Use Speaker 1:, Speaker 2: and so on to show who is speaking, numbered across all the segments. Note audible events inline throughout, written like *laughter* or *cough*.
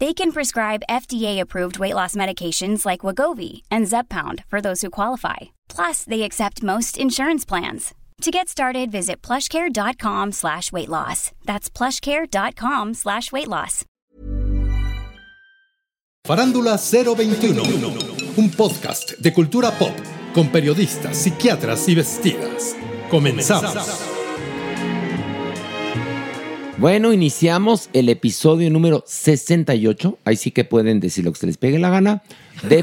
Speaker 1: They can prescribe FDA-approved weight loss medications like Wagovi and Zepbound for those who qualify. Plus, they accept most insurance plans. To get started, visit plushcare.com slash weight loss. That's plushcare.com slash weight loss.
Speaker 2: Farándula 021, un podcast de cultura pop con periodistas, psiquiatras y vestidas. Comenzamos.
Speaker 3: Bueno, iniciamos el episodio número 68. Ahí sí que pueden decir lo que se les pegue la gana. De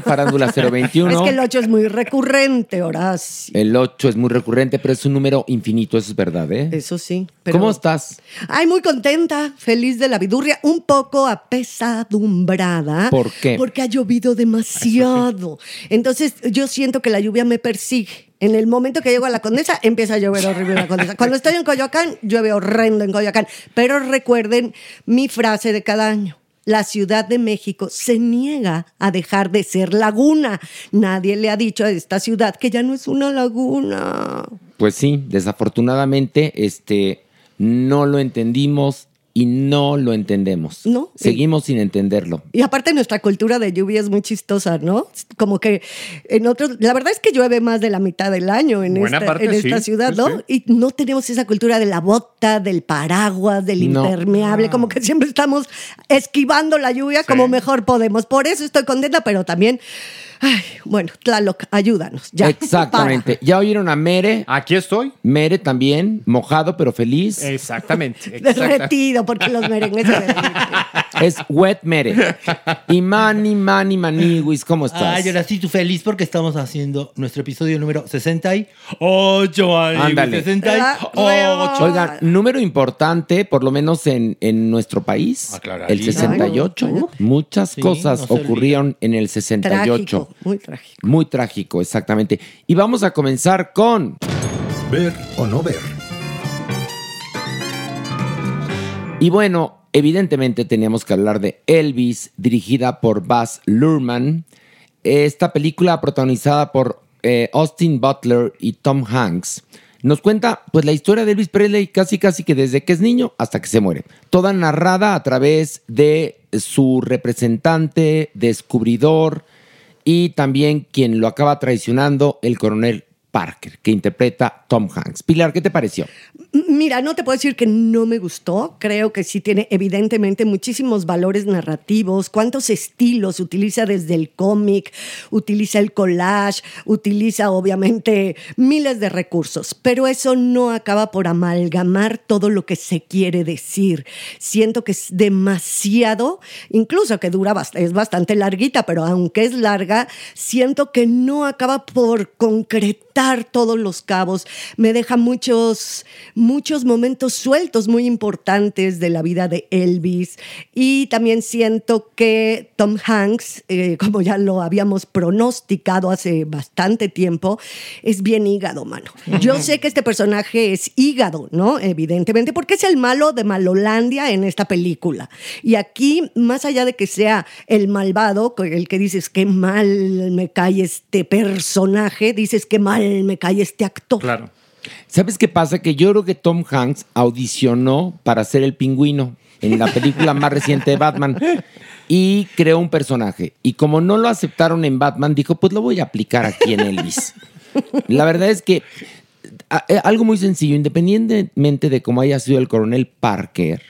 Speaker 4: *laughs*
Speaker 3: Farándula 021.
Speaker 4: Es que el 8 es muy recurrente, Horacio.
Speaker 3: El 8 es muy recurrente, pero es un número infinito, eso es verdad, ¿eh?
Speaker 4: Eso sí. pero-
Speaker 3: ¿Cómo estás?
Speaker 4: Ay, muy contenta, feliz de la vidurria, un poco apesadumbrada.
Speaker 3: ¿Por qué?
Speaker 4: Porque ha llovido demasiado. Entonces, yo siento que la lluvia me persigue. En el momento que llego a la condesa, empieza a llover horrible en la condesa. Cuando estoy en Coyoacán, llueve horrendo en Coyoacán. Pero recuerden mi frase de cada año. La Ciudad de México se niega a dejar de ser laguna. Nadie le ha dicho a esta ciudad que ya no es una laguna.
Speaker 3: Pues sí, desafortunadamente, este, no lo entendimos y no lo entendemos.
Speaker 4: No.
Speaker 3: Seguimos sin entenderlo.
Speaker 4: Y aparte nuestra cultura de lluvia es muy chistosa, ¿no? Como que en otros, la verdad es que llueve más de la mitad del año en,
Speaker 5: Buena
Speaker 4: esta,
Speaker 5: parte,
Speaker 4: en esta
Speaker 5: sí,
Speaker 4: ciudad,
Speaker 5: sí,
Speaker 4: ¿no? Y no tenemos esa cultura de la bota, del paraguas, del
Speaker 3: No.
Speaker 4: impermeable, como que siempre estamos esquivando la lluvia como mejor podemos. Por eso estoy contenta, pero también, ay, bueno, Tlaloc, ayúdanos. Ya, *laughs*
Speaker 3: Exactamente. Ya oyeron a Mere.
Speaker 5: Aquí estoy.
Speaker 3: Mere también, mojado pero feliz.
Speaker 5: Exactamente.
Speaker 4: para. Derretido, porque los merengues se
Speaker 3: *laughs*
Speaker 4: derriten.
Speaker 3: Es Wet Mere. Y Mani, Mani, Maniwis, ¿cómo estás?
Speaker 6: Ay, ahora sí, tú feliz porque estamos haciendo nuestro episodio número 68. amigo,
Speaker 3: Ándale.
Speaker 6: 68.
Speaker 3: Oigan, número importante, por lo menos en, en nuestro país, el
Speaker 5: Aclaradito.
Speaker 3: 68.
Speaker 4: Ay, no, cállate.
Speaker 3: Muchas
Speaker 6: Sí,
Speaker 3: cosas
Speaker 6: no se
Speaker 3: ocurrieron en el 68.
Speaker 4: Trágico, muy trágico.
Speaker 3: Muy trágico, exactamente. Y vamos a comenzar con...
Speaker 2: Ver o no ver.
Speaker 3: Y bueno, evidentemente teníamos que hablar de Elvis, dirigida por Baz Luhrmann. Esta película protagonizada por eh, Austin Butler y Tom Hanks nos cuenta pues la historia de Elvis Presley casi casi que desde que es niño hasta que se muere. Toda narrada a través de su representante, descubridor y también quien lo acaba traicionando, el coronel Parker, que interpreta Tom Hanks. Pilar, ¿qué te pareció?
Speaker 4: M- Mira, no te puedo decir que no me gustó. Creo que sí tiene evidentemente muchísimos valores narrativos, cuántos estilos utiliza desde el cómic, utiliza el collage, utiliza obviamente miles de recursos, pero eso no acaba por amalgamar todo lo que se quiere decir. Siento que es demasiado, incluso que dura bast- es bastante larguita, pero aunque es larga, siento que no acaba por concretar atar todos los cabos, me deja muchos, muchos momentos sueltos muy importantes de la vida de Elvis y también siento que Tom Hanks, eh, como ya lo habíamos pronosticado hace bastante tiempo, es bien hígado, mano. Yo sé que este personaje es hígado, ¿no? Evidentemente, porque es el malo de Malolandia en esta película. Y aquí, más allá de que sea el malvado, el que dices, qué mal me cae este personaje, dices, qué mal me cae este actor.
Speaker 5: Claro.
Speaker 3: ¿Sabes qué pasa? Que yo creo que Tom Hanks audicionó para ser el pingüino en la película más reciente de Batman y creó un personaje. Y como no lo aceptaron en Batman, dijo, pues lo voy a aplicar aquí en Elvis. La verdad es que a- eh, algo muy sencillo, independientemente de cómo haya sido el coronel Parker,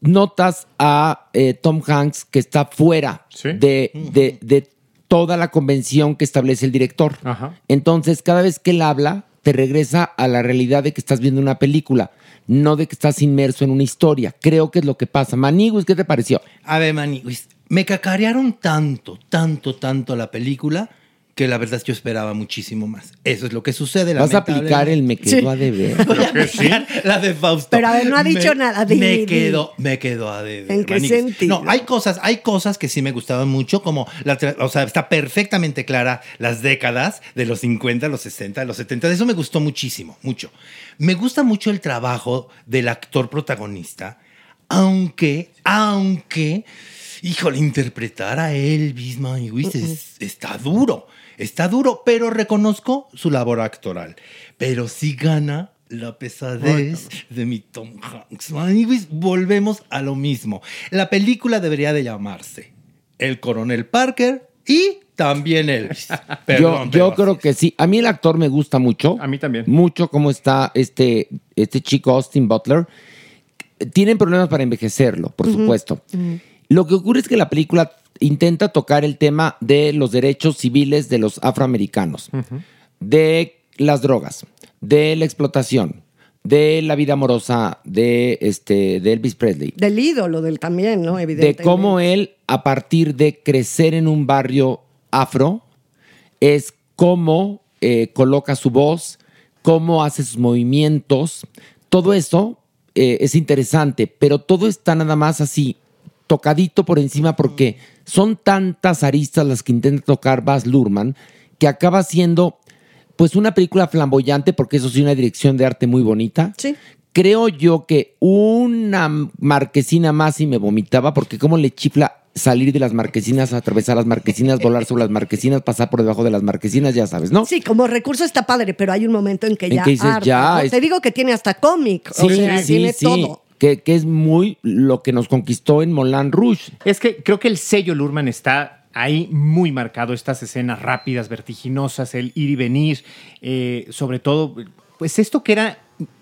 Speaker 3: notas a eh, Tom Hanks que está fuera
Speaker 5: Sí.
Speaker 3: de, de- de toda la convención que establece el director.
Speaker 5: Ajá.
Speaker 3: Entonces, cada vez que él habla, te regresa a la realidad de que estás viendo una película, no de que estás inmerso en una historia. Creo que es lo que pasa. Maniguis, ¿qué te pareció?
Speaker 6: A ver, Manny, me cacarearon tanto, tanto, tanto la película que la verdad yo esperaba muchísimo más. Eso es lo que sucede.
Speaker 3: Vas a aplicar el me quedó
Speaker 4: Sí.
Speaker 3: a
Speaker 5: *laughs*
Speaker 3: deber.
Speaker 6: *laughs* Voy a aplicar la de Fausto.
Speaker 4: Pero, a ver, no ha dicho
Speaker 6: Me-
Speaker 4: nada, di, di.
Speaker 6: Me quedo, me quedo a deber.
Speaker 4: ¿En qué
Speaker 6: Maniguis.
Speaker 4: sentido?
Speaker 6: No, hay cosas, hay cosas que sí me gustaban mucho, como, la, tra- o sea, está perfectamente clara las décadas de los 50, los 60, los 70. Eso me gustó muchísimo, mucho. Me gusta mucho el trabajo del actor protagonista, aunque, aunque, híjole, interpretar a Elvis Maniguis es- está duro, está duro, pero reconozco su labor actoral. Pero sí gana la pesadez de mi Tom Hanks. Maniguis, volvemos a lo mismo. La película debería de llamarse El Coronel Parker y también Elvis.
Speaker 3: *laughs* Yo,
Speaker 6: Perdón,
Speaker 3: yo
Speaker 6: pero
Speaker 3: creo
Speaker 6: así
Speaker 3: que sí. A mí el actor me gusta mucho.
Speaker 5: A mí también.
Speaker 3: Mucho cómo está este, este chico Austin Butler. Tienen problemas para envejecerlo, por supuesto. Lo que ocurre es que la película intenta tocar el tema de los derechos civiles de los afroamericanos, de las drogas, de la explotación, de la vida amorosa de, este, de Elvis Presley
Speaker 4: Del ídolo del también, ¿no?
Speaker 3: de
Speaker 4: Evidentemente.
Speaker 3: cómo él, a partir de crecer en un barrio afro, es cómo eh, coloca su voz, cómo hace sus movimientos. Todo eso eh, es interesante, pero todo está nada más así, tocadito por encima, porque son tantas aristas las que intenta tocar Baz Luhrmann que acaba siendo. Pues una película flamboyante, porque eso sí, una dirección de arte muy bonita.
Speaker 4: Sí.
Speaker 3: Creo yo que una marquesina más y me vomitaba, porque cómo le chifla salir de las marquesinas, atravesar las marquesinas, volar sobre las marquesinas, pasar por debajo de las marquesinas, ya sabes, ¿no?
Speaker 4: Sí, como recurso está padre, pero hay un momento en que
Speaker 3: En
Speaker 4: ya.
Speaker 3: que dices,
Speaker 4: harta,
Speaker 3: ya,
Speaker 4: ¿no?
Speaker 3: es-
Speaker 4: Te digo que tiene hasta cómic. o sea, tiene todo.
Speaker 3: Que, que es muy lo que nos conquistó en Moulin Rouge.
Speaker 5: Es que creo que el sello Lurman está ahí muy marcado, estas escenas rápidas, vertiginosas, el ir y venir, eh, sobre todo, pues esto que era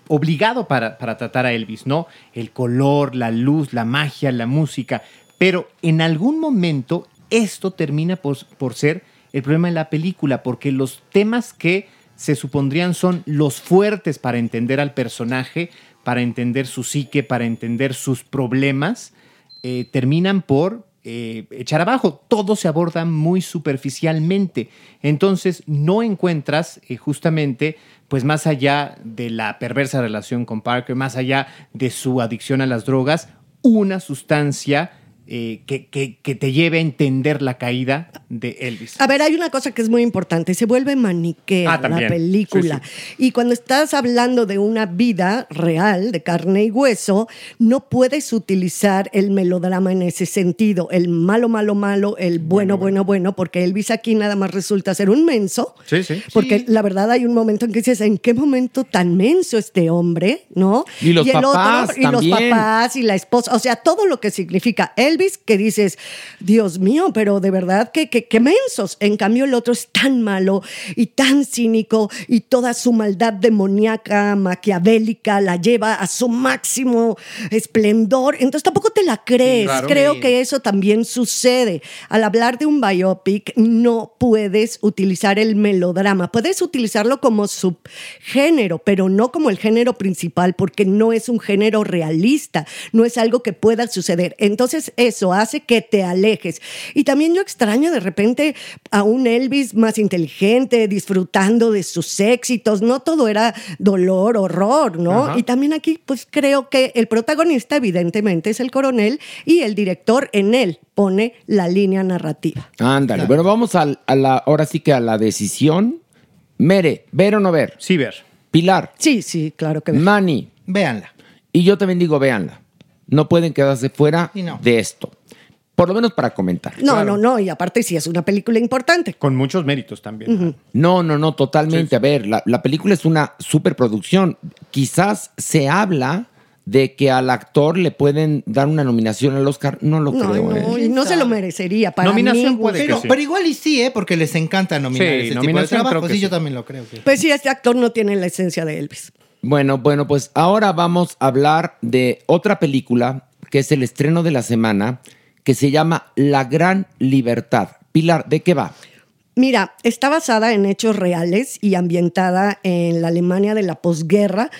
Speaker 5: obligado para, para tratar a Elvis, ¿no? El color, la luz, la magia, la música, pero en algún momento esto termina por, por ser el problema de la película, porque los temas que se supondrían son los fuertes para entender al personaje, para entender su psique, para entender sus problemas, eh, terminan por eh, echar abajo. Todo se aborda muy superficialmente. Entonces no encuentras eh, justamente, pues más allá de la perversa relación con Parker, más allá de su adicción a las drogas, una sustancia eh, que, que- que te lleve a entender la caída de Elvis.
Speaker 4: A ver, hay una cosa que es muy importante. Se vuelve maniquea
Speaker 5: Ah,
Speaker 4: la
Speaker 5: también.
Speaker 4: película. Y cuando estás hablando de una vida real, de carne y hueso, no puedes utilizar el melodrama en ese sentido. El malo, malo, malo, el bueno, bueno, bueno, porque Elvis aquí nada más resulta ser un menso.
Speaker 5: Sí, sí.
Speaker 4: Porque
Speaker 6: Sí.
Speaker 4: la verdad hay un momento en que dices, ¿en qué momento tan menso este hombre? ¿No?
Speaker 3: Y los
Speaker 4: el
Speaker 3: papás
Speaker 4: y los
Speaker 3: también.
Speaker 4: papás y la esposa. O sea, todo lo que significa Elvis, que dices, Dios mío, pero de verdad que, que, que mensos. En cambio, el otro es tan malo y tan cínico y toda su maldad demoníaca, maquiavélica, la lleva a su máximo esplendor. Entonces tampoco te la crees.
Speaker 5: Claro.
Speaker 4: Creo
Speaker 6: Sí.
Speaker 4: que eso también sucede. Al hablar de un biopic, no puedes utilizar el melodrama. Puedes utilizarlo como subgénero, pero no como el género principal, porque no es un género realista, no es algo que pueda suceder. Entonces, eso hace que te alejes. Y también yo extraño de repente a un Elvis más inteligente, disfrutando de sus éxitos. No todo era dolor, horror, ¿no?
Speaker 5: Ajá.
Speaker 4: Y también aquí, pues creo que el protagonista, evidentemente, es el coronel y el director en él pone la línea narrativa.
Speaker 3: Ándale. Bueno, vamos al- a, la, ahora sí que a la decisión. Mere, ver o no ver.
Speaker 5: Sí, ver.
Speaker 3: Pilar,
Speaker 4: Sí, sí, claro que
Speaker 3: Manny.
Speaker 6: Véanla.
Speaker 3: Y yo también digo, véanla. No pueden quedarse fuera
Speaker 6: Y no.
Speaker 3: de esto. Por lo menos para comentar.
Speaker 4: No, no, no, y aparte sí es una película importante.
Speaker 5: Con muchos méritos también.
Speaker 3: No, no, no, totalmente. A ver, la, la película es una superproducción. Quizás se habla de que al actor le pueden dar una nominación al Oscar. No lo
Speaker 4: No,
Speaker 3: creo. ¿eh?
Speaker 4: no, y no se lo merecería para
Speaker 5: Nominación
Speaker 4: mí.
Speaker 5: puede
Speaker 4: pues,
Speaker 6: Pero,
Speaker 5: que sí.
Speaker 6: pero igual y sí, ¿eh? Porque les encanta nominar
Speaker 5: Sí,
Speaker 6: ese tipo de
Speaker 5: nominación creo
Speaker 6: trabajos.
Speaker 5: que
Speaker 6: Sí,
Speaker 5: sí.
Speaker 6: yo también lo creo. que-
Speaker 4: Pues sí, este actor no tiene la esencia de Elvis.
Speaker 3: Bueno, bueno, pues ahora vamos a hablar de otra película que es el estreno de la semana que se llama La Gran Libertad. Pilar, ¿de qué va?
Speaker 4: Mira, está basada en hechos reales y ambientada en la Alemania de la posguerra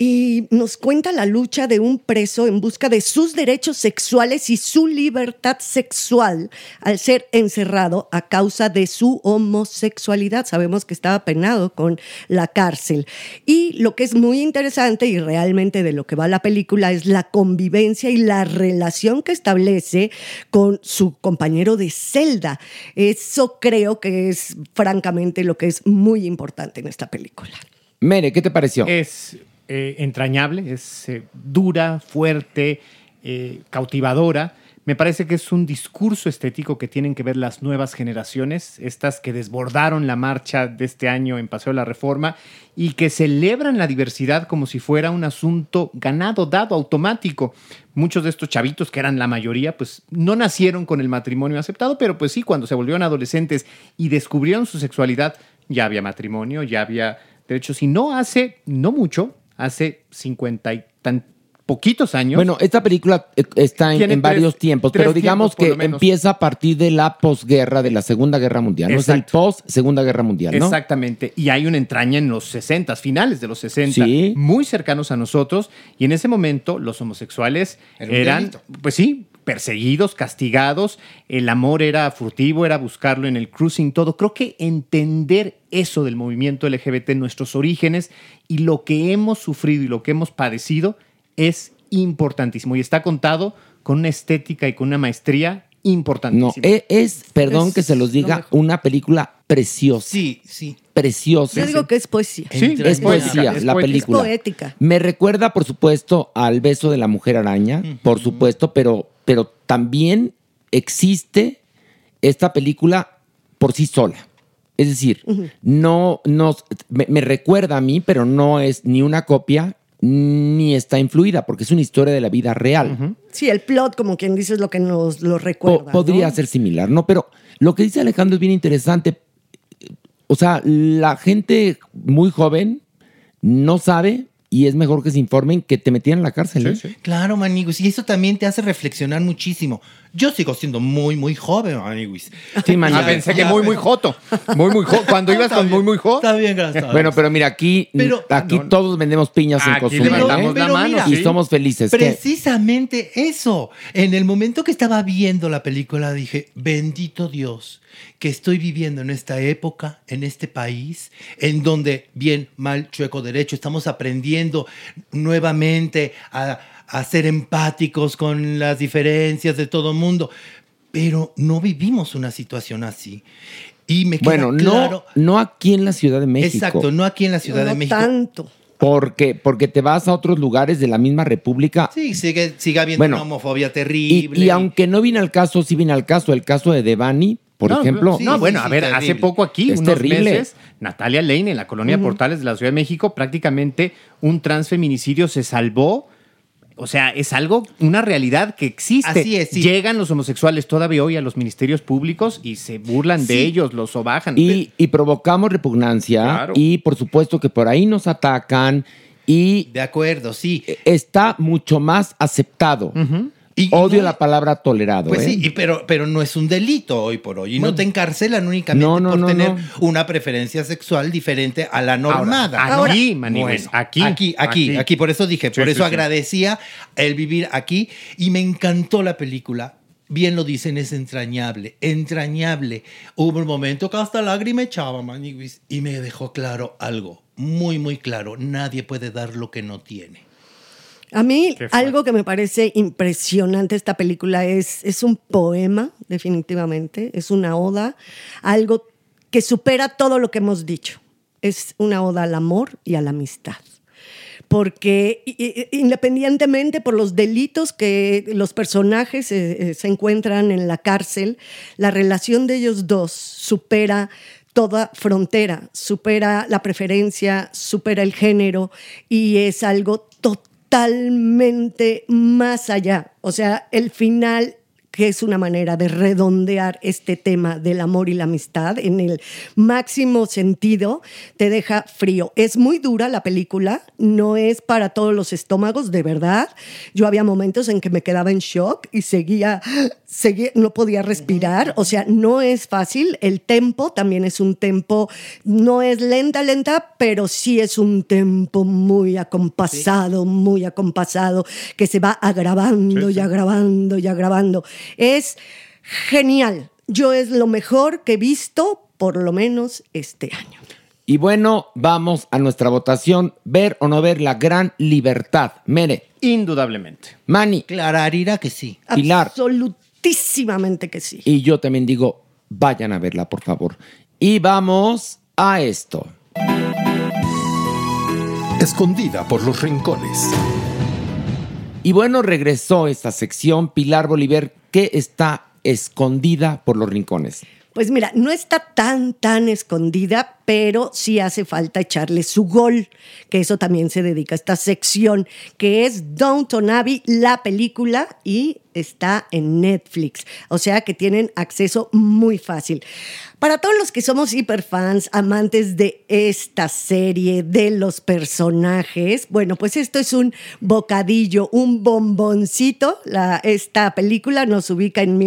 Speaker 4: y nos cuenta la lucha de un preso en busca de sus derechos sexuales y su libertad sexual al ser encerrado a causa de su homosexualidad. Sabemos que estaba penado con la cárcel. Y lo que es muy interesante y realmente de lo que va la película es la convivencia y la relación que establece con su compañero de celda. Eso creo que es francamente lo que es muy importante en esta película.
Speaker 3: Mere, ¿qué te pareció?
Speaker 5: Es eh, entrañable, es eh, dura, fuerte, eh, cautivadora. Me parece que es un discurso estético que tienen que ver las nuevas generaciones, estas que desbordaron la marcha de este año en Paseo de la Reforma y que celebran la diversidad como si fuera un asunto ganado, dado, automático. Muchos de estos chavitos, que eran la mayoría, pues no nacieron con el matrimonio aceptado, pero pues sí, cuando se volvieron adolescentes y descubrieron su sexualidad, ya había matrimonio, ya había derechos. Si no hace, no mucho, hace cincuenta y tan poquitos años.
Speaker 3: Bueno, esta película eh, está en,
Speaker 5: Tiene
Speaker 3: en
Speaker 5: tres-
Speaker 3: varios tiempos,
Speaker 5: tres
Speaker 3: pero digamos
Speaker 5: tiempos, por lo
Speaker 3: que
Speaker 5: menos.
Speaker 3: empieza a partir de la posguerra, de la Segunda Guerra Mundial. No es el
Speaker 5: Exacto.
Speaker 3: post-Segunda Guerra Mundial, ¿no?
Speaker 5: Exactamente. Y hay una entraña en los 60, finales de los 60,
Speaker 3: Sí.
Speaker 5: muy cercanos a nosotros. Y en ese momento los homosexuales
Speaker 6: Era un
Speaker 5: eran,
Speaker 6: delito.
Speaker 5: pues sí, perseguidos, castigados. El amor era furtivo, era buscarlo en el cruising, todo. Creo que entender eso del movimiento LGBT, nuestros orígenes y lo que hemos sufrido y lo que hemos padecido es importantísimo. Y está contado con una estética y con una maestría
Speaker 3: No,
Speaker 5: importantísima.
Speaker 3: e- es, perdón
Speaker 4: Es
Speaker 3: que se los
Speaker 4: lo
Speaker 3: diga,
Speaker 4: mejor.
Speaker 3: una película preciosa,
Speaker 6: Sí, sí.
Speaker 3: preciosa.
Speaker 4: Yo digo que es poesía.
Speaker 5: Sí,
Speaker 6: Entrañable.
Speaker 3: Es poesía,
Speaker 5: Es
Speaker 3: la
Speaker 5: poética.
Speaker 3: película.
Speaker 4: Es poética.
Speaker 3: Me recuerda, por supuesto, al beso de la mujer araña, por supuesto, pero, pero también existe esta película por sí sola. Es decir, no, no me, me recuerda a mí, pero no es ni una copia ni está influida, porque es una historia de la vida real.
Speaker 4: Sí, el plot, como quien dice, es lo que nos lo
Speaker 3: Po-
Speaker 4: recuerda.
Speaker 3: podría
Speaker 4: ¿no?
Speaker 3: ser similar, ¿no? Pero lo que dice Alejandro es bien interesante. O sea, la gente muy joven no sabe y es mejor que se informen que te metieran en la cárcel. ¿eh?
Speaker 6: Claro, Maniguis. Y eso también te hace reflexionar muchísimo. Yo sigo siendo muy, muy joven,
Speaker 3: *laughs*
Speaker 6: Maniguis.
Speaker 3: Sí, Maniguis.
Speaker 5: Ah, pensé que
Speaker 6: Ya,
Speaker 5: muy, muy
Speaker 6: pero-
Speaker 5: joto. Muy, muy joto. Cuando ibas
Speaker 6: Está
Speaker 5: con muy,
Speaker 6: bien,
Speaker 5: muy joto.
Speaker 6: Está bien, gracias.
Speaker 3: Bueno, pero mira, aquí,
Speaker 6: Pero-
Speaker 3: aquí
Speaker 5: No, no.
Speaker 3: todos vendemos piñas en
Speaker 5: Aquí
Speaker 3: Cozumel.
Speaker 5: levantamos
Speaker 3: ¿eh?
Speaker 5: la mano,
Speaker 3: Y
Speaker 5: sí.
Speaker 3: somos felices. ¿qué?
Speaker 6: Precisamente eso. En el momento que estaba viendo la película dije, bendito Dios, que estoy viviendo en esta época, en este país, en donde bien, mal, chueco, derecho, estamos aprendiendo nuevamente a, a ser empáticos con las diferencias de todo mundo. Pero no vivimos una situación así. Y me queda
Speaker 3: Bueno,
Speaker 6: claro-
Speaker 3: no, no aquí en la Ciudad de México.
Speaker 6: Exacto, no aquí en la Ciudad
Speaker 4: No
Speaker 6: de México.
Speaker 4: tanto.
Speaker 3: Porque, porque te vas a otros lugares de la misma república
Speaker 6: Sí, sigue, sigue habiendo
Speaker 3: Bueno,
Speaker 6: una homofobia
Speaker 3: Y,
Speaker 6: terrible.
Speaker 3: y aunque no vino al caso, sí vino al caso, el caso de Devani, por
Speaker 5: No,
Speaker 3: ejemplo.
Speaker 6: sí,
Speaker 5: no, bueno,
Speaker 6: sí,
Speaker 5: a ver,
Speaker 6: terrible.
Speaker 5: hace poco aquí,
Speaker 3: Es
Speaker 5: unos
Speaker 3: terrible.
Speaker 5: meses, Natalia Lane en la colonia Portales de la Ciudad de México, prácticamente un transfeminicidio se salvó. O sea, es algo, una realidad que existe.
Speaker 6: Así es, sí.
Speaker 5: Llegan los homosexuales todavía hoy a los ministerios públicos y se burlan de
Speaker 6: Sí.
Speaker 5: ellos, los sobajan.
Speaker 3: Y, y provocamos repugnancia
Speaker 5: Claro.
Speaker 3: y por supuesto que por ahí nos atacan y
Speaker 6: De acuerdo, sí.
Speaker 3: está mucho más aceptado.
Speaker 6: Y-
Speaker 3: Odio
Speaker 6: no-
Speaker 3: la palabra tolerado.
Speaker 6: Pues
Speaker 3: ¿eh?
Speaker 6: sí, y- pero, pero no es un delito hoy por hoy. Y no te encarcelan únicamente
Speaker 3: No, no,
Speaker 6: por
Speaker 3: no,
Speaker 6: tener
Speaker 3: no.
Speaker 6: una preferencia sexual diferente a la
Speaker 5: Ahora,
Speaker 6: normada.
Speaker 5: aquí, Manigüez,
Speaker 6: Bueno,
Speaker 5: aquí,
Speaker 6: Aquí, aquí,
Speaker 5: aquí.
Speaker 6: aquí. Por eso dije,
Speaker 5: Sí,
Speaker 6: por
Speaker 5: sí,
Speaker 6: eso
Speaker 5: sí.
Speaker 6: agradecía el vivir aquí. Y me encantó la película. bien lo dicen, es entrañable, entrañable. Hubo un momento que hasta lágrima echaba, maniguis, y me dejó claro algo, muy, muy claro, nadie puede dar lo que no tiene.
Speaker 4: A mí
Speaker 5: Qué fuerte.
Speaker 4: algo que me parece impresionante esta película es, es un poema, definitivamente, es una oda, algo que supera todo lo que hemos dicho. Es una oda al amor y a la amistad. Porque i- i- independientemente por los delitos que los personajes eh, eh, se encuentran en la cárcel, la relación de ellos dos supera toda frontera, supera la preferencia, supera el género y es algo totalmente más allá. O sea, el final que es una manera de redondear este tema del amor y la amistad en el máximo sentido, te deja frío. Es muy dura la película, no es para todos los estómagos, de verdad. Yo había momentos en que me quedaba en shock y seguía, seguía no podía respirar, o sea, no es fácil. El tempo también es un tempo, no es lenta, lenta, pero sí es un tempo muy acompasado, muy acompasado, que se va agravando y agravando y agravando. Es genial. Yo es lo mejor que he visto, por lo menos este año.
Speaker 3: Y bueno, vamos a nuestra votación. Ver o no ver la gran libertad. Mere,
Speaker 5: Indudablemente.
Speaker 3: Mani
Speaker 6: Clararira que sí.
Speaker 3: Pilar.
Speaker 4: Absolutísimamente que sí.
Speaker 3: y yo también digo, vayan a verla, por favor. Y vamos a esto.
Speaker 2: Escondida por los rincones.
Speaker 3: Y bueno, regresó esta sección Pilar Bolívar que está escondida por los rincones.
Speaker 4: Pues mira, no está tan, tan escondida, pero sí hace falta echarle su gol, que eso también se dedica a esta sección, que es Downton Abbey, la película, y está en Netflix. O sea que tienen acceso muy fácil. Para todos los que somos hiperfans, amantes de esta serie, de los personajes, bueno, pues esto es un bocadillo, un bomboncito. La, esta película nos ubica en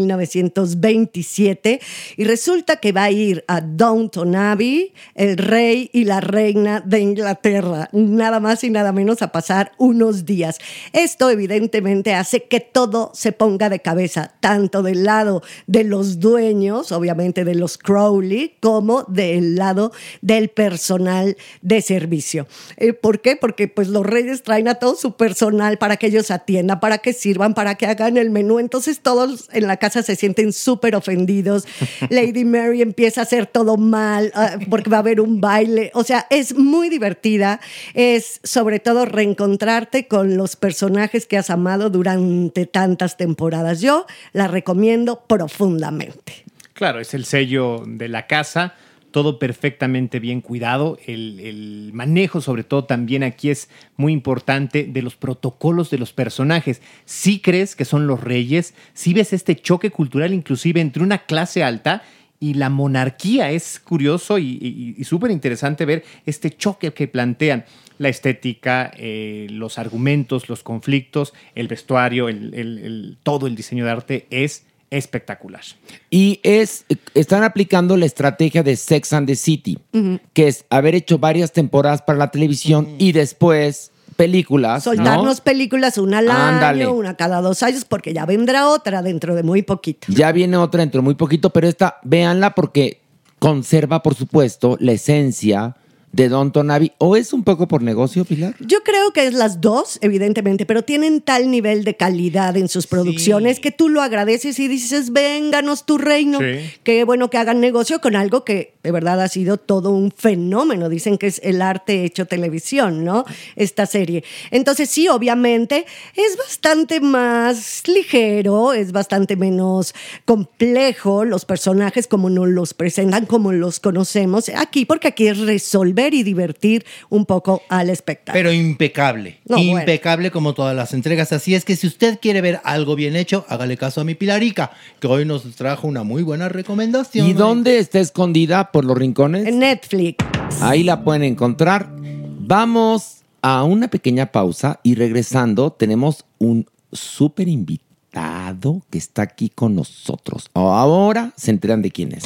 Speaker 4: 1927 y resulta que va a ir a Downton Abbey, el rey y la reina de Inglaterra, nada más y nada menos a pasar unos días. Esto evidentemente hace que todo se ponga de cabeza, tanto del lado de los dueños, obviamente de los Crowley, como del lado del personal de servicio. Eh, ¿Por qué? Porque pues los reyes traen a todo su personal para que ellos atiendan, para que sirvan, para que hagan el menú. Entonces todos en la casa se sienten súper ofendidos. Lady Mary empieza a hacer todo mal ah, porque va a haber un baile. O sea, es muy divertida. Es sobre todo reencontrarte con los personajes que has amado durante tantas temporadas. Yo la recomiendo profundamente.
Speaker 5: Claro, es el sello de la casa, todo perfectamente bien cuidado. El, el manejo, sobre todo, también aquí es muy importante de los protocolos de los personajes. Si crees que son los reyes, si ves este choque cultural, inclusive entre una clase alta. Y la monarquía es curioso y, y- y súper interesante ver este choque que plantean. La estética, eh, los argumentos, los conflictos, el vestuario, el- el- el- todo el diseño de arte es espectacular.
Speaker 3: Y es, están aplicando la estrategia de Sex and the City, que es haber hecho varias temporadas para la televisión y después películas. ¿no?
Speaker 4: Soltarnos películas una al
Speaker 3: Ándale.
Speaker 4: año, una cada dos años, porque ya vendrá otra dentro de muy poquito.
Speaker 3: Ya viene otra dentro de muy poquito, pero esta, véanla porque conserva, por supuesto, la esencia de Don Abbey. ¿O es un poco por negocio, Pilar?
Speaker 4: Yo creo que es las dos, evidentemente, pero tienen tal nivel de calidad en sus producciones que tú lo agradeces y dices, vénganos tu reino.
Speaker 5: Sí.
Speaker 4: Qué bueno que hagan negocio con algo que de verdad ha sido todo un fenómeno. Dicen que es el arte hecho televisión, ¿no? Esta serie. Entonces, sí, obviamente, es bastante más ligero, es bastante menos complejo los personajes como nos los presentan, como los conocemos aquí, porque aquí es resolver y divertir un poco al espectador.
Speaker 6: Pero impecable.
Speaker 4: No, bueno.
Speaker 6: impecable como todas las entregas. Así es que si usted quiere ver algo bien hecho, hágale caso a mi Pilarica, que hoy nos trajo una muy buena recomendación.
Speaker 3: ¿Y dónde está escondida por los rincones?
Speaker 4: En Netflix.
Speaker 3: Ahí la pueden encontrar. Vamos a una pequeña pausa y regresando tenemos un súper invitado que está aquí con nosotros. Ahora se enteran de quién es.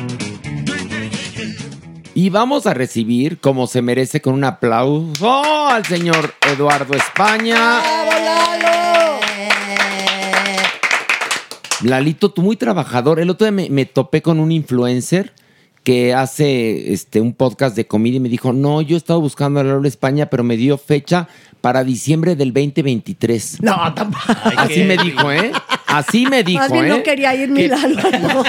Speaker 3: Y vamos a recibir, como se merece, con un aplauso al señor Eduardo España. Lalito, tú muy trabajador. El otro día me, me topé con un influencer que hace este, un podcast de comida y me dijo, no, yo he estado buscando a Lola España, pero me dio fecha para diciembre del 2023.
Speaker 4: No, tampoco.
Speaker 3: Así me dijo, ¿eh? Así me dijo,
Speaker 4: Más bien
Speaker 3: ¿eh?
Speaker 4: no quería ir mi
Speaker 3: *laughs*
Speaker 4: lana. no.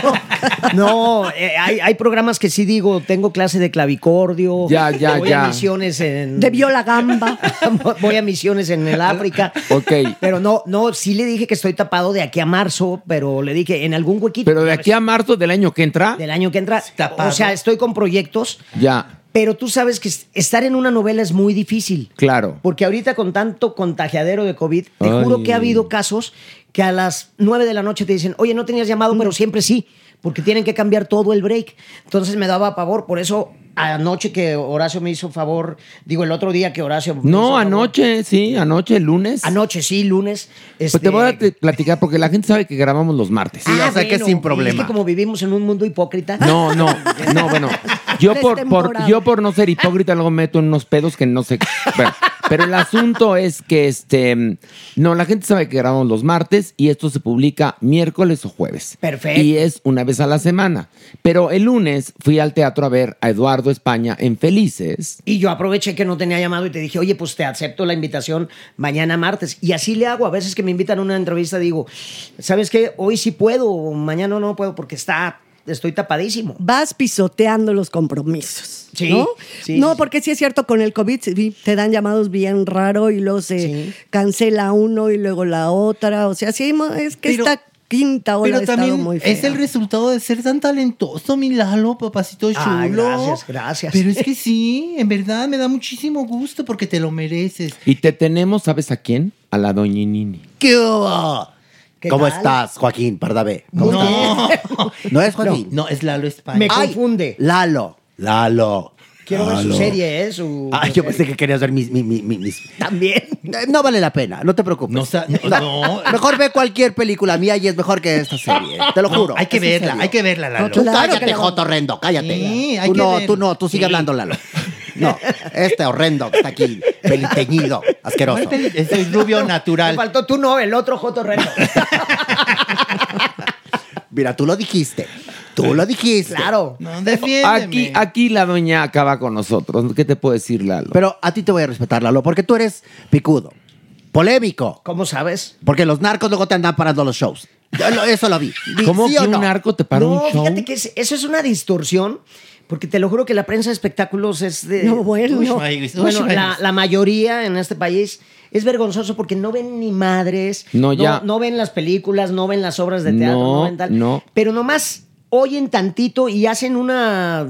Speaker 7: No, eh, hay, hay programas que sí digo, tengo clase de clavicordio.
Speaker 3: Ya, ya,
Speaker 7: voy
Speaker 3: ya.
Speaker 7: a misiones en.
Speaker 4: De viola gamba.
Speaker 7: *laughs* voy a misiones en el África.
Speaker 3: Ok.
Speaker 7: Pero no, no, sí le dije que estoy tapado de aquí a marzo, pero le dije en algún huequito.
Speaker 3: Pero de aquí a marzo del año que entra,
Speaker 7: Del año que entra.
Speaker 6: Tapado.
Speaker 7: O sea, estoy con proyectos,
Speaker 3: ya,
Speaker 7: pero tú sabes que es- estar en una novela es muy difícil.
Speaker 3: claro.
Speaker 7: Porque ahorita con tanto contagiadero de COVID, te
Speaker 3: Ay.
Speaker 7: juro que ha habido casos que a las 9 de la noche te dicen, oye, no tenías llamado,
Speaker 3: Mm.
Speaker 7: pero siempre sí, porque tienen que cambiar todo el break. Entonces me daba pavor, por eso anoche que Horacio me hizo favor, digo el otro día que Horacio... me hizo
Speaker 3: No,
Speaker 7: favor.
Speaker 3: anoche, sí, anoche, el lunes.
Speaker 7: Anoche, sí, lunes.
Speaker 3: Pues
Speaker 7: Ah, este- ah,
Speaker 3: te voy a pl- platicar porque la gente sabe que grabamos los martes.
Speaker 6: Sí, o sea que sin problema.
Speaker 7: Es que como vivimos en un mundo hipócrita...
Speaker 3: No, no, no, bueno. Yo por, por,
Speaker 4: Destemporada.
Speaker 3: yo por no ser hipócrita luego me meto en unos pedos que no sé. bueno, pero el asunto es que este. mm, No, la gente sabe que grabamos los martes y esto se publica miércoles o jueves.
Speaker 7: Perfecto.
Speaker 3: Y es una vez a la semana. Pero el lunes fui al teatro a ver a Eduardo España en Felices.
Speaker 7: Y yo aproveché que no tenía llamado y te dije, oye, pues te acepto la invitación mañana martes. Y así le hago. A veces que me invitan a una entrevista, digo, ¿sabes qué? Hoy sí puedo, o mañana no puedo porque está, estoy tapadísimo.
Speaker 4: Vas pisoteando los compromisos.
Speaker 7: Sí,
Speaker 4: ¿no?
Speaker 7: sí,
Speaker 4: no,
Speaker 7: sí.
Speaker 4: porque sí es cierto, con el COVID sí, te dan llamados bien raro y luego se
Speaker 7: Sí.
Speaker 4: cancela uno y luego la otra. O sea, sí, mo- es que
Speaker 6: Pero-
Speaker 4: esta quinta ola
Speaker 6: Pero
Speaker 4: ha estado
Speaker 6: también
Speaker 4: muy fea.
Speaker 6: es el resultado de ser tan talentoso, mi Lalo, papacito chulo.
Speaker 7: Ay, gracias, gracias.
Speaker 6: Pero es que sí, en verdad me da muchísimo gusto porque te lo mereces.
Speaker 3: Y te tenemos, ¿sabes a quién? A la Doñinini.
Speaker 8: ¿Qué hubo?
Speaker 7: ¿Qué
Speaker 8: ¿Cómo
Speaker 7: tal?
Speaker 8: estás, Joaquín Pardavé? ¿Cómo
Speaker 6: No, *laughs*
Speaker 8: estás? ¿No es Joaquín?
Speaker 6: no, es Lalo España.
Speaker 7: Me
Speaker 8: Ay,
Speaker 7: confunde.
Speaker 8: Lalo. Lalo.
Speaker 7: Quiero ver su
Speaker 8: Lalo.
Speaker 7: serie, ¿eh? Su-
Speaker 8: Ah, yo pensé que querías ver mis... mi- mi- mi- mis-
Speaker 7: También.
Speaker 8: Eh, No vale la pena, no te preocupes.
Speaker 6: No sa- no, no.
Speaker 8: Mejor ve cualquier película mía y es mejor que esta serie.
Speaker 7: *laughs*
Speaker 8: Te lo juro.
Speaker 6: hay que
Speaker 8: es en
Speaker 6: verla,
Speaker 8: serio.
Speaker 6: hay que verla, Lalo.
Speaker 8: Tú
Speaker 4: Claro que
Speaker 8: cállate,
Speaker 4: la-
Speaker 8: Joto horrendo, cállate.
Speaker 6: Sí, hay
Speaker 8: tú
Speaker 6: que
Speaker 8: no,
Speaker 6: ver.
Speaker 8: tú no, tú sigue
Speaker 6: Sí.
Speaker 8: hablando,
Speaker 6: *laughs*
Speaker 8: Lalo. No, este horrendo que está aquí, peliteñido,
Speaker 6: No hay
Speaker 8: asqueroso.
Speaker 6: peli- es el
Speaker 7: *laughs*
Speaker 6: rubio
Speaker 7: Me
Speaker 6: natural.
Speaker 7: faltó tú, no, el otro Joto Reno.
Speaker 8: Mira, tú lo dijiste. Tú lo dijiste.
Speaker 7: Claro.
Speaker 6: No, defiéndeme.
Speaker 3: Aquí, aquí la doña acaba con nosotros. ¿Qué te puedo decir, Lalo?
Speaker 8: Pero a ti te voy a respetar, Lalo, porque tú eres picudo, polémico,
Speaker 7: ¿Cómo sabes?
Speaker 8: porque los narcos luego te andan parando los
Speaker 6: *laughs*
Speaker 8: shows. Yo lo- Eso lo vi. Di-
Speaker 3: ¿Cómo
Speaker 8: ¿sí
Speaker 3: que
Speaker 8: o
Speaker 3: un
Speaker 8: no?
Speaker 3: narco te para
Speaker 7: no,
Speaker 3: un show?
Speaker 7: fíjate que es- eso es una distorsión, porque te lo juro que la prensa de espectáculos es de...
Speaker 4: No, bueno.
Speaker 6: Uy, Maíz, uy,
Speaker 7: Bueno,
Speaker 6: Maíz.
Speaker 7: la, la mayoría en este país es vergonzoso porque no ven ni madres,
Speaker 3: No, ya.
Speaker 7: no ven las películas, no ven las obras de teatro,
Speaker 3: No,
Speaker 7: no, ven tal.
Speaker 3: no.
Speaker 7: Pero nomás oyen tantito y hacen una,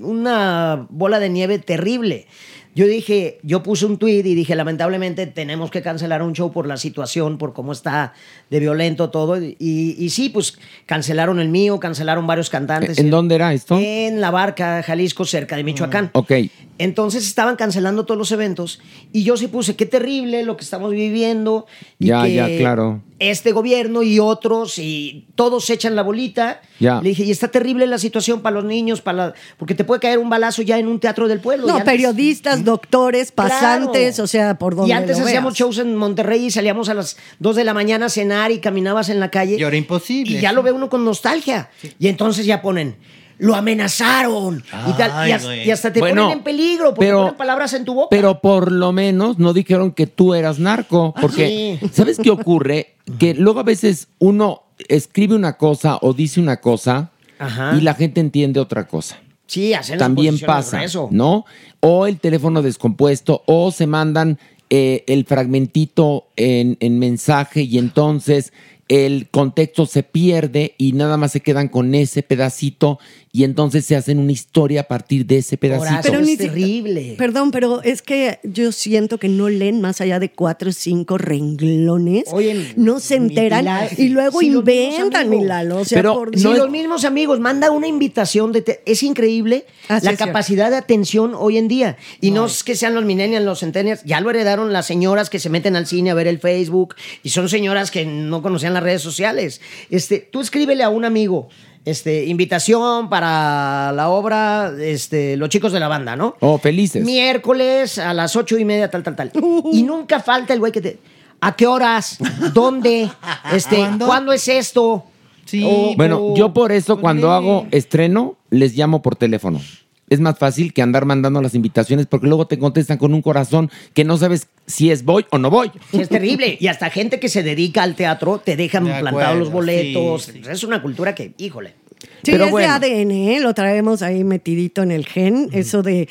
Speaker 7: una bola de nieve terrible. Yo dije, yo puse un tweet y dije, lamentablemente tenemos que cancelar un show por la situación, por cómo está de violento todo. Y, y sí, pues cancelaron el mío, cancelaron varios cantantes.
Speaker 3: ¿En dónde era esto?
Speaker 7: En La Barca, Jalisco, cerca de Michoacán.
Speaker 3: Ok.
Speaker 7: Entonces estaban cancelando todos los eventos y yo sí puse, qué terrible lo que estamos viviendo. y
Speaker 3: Ya,
Speaker 7: que
Speaker 3: ya, claro.
Speaker 7: Este gobierno y otros y todos echan la bolita.
Speaker 3: Ya.
Speaker 7: Le dije, y está terrible la situación para los niños, para la- porque te puede caer un balazo ya en un teatro del pueblo.
Speaker 4: No,
Speaker 7: y antes-
Speaker 4: periodistas, doctores, pasantes,
Speaker 7: Claro.
Speaker 4: o sea, por donde
Speaker 7: Y antes
Speaker 4: lo
Speaker 7: hacíamos
Speaker 4: veas.
Speaker 7: shows en Monterrey y salíamos a las 2 de la mañana a cenar y caminabas en la calle.
Speaker 6: Y ahora imposible.
Speaker 7: Y ya lo ve uno con nostalgia. Y entonces ya ponen, lo amenazaron. y, tal,
Speaker 6: Ay,
Speaker 7: y, has- y hasta,
Speaker 6: güey.
Speaker 7: te
Speaker 3: Bueno,
Speaker 7: ponen en peligro porque
Speaker 3: pero-
Speaker 7: ponen palabras en tu boca.
Speaker 3: Pero por lo menos no dijeron que tú eras narco. Porque,
Speaker 7: sí.
Speaker 3: ¿sabes qué ocurre? Que luego a veces uno escribe una cosa o dice una cosa
Speaker 7: Ajá.
Speaker 3: y la gente entiende otra cosa.
Speaker 7: sí, hacen las
Speaker 3: También
Speaker 7: posiciones
Speaker 3: pasa,
Speaker 7: grueso.
Speaker 3: ¿no? O el teléfono descompuesto, o se mandan eh, el fragmentito en, en mensaje y entonces el contexto se pierde y nada más se quedan con ese pedacito y entonces se hacen una historia a partir de ese pedacito.
Speaker 7: Horacio,
Speaker 4: Pero ni
Speaker 7: es
Speaker 4: si-
Speaker 7: terrible.
Speaker 4: Perdón, pero es que yo siento que no leen más allá de cuatro o cinco renglones.
Speaker 7: Oye,
Speaker 4: no se
Speaker 7: mi-
Speaker 4: enteran
Speaker 7: y la-
Speaker 4: y luego
Speaker 7: si los mismos
Speaker 4: inventan,
Speaker 7: amigos-
Speaker 4: mi Lalo. O sea,
Speaker 3: Pero
Speaker 4: por
Speaker 3: no
Speaker 7: si
Speaker 4: Dios.
Speaker 3: es-
Speaker 7: los mismos amigos manda una invitación de te- es increíble
Speaker 4: Ah, sí,
Speaker 7: la
Speaker 4: es cierto.
Speaker 7: capacidad de atención hoy en día y no es que sean los millennials los centennials ya lo heredaron las señoras que se meten al cine a ver el Facebook y son señoras que no conocían las redes sociales este tú escríbele a un amigo este invitación para la obra este los chicos de la banda no
Speaker 3: Oh, felices.
Speaker 7: miércoles a las ocho y media tal tal tal y nunca falta el güey que te ¿A qué horas?
Speaker 6: *laughs*
Speaker 7: ¿Dónde? Este,
Speaker 6: ¿Cuándo?
Speaker 7: ¿Cuándo es esto?
Speaker 6: Sí,
Speaker 7: O-
Speaker 3: Oh, Bueno, yo por eso
Speaker 6: Pues
Speaker 3: cuando
Speaker 6: ve.
Speaker 3: hago estreno les llamo por teléfono. Es más fácil que andar mandando las invitaciones porque luego te contestan con un corazón que no sabes si es voy o no voy.
Speaker 7: Sí,
Speaker 6: *laughs*
Speaker 7: es terrible. Y hasta gente que se dedica al teatro te dejan
Speaker 6: De acuerdo,
Speaker 7: plantados los boletos.
Speaker 6: sí, sí.
Speaker 7: Es una cultura que, híjole.
Speaker 4: Sí,
Speaker 3: Pero
Speaker 4: es
Speaker 3: bueno.
Speaker 4: de ADN, ¿eh? lo traemos ahí metidito en el gen, eso de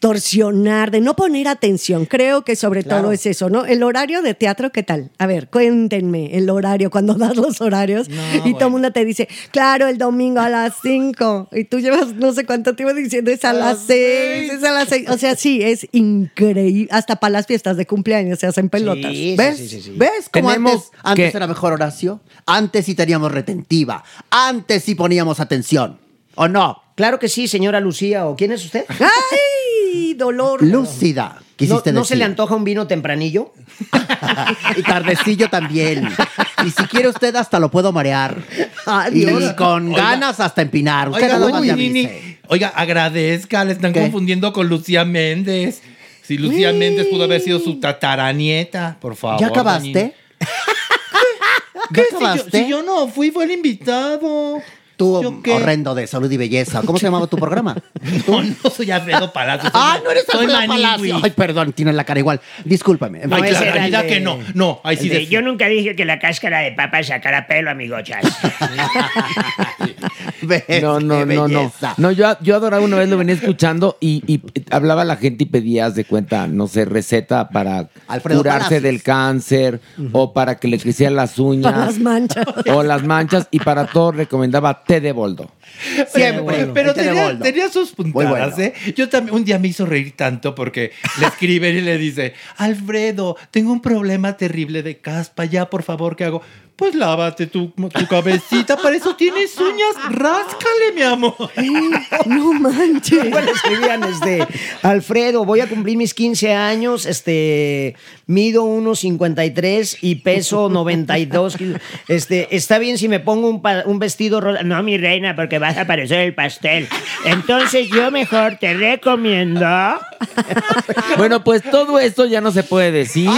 Speaker 4: distorsionar, de no poner atención. Creo que sobre todo es eso, ¿no? El horario de teatro, ¿qué tal? A ver, cuéntenme el horario, cuando das los horarios y todo el mundo te dice, claro, el domingo a las 5 y tú llevas no sé cuánto tiempo diciendo es a las 6, es a las 6. O sea, sí, es increíble. Hasta para las fiestas de cumpleaños se hacen pelotas.
Speaker 7: Sí, sí,
Speaker 8: ¿Ves?
Speaker 7: sí, sí, sí.
Speaker 8: ¿Ves cómo
Speaker 3: Tenemos
Speaker 8: antes, antes
Speaker 3: que-
Speaker 8: era mejor Horacio? Antes sí teníamos retentiva. Antes sí poníamos atención. ¿O no?
Speaker 7: Claro que sí, señora Lucía. ¿O quién es usted?
Speaker 4: ¡Ay,
Speaker 8: *laughs*
Speaker 4: dolor!
Speaker 8: Lúcida,
Speaker 7: ¿No,
Speaker 8: quisiste
Speaker 7: no
Speaker 8: decir.
Speaker 7: se le antoja un vino tempranillo?
Speaker 8: y tardecillo también. Y si quiere usted, hasta lo puedo marear. y con ganas hasta empinar. Usted
Speaker 6: Oiga,
Speaker 8: nada más
Speaker 6: uy,
Speaker 8: me
Speaker 6: Nini,
Speaker 8: avise.
Speaker 6: oiga, agradezca, le están
Speaker 8: ¿Qué?
Speaker 6: confundiendo con Lucía Méndez. Si Lucía Méndez pudo haber sido su tataranieta, por favor.
Speaker 8: ¿Ya acabaste?
Speaker 6: Nini.
Speaker 8: *laughs* ¿Ya
Speaker 6: Si yo,
Speaker 8: acabaste?
Speaker 6: si yo no fui, fue el invitado.
Speaker 8: Tú,
Speaker 6: ¿Yo qué?
Speaker 8: horrendo de salud y belleza. ¿Cómo se llamaba tu programa?
Speaker 6: *laughs* No, no soy Alfredo Palacio.
Speaker 8: ah, no eres
Speaker 6: soy
Speaker 8: Alfredo
Speaker 6: Manigui.
Speaker 8: Palacio. Ay, perdón, tiene la cara igual. Discúlpame.
Speaker 6: Ay,
Speaker 7: ese
Speaker 6: claro,
Speaker 7: era el
Speaker 6: ya
Speaker 7: de-
Speaker 6: que no. No, ahí sí.
Speaker 7: El de,
Speaker 6: de-
Speaker 7: yo nunca dije que la cáscara de papa sacara pelo, amigo
Speaker 4: *laughs*
Speaker 7: Chas.
Speaker 8: ¿Ves?
Speaker 3: No, no,
Speaker 8: Qué
Speaker 3: no, no.
Speaker 8: belleza.
Speaker 3: No, yo, yo adoraba una vez, lo venía escuchando y, y hablaba la gente y pedías de cuenta, no sé, receta para
Speaker 8: Alfredo
Speaker 3: curarse
Speaker 8: Palacios.
Speaker 3: del cáncer o para que le crecieran las uñas.
Speaker 4: Para las manchas.
Speaker 3: O las manchas y para todo recomendaba té de boldo.
Speaker 6: Pero,
Speaker 8: Siempre.
Speaker 6: pero
Speaker 8: Y te
Speaker 6: tenía,
Speaker 8: devuelvo.
Speaker 6: tenía sus puntadas,
Speaker 8: bueno.
Speaker 6: ¿eh? Yo también, un día me hizo reír tanto porque le escriben y le dice, Alfredo, tengo un problema terrible de caspa, ya, por favor, ¿qué hago? Pues lávate tu, tu cabecita, para eso tienes uñas, ráscale, mi amor.
Speaker 4: *laughs* No manches.
Speaker 7: Bueno, escribían, este, Alfredo, voy a cumplir mis 15 años, este, mido 1,53 y peso 92 kilos. Este, está bien si me pongo un, pa- un vestido rosa. No, mi reina, porque vas a parecer el pastel. Entonces yo mejor te recomiendo.
Speaker 3: Bueno, pues todo esto ya no se puede decir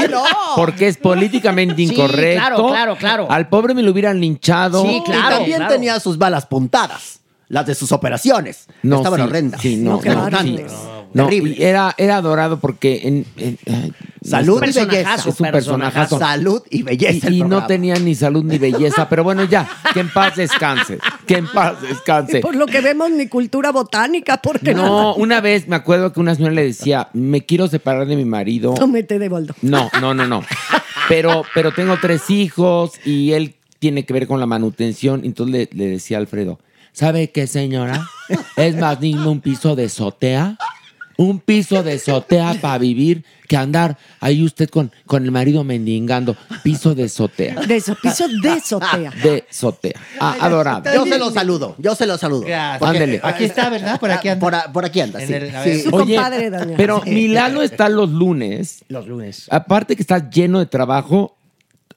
Speaker 3: porque es políticamente incorrecto.
Speaker 7: claro, claro, claro.
Speaker 3: Al pobre me lo hubieran linchado.
Speaker 7: Sí,
Speaker 8: y
Speaker 7: claro,
Speaker 8: también
Speaker 7: claro.
Speaker 8: tenía sus balas puntadas. Las de sus operaciones.
Speaker 3: No,
Speaker 8: Estaban
Speaker 3: sí,
Speaker 8: horrendas.
Speaker 3: sí, no,
Speaker 4: qué
Speaker 3: no,
Speaker 4: bárbaro.
Speaker 3: sí.
Speaker 8: No,
Speaker 3: No,
Speaker 8: terrible.
Speaker 3: y era, era adorado porque en, en- ay,
Speaker 8: Salud
Speaker 3: no
Speaker 8: y
Speaker 3: sé,
Speaker 8: belleza.
Speaker 3: Es un personajazo.
Speaker 8: Salud y belleza.
Speaker 3: Y,
Speaker 8: el
Speaker 3: y no
Speaker 8: programa.
Speaker 3: tenía ni salud ni belleza, pero bueno, ya, que en paz descanse, que en paz descanse.
Speaker 4: Por lo que vemos, ni cultura botánica, porque
Speaker 3: No, una vez me acuerdo que una señora le decía, me quiero separar de mi marido.
Speaker 4: Tómete de boldo.
Speaker 3: No, no, no, no. Pero, pero tengo tres hijos y él tiene que ver con la manutención. Entonces le, le decía a Alfredo, ¿Sabe qué, señora? Es más digno un piso de sotea, un piso de sotea para vivir que andar ahí usted con, con el marido mendigando. Piso de sotea.
Speaker 4: De eso, piso de sotea.
Speaker 3: De sotea. Ah, adorable.
Speaker 8: Yo se lo saludo, yo se lo saludo. Porque
Speaker 3: Ándele.
Speaker 8: Aquí está, ¿verdad? Por aquí anda. Por, a- por aquí anda, sí. sí.
Speaker 4: Su compadre, Daniel.
Speaker 3: Pero Milano está los lunes.
Speaker 8: Los lunes.
Speaker 3: Aparte que está lleno de trabajo,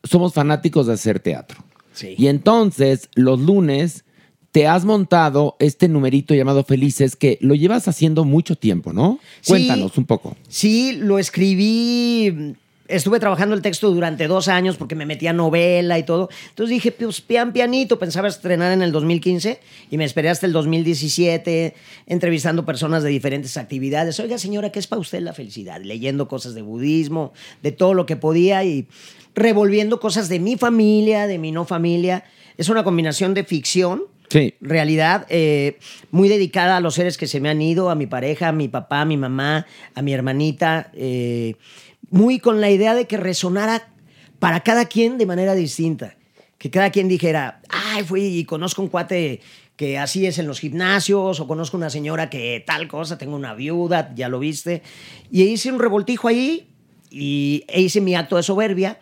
Speaker 3: somos fanáticos de hacer teatro.
Speaker 8: Sí.
Speaker 3: Y entonces, los lunes, te has montado este numerito llamado Felices que lo llevas haciendo mucho tiempo, ¿no?
Speaker 7: Sí.
Speaker 3: Cuéntanos un poco.
Speaker 7: Sí, lo escribí. Estuve trabajando el texto durante dos años porque me metía novela y todo. Entonces dije, pues pian pianito, pensaba estrenar en el 2015 y me esperé hasta el 2017 entrevistando personas de diferentes actividades. Oiga, señora, ¿qué es para usted la felicidad? Leyendo cosas de budismo, de todo lo que podía y revolviendo cosas de mi familia, de mi no familia. Es una combinación de ficción
Speaker 3: Sí.
Speaker 7: realidad eh, muy dedicada a los seres que se me han ido, a mi pareja, a mi papá, a mi mamá, a mi hermanita, eh, muy con la idea de que resonara para cada quien de manera distinta, que cada quien dijera, ay, fui y conozco un cuate que así es en los gimnasios, o conozco una señora que tal cosa, tengo una viuda, ya lo viste, y hice un revoltijo ahí. Y e hice mi acto de soberbia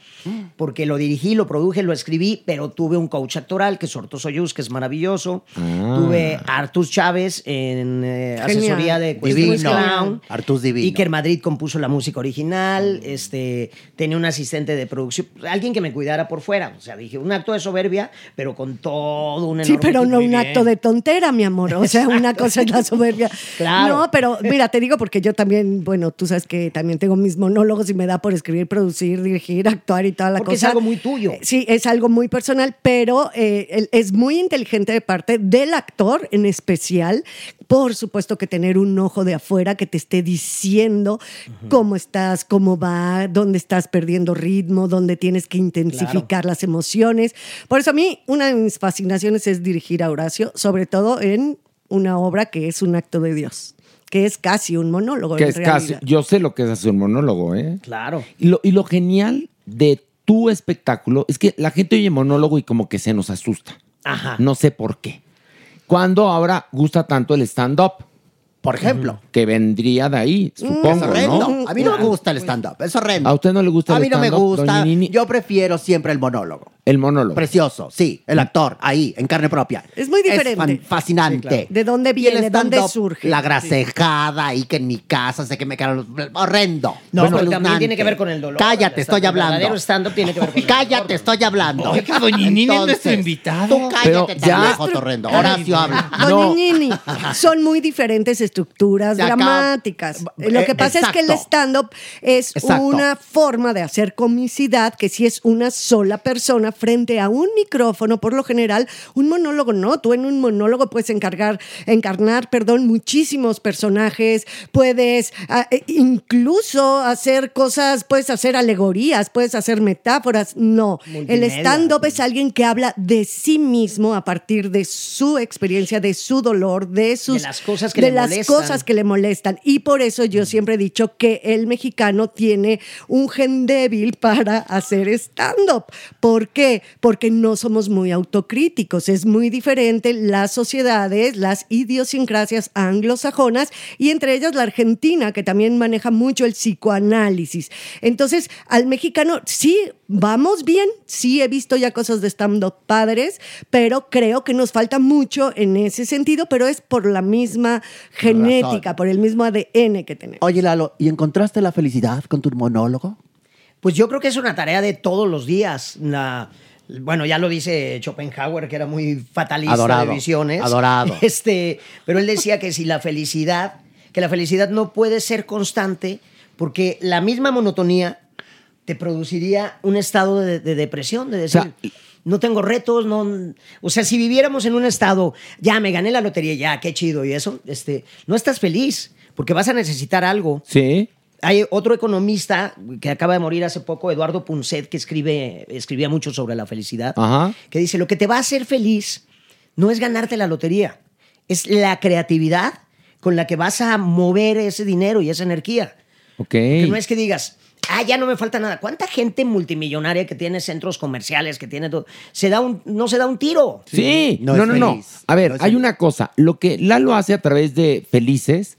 Speaker 7: porque lo dirigí, lo produje, lo escribí, pero tuve un coach actoral que es Orto Soyuz, que es maravilloso.
Speaker 3: Ah.
Speaker 7: Tuve a Artus Chávez en eh,
Speaker 4: Genial.
Speaker 7: asesoría de Cuestiones
Speaker 8: Divino.
Speaker 7: Clown.
Speaker 8: Artus divino.
Speaker 7: Iker Madrid compuso la música original. Este, tenía un asistente de producción, alguien que me cuidara por fuera. O sea, dije, un acto de soberbia, pero con todo un
Speaker 4: Sí,
Speaker 7: enorme...
Speaker 4: pero no
Speaker 7: equipo.
Speaker 4: un acto de tontera, mi amor. O
Speaker 7: *laughs*
Speaker 4: sea, una cosa es la soberbia.
Speaker 7: Claro.
Speaker 4: No, pero mira, te digo porque yo también, bueno, tú sabes que también tengo mis monólogos y me da por escribir, producir, dirigir, actuar y toda la
Speaker 7: Porque es
Speaker 4: cosa.
Speaker 7: algo muy tuyo.
Speaker 4: Eh, Sí, es algo muy personal, pero eh, el- es muy inteligente de parte del actor en especial. Por supuesto que tener un ojo de afuera que te esté diciendo cómo estás, cómo va, dónde estás perdiendo ritmo, dónde tienes que intensificar las emociones. Por eso a mí una de mis fascinaciones es dirigir a Horacio, sobre todo en una obra que es un acto de Dios, que es casi un monólogo.
Speaker 3: Que
Speaker 4: en
Speaker 3: es casi,
Speaker 4: realidad.
Speaker 3: yo sé lo que es hacer un monólogo, ¿eh?
Speaker 7: Claro.
Speaker 3: Y lo, y lo genial de tu espectáculo es que la gente oye monólogo y como que se nos asusta.
Speaker 7: Ajá.
Speaker 3: No sé por qué. Cuando ahora gusta tanto el stand-up,
Speaker 8: Por ejemplo.
Speaker 3: que vendría de
Speaker 7: Mm,
Speaker 3: ahí,
Speaker 8: Es
Speaker 3: supongo,
Speaker 8: horrendo.
Speaker 3: ¿no?
Speaker 8: A mí no me gusta el stand-up. Es horrendo.
Speaker 3: ¿A usted no le gusta
Speaker 8: A
Speaker 3: el
Speaker 8: mí no me
Speaker 3: stand-up, doña
Speaker 8: gusta.
Speaker 3: Nini?
Speaker 8: Yo prefiero siempre el monólogo.
Speaker 3: El monólogo.
Speaker 8: Precioso, sí.
Speaker 3: Mm.
Speaker 8: El actor, ahí, en carne propia.
Speaker 4: Es muy diferente.
Speaker 8: fan- fascinante.
Speaker 4: ¿De dónde
Speaker 8: Y el
Speaker 4: viene? ¿Dónde
Speaker 8: stand-up,
Speaker 4: surge?
Speaker 8: La grasejada ahí que en mi casa sé que me quedaron los... Horrendo.
Speaker 7: No,
Speaker 8: Bueno,
Speaker 7: pero también
Speaker 8: espeluznante.
Speaker 7: tiene que ver con el dolor.
Speaker 8: Cállate,
Speaker 7: El
Speaker 8: estoy
Speaker 7: stand-up, el
Speaker 8: hablando.
Speaker 7: verdadero stand-up tiene que ver con el dolor.
Speaker 8: Cállate, estoy hablando.
Speaker 6: Oiga, doña Nini es nuestro invitado.
Speaker 8: Tú
Speaker 3: Pero
Speaker 8: cállate,
Speaker 3: ya-
Speaker 8: ya. horrendo. Horacio habla.
Speaker 4: *laughs* Doña
Speaker 3: No.
Speaker 4: Nini, son muy diferentes estructuras
Speaker 8: Se acaba-
Speaker 4: dramáticas.
Speaker 8: Eh,
Speaker 4: Lo que pasa es que el
Speaker 8: exacto.
Speaker 4: stand-up es
Speaker 8: Exacto.
Speaker 4: una forma de hacer comicidad que si es una sola persona frente a un micrófono, por lo general, un monólogo no. Tú en un monólogo puedes encargar, encarnar, perdón, muchísimos personajes, puedes ah, eh, incluso hacer cosas, puedes hacer alegorías, puedes hacer metáforas. No, el
Speaker 7: Multimedia.
Speaker 4: stand-up es alguien que habla de sí mismo a partir de su experiencia, de su dolor, de sus
Speaker 7: las cosas que
Speaker 4: de
Speaker 7: le
Speaker 4: las
Speaker 7: molestan.
Speaker 4: cosas que le molestan. Y por eso yo siempre he dicho que el mexicano tiene un gen débil para hacer stand-up. ¿Por qué? Porque no somos muy autocríticos. Es muy diferente las sociedades, las idiosincrasias anglosajonas y entre ellas la Argentina, que también maneja mucho el psicoanálisis. Entonces, al mexicano sí vamos bien, sí he visto ya cosas de stand-up padres, pero creo que nos falta mucho en ese sentido, pero es por la misma genética, por el mismo ADN que tenemos.
Speaker 8: Oye, Lalo, ¿y encontraste la felicidad con tu monólogo?
Speaker 7: Pues yo creo que es una tarea de todos los días. La- bueno, ya lo dice Schopenhauer, que era muy fatalista
Speaker 8: Adorado,
Speaker 7: de visiones.
Speaker 8: adorado.
Speaker 7: *laughs* Este, pero él decía que si la felicidad, que la felicidad no puede ser constante, porque la misma monotonía te produciría un estado de, de depresión, de decir,
Speaker 3: sea,
Speaker 7: no tengo retos, no, o sea, si viviéramos en un estado, ya me gané la lotería, ya, qué chido y eso, este, no estás feliz, porque vas a necesitar algo.
Speaker 3: Sí.
Speaker 7: Hay otro economista que acaba de morir hace poco, Eduardo Punset, que escribe, escribía mucho sobre la felicidad,
Speaker 3: Ajá.
Speaker 7: que dice, lo que te va a hacer feliz no es ganarte la lotería, es la creatividad con la que vas a mover ese dinero y esa energía.
Speaker 3: Ok.
Speaker 7: Que no es que digas, ah, ya no me falta nada. ¿Cuánta gente multimillonaria que tiene centros comerciales, que tiene todo, se da un, no se da un tiro?
Speaker 3: Sí, no, no, no, A ver, hay una cosa. Lo que Lalo hace a través de Felices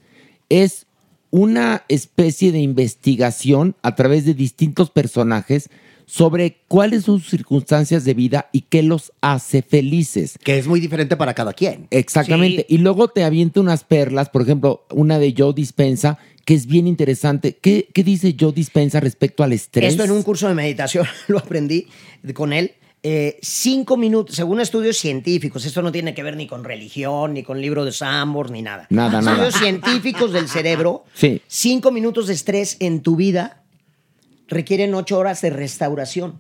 Speaker 3: es una especie de investigación a través de distintos personajes sobre cuáles son sus circunstancias de vida y qué los hace felices.
Speaker 8: Que es muy diferente para cada quien.
Speaker 3: Exactamente. Y luego te avienta unas perlas, por ejemplo, una de Joe Dispensa, que es bien interesante. ¿Qué, qué dice Joe Dispensa respecto al estrés?
Speaker 7: Esto en un curso de meditación *laughs* lo aprendí con él. Eh, cinco minutos, según estudios científicos, esto no tiene que ver ni con religión, ni con libro de Sambor, ni nada.
Speaker 3: Nada, nada.
Speaker 7: Estudios científicos del cerebro,
Speaker 3: *laughs* Sí.
Speaker 7: cinco minutos de estrés en tu vida requieren ocho horas de restauración.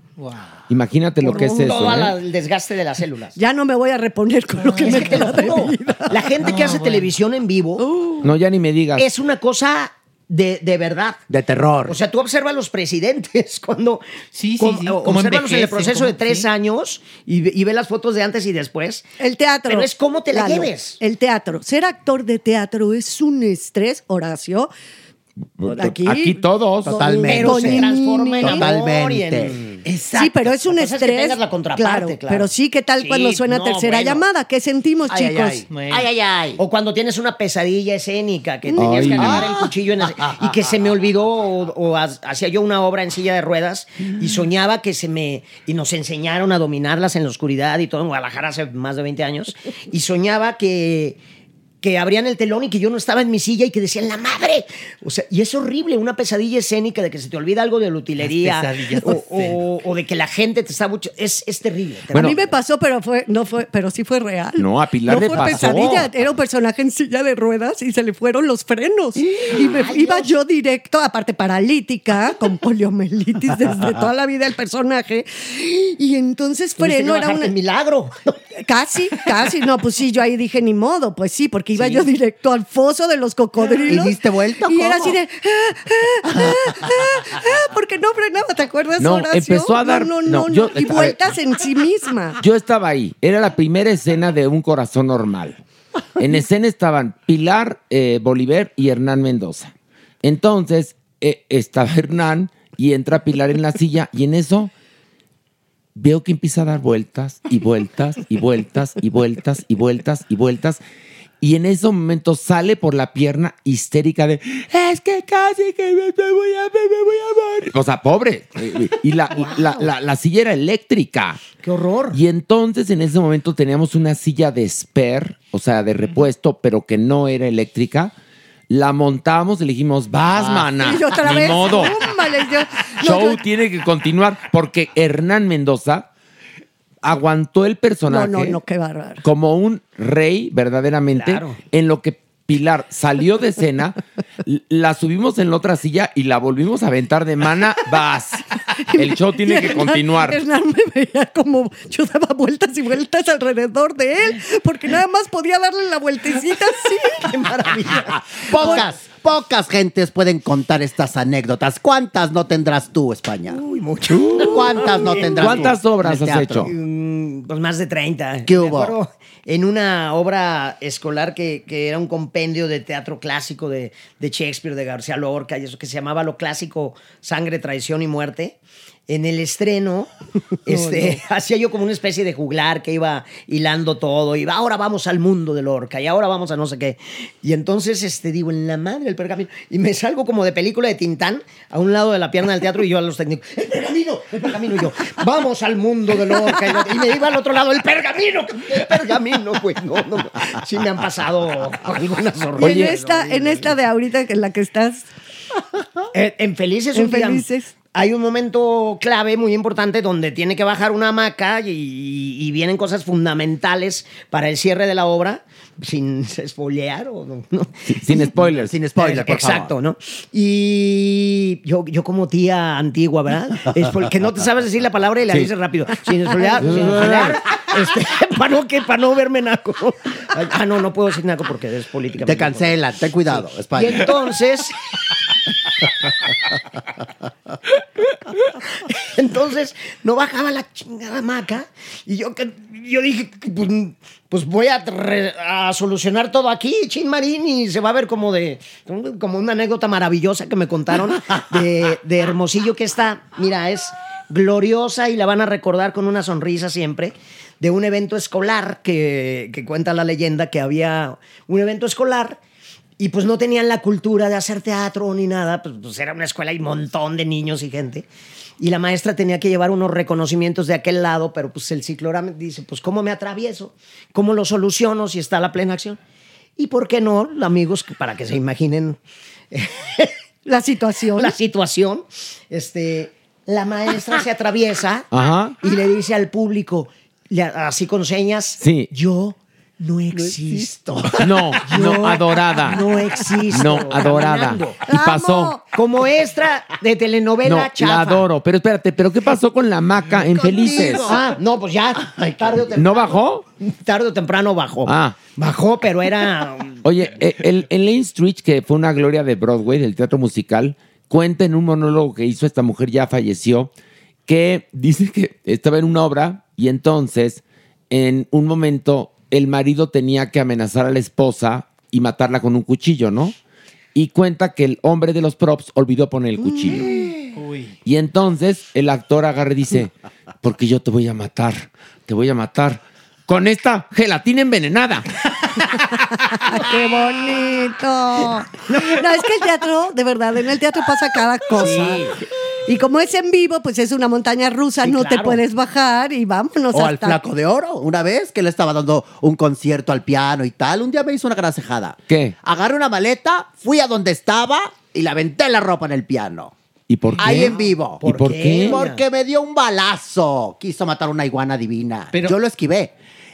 Speaker 3: Imagínate lo que es eso.
Speaker 7: Todo
Speaker 3: ¿eh?
Speaker 7: el desgaste de las
Speaker 3: *laughs*
Speaker 7: células.
Speaker 4: Ya no me voy a reponer con lo que me queda de vida.
Speaker 7: La gente que hace televisión en vivo
Speaker 3: No, ya ni me digas.
Speaker 7: es una cosa de, de verdad.
Speaker 8: De terror.
Speaker 7: O sea, tú observas a los presidentes *laughs* cuando.
Speaker 6: Sí, sí,
Speaker 7: con-
Speaker 6: sí,
Speaker 7: o-
Speaker 6: cómo
Speaker 7: Obsérvalos en el
Speaker 6: envejecen,
Speaker 7: proceso
Speaker 6: cómo-
Speaker 7: de tres
Speaker 6: sí.
Speaker 7: años y, ve- y ve las fotos de antes y después.
Speaker 4: El teatro.
Speaker 7: Pero es cómo te la
Speaker 4: Lalo,
Speaker 7: lleves.
Speaker 4: El teatro. Ser actor de teatro es un estrés, Horacio. Pues, Aquí-
Speaker 3: todos.
Speaker 8: Totalmente.
Speaker 7: Pero se
Speaker 4: Toñini.
Speaker 7: transforma en amor y
Speaker 8: Totalmente.
Speaker 7: en.
Speaker 4: Sí, pero es un
Speaker 7: La cosa
Speaker 4: estrés.
Speaker 7: que tengas la contraparte,
Speaker 4: claro,
Speaker 7: claro.
Speaker 4: Pero sí, ¿qué tal
Speaker 7: Sí,
Speaker 4: cuando suena
Speaker 7: no,
Speaker 4: tercera
Speaker 7: bueno.
Speaker 4: llamada? ¿Qué sentimos,
Speaker 7: Ay, ay,
Speaker 4: chicos?
Speaker 7: ay.
Speaker 6: Bueno.
Speaker 7: Ay, ay, ay. O cuando tienes una pesadilla escénica que tenías
Speaker 3: Ay.
Speaker 7: que agarrar el cuchillo en la- y que se me olvidó o, o ha- hacía yo una obra en silla de ruedas y soñaba que se me y nos enseñaron a dominarlas en la oscuridad y todo en Guadalajara hace más de 20 años y soñaba que que abrían el telón y que yo no estaba en mi silla y que decían la madre. O sea, y es horrible una pesadilla escénica de que se te olvida algo de la utilería
Speaker 6: Las pesadillas
Speaker 7: o, o- o de que la gente te está mucho es es terrible. terrible.
Speaker 3: Bueno,
Speaker 4: a mí me pasó, pero fue, no fue, pero sí fue real.
Speaker 3: No, a Pilar
Speaker 4: No
Speaker 3: le
Speaker 4: fue
Speaker 3: pasó.
Speaker 4: pesadilla, era un personaje en silla de ruedas y se le fueron los frenos. Y me iba yo directo, aparte paralítica, con poliomielitis
Speaker 3: *laughs*
Speaker 4: desde toda la vida el personaje. Y entonces
Speaker 7: Tuviste que
Speaker 4: freno era
Speaker 7: bajarte
Speaker 4: una
Speaker 7: en milagro.
Speaker 4: Casi, casi. No, pues sí, yo ahí dije ni modo, pues sí, porque iba yo directo al foso de los cocodrilos.
Speaker 8: ¿Y diste vuelta o
Speaker 4: Y era
Speaker 8: cómo?
Speaker 4: así de. "Ah, ah, ah, ah, ah", porque no frenaba, ¿te acuerdas,
Speaker 3: No,
Speaker 4: Horacio?
Speaker 3: empezó a dar-
Speaker 4: No,
Speaker 3: no,
Speaker 4: no, no.
Speaker 3: yo-
Speaker 4: y vueltas en sí misma.
Speaker 3: Yo estaba ahí. Era la primera escena de Un Corazón Normal. En escena estaban Pilar eh, Bolívar y Hernán Mendoza. Entonces, eh, estaba *laughs* Hernán y entra Pilar en la silla y en eso veo que empieza a dar vueltas y vueltas y vueltas y vueltas y vueltas y vueltas. Y en ese momento sale por la pierna histérica de, es que casi que me, me voy, a, me, me voy a morir. O sea, pobre. Y la, la, la- la silla era eléctrica.
Speaker 7: Qué horror.
Speaker 3: Y entonces en ese momento teníamos una silla de spare, o sea, de repuesto, pero que no era eléctrica. La montamos y le dijimos, vas, mana.
Speaker 4: Y Ah, otra
Speaker 3: ni
Speaker 4: vez.
Speaker 3: modo.
Speaker 4: "Túmbales",
Speaker 3: *laughs*
Speaker 4: yo- no,
Speaker 3: Show
Speaker 4: yo-
Speaker 3: tiene que continuar porque Hernán Mendoza aguantó el
Speaker 4: no,
Speaker 3: personaje
Speaker 4: no, no, qué bárbaro.
Speaker 3: como un rey verdaderamente
Speaker 7: Claro.
Speaker 3: en lo que Pilar salió de escena, l- la subimos en la otra silla y la volvimos a aventar de mana, vas. El show tiene
Speaker 4: Y
Speaker 3: que
Speaker 4: *laughs* Hernán-
Speaker 3: continuar.
Speaker 4: Hernán me veía como yo daba vueltas y vueltas alrededor de él, porque nada más podía darle la vueltecita *laughs* así. ¡Qué maravilla!
Speaker 8: Pocas, pocas gentes pueden contar estas anécdotas. ¿Cuántas no tendrás tú, España? Uy, mucho. ¿Cuántas no tendrás
Speaker 3: ¿Cuántas
Speaker 8: tú en
Speaker 3: obras
Speaker 8: el
Speaker 3: has
Speaker 8: teatro?
Speaker 3: hecho?
Speaker 7: Mm, Pues más de 30.
Speaker 8: ¿Qué
Speaker 7: Me
Speaker 8: hubo?
Speaker 7: acuerdo En una obra escolar que, que era un compendio de teatro clásico de, de Shakespeare, de García Lorca y eso que se llamaba lo clásico Sangre, Traición y Muerte. En el
Speaker 4: *laughs*
Speaker 7: estreno, este, *laughs*
Speaker 4: Oh,
Speaker 7: hacía yo como una especie de juglar que iba hilando todo. Y ahora vamos al mundo de Lorca y ahora vamos a no sé qué. Y entonces este, digo, en la madre del pergamino. Y me salgo como de película de Tintán a un lado de la pierna del teatro y yo a los técnicos, el pergamino, el pergamino. Y yo, vamos al mundo de Lorca. Y no- Y, me iba al otro lado, el pergamino, el pergamino, güey. No, no, no. Sí me han pasado algunas
Speaker 4: Y
Speaker 7: horrores.
Speaker 4: en esta, en esta de ahorita, que en la que estás,
Speaker 7: Eh, en Felices
Speaker 4: En
Speaker 7: un día,
Speaker 4: Felices.
Speaker 7: Hay un momento clave muy importante donde tiene que bajar una hamaca y, y vienen cosas fundamentales para el cierre de la obra, sin *laughs* espolear o no. no.
Speaker 3: Sin spoilers.
Speaker 8: Sin spoiler, por
Speaker 7: Exacto,
Speaker 8: favor.
Speaker 7: ¿no? Y yo, yo como tía antigua, ¿verdad? Es porque no te sabes decir la palabra y la
Speaker 8: *laughs*
Speaker 3: Sí.
Speaker 7: dices rápido. Sin espolear, sin espolear, este, *laughs* para no, que, para no verme naco. Ay, Ah, no, no puedo decir naco porque es política.
Speaker 8: Te cancelan, ten cuidado,
Speaker 7: Y
Speaker 8: España.
Speaker 7: entonces. *laughs* entonces no bajaba la chingada maca. Y yo, que- yo dije, pues, pues voy a, re- a solucionar todo aquí, Chin Marín. Y se va a ver como de. Como una anécdota maravillosa que me contaron de, de Hermosillo, que está, mira, es gloriosa y la van a recordar con una sonrisa siempre, de un evento escolar que, que cuenta la leyenda que había un evento escolar y pues no tenían la cultura de hacer teatro ni nada, pues, pues era una escuela y un montón de niños y gente. Y la maestra tenía que llevar unos reconocimientos de aquel lado, pero pues el ciclorama dice, pues ¿cómo me atravieso? ¿Cómo lo soluciono si está la plena acción? Y por qué no, amigos, para que se imaginen
Speaker 4: La situación.
Speaker 7: la situación, este, la maestra se atraviesa
Speaker 3: Ajá.
Speaker 7: y le dice al público, le- así con señas,
Speaker 3: Sí.
Speaker 7: yo no existo. *laughs*
Speaker 3: No, no,
Speaker 7: Yo
Speaker 3: adorada.
Speaker 7: No existo.
Speaker 3: No, adorada.
Speaker 7: Caminando.
Speaker 3: Y pasó.
Speaker 7: Como extra de telenovela
Speaker 3: No,
Speaker 7: chafa.
Speaker 3: la adoro. Pero espérate, ¿pero qué pasó con la maca en Felices?
Speaker 7: Ah, no, pues ya. tarde o temprano.
Speaker 3: ¿No bajó?
Speaker 7: Tarde o temprano bajó.
Speaker 3: Ah.
Speaker 7: Bajó, pero era. um,
Speaker 3: Oye, eh, el, en Lane Street, que fue una gloria de Broadway, del teatro musical, cuenta en un monólogo que hizo esta mujer, ya falleció, que dice que estaba en una obra y entonces, en un momento, el marido tenía que amenazar a la esposa y matarla con un cuchillo, ¿no? Y cuenta que el hombre de los props olvidó poner el cuchillo. Y entonces el actor agarra y dice, porque yo te voy a matar, te voy a matar con esta gelatina envenenada.
Speaker 4: ¡Qué bonito! No, es que el teatro, de verdad, en el teatro pasa cada cosa. Y como es en vivo, pues es una montaña rusa,
Speaker 7: Sí,
Speaker 4: no te
Speaker 7: claro.
Speaker 4: puedes bajar y vámonos
Speaker 8: O al
Speaker 4: hasta.
Speaker 8: flaco de oro, una vez que le estaba dando un concierto al piano y tal, un día me hizo una gran cejada.
Speaker 3: ¿Qué?
Speaker 8: Agarré una maleta, fui a donde estaba y la aventé la ropa en el piano.
Speaker 3: ¿Y por qué?
Speaker 8: Ahí en vivo.
Speaker 3: ¿Y por qué?
Speaker 8: Porque me dio un balazo. Quiso matar una iguana divina.
Speaker 6: Pero-
Speaker 8: Yo lo esquivé.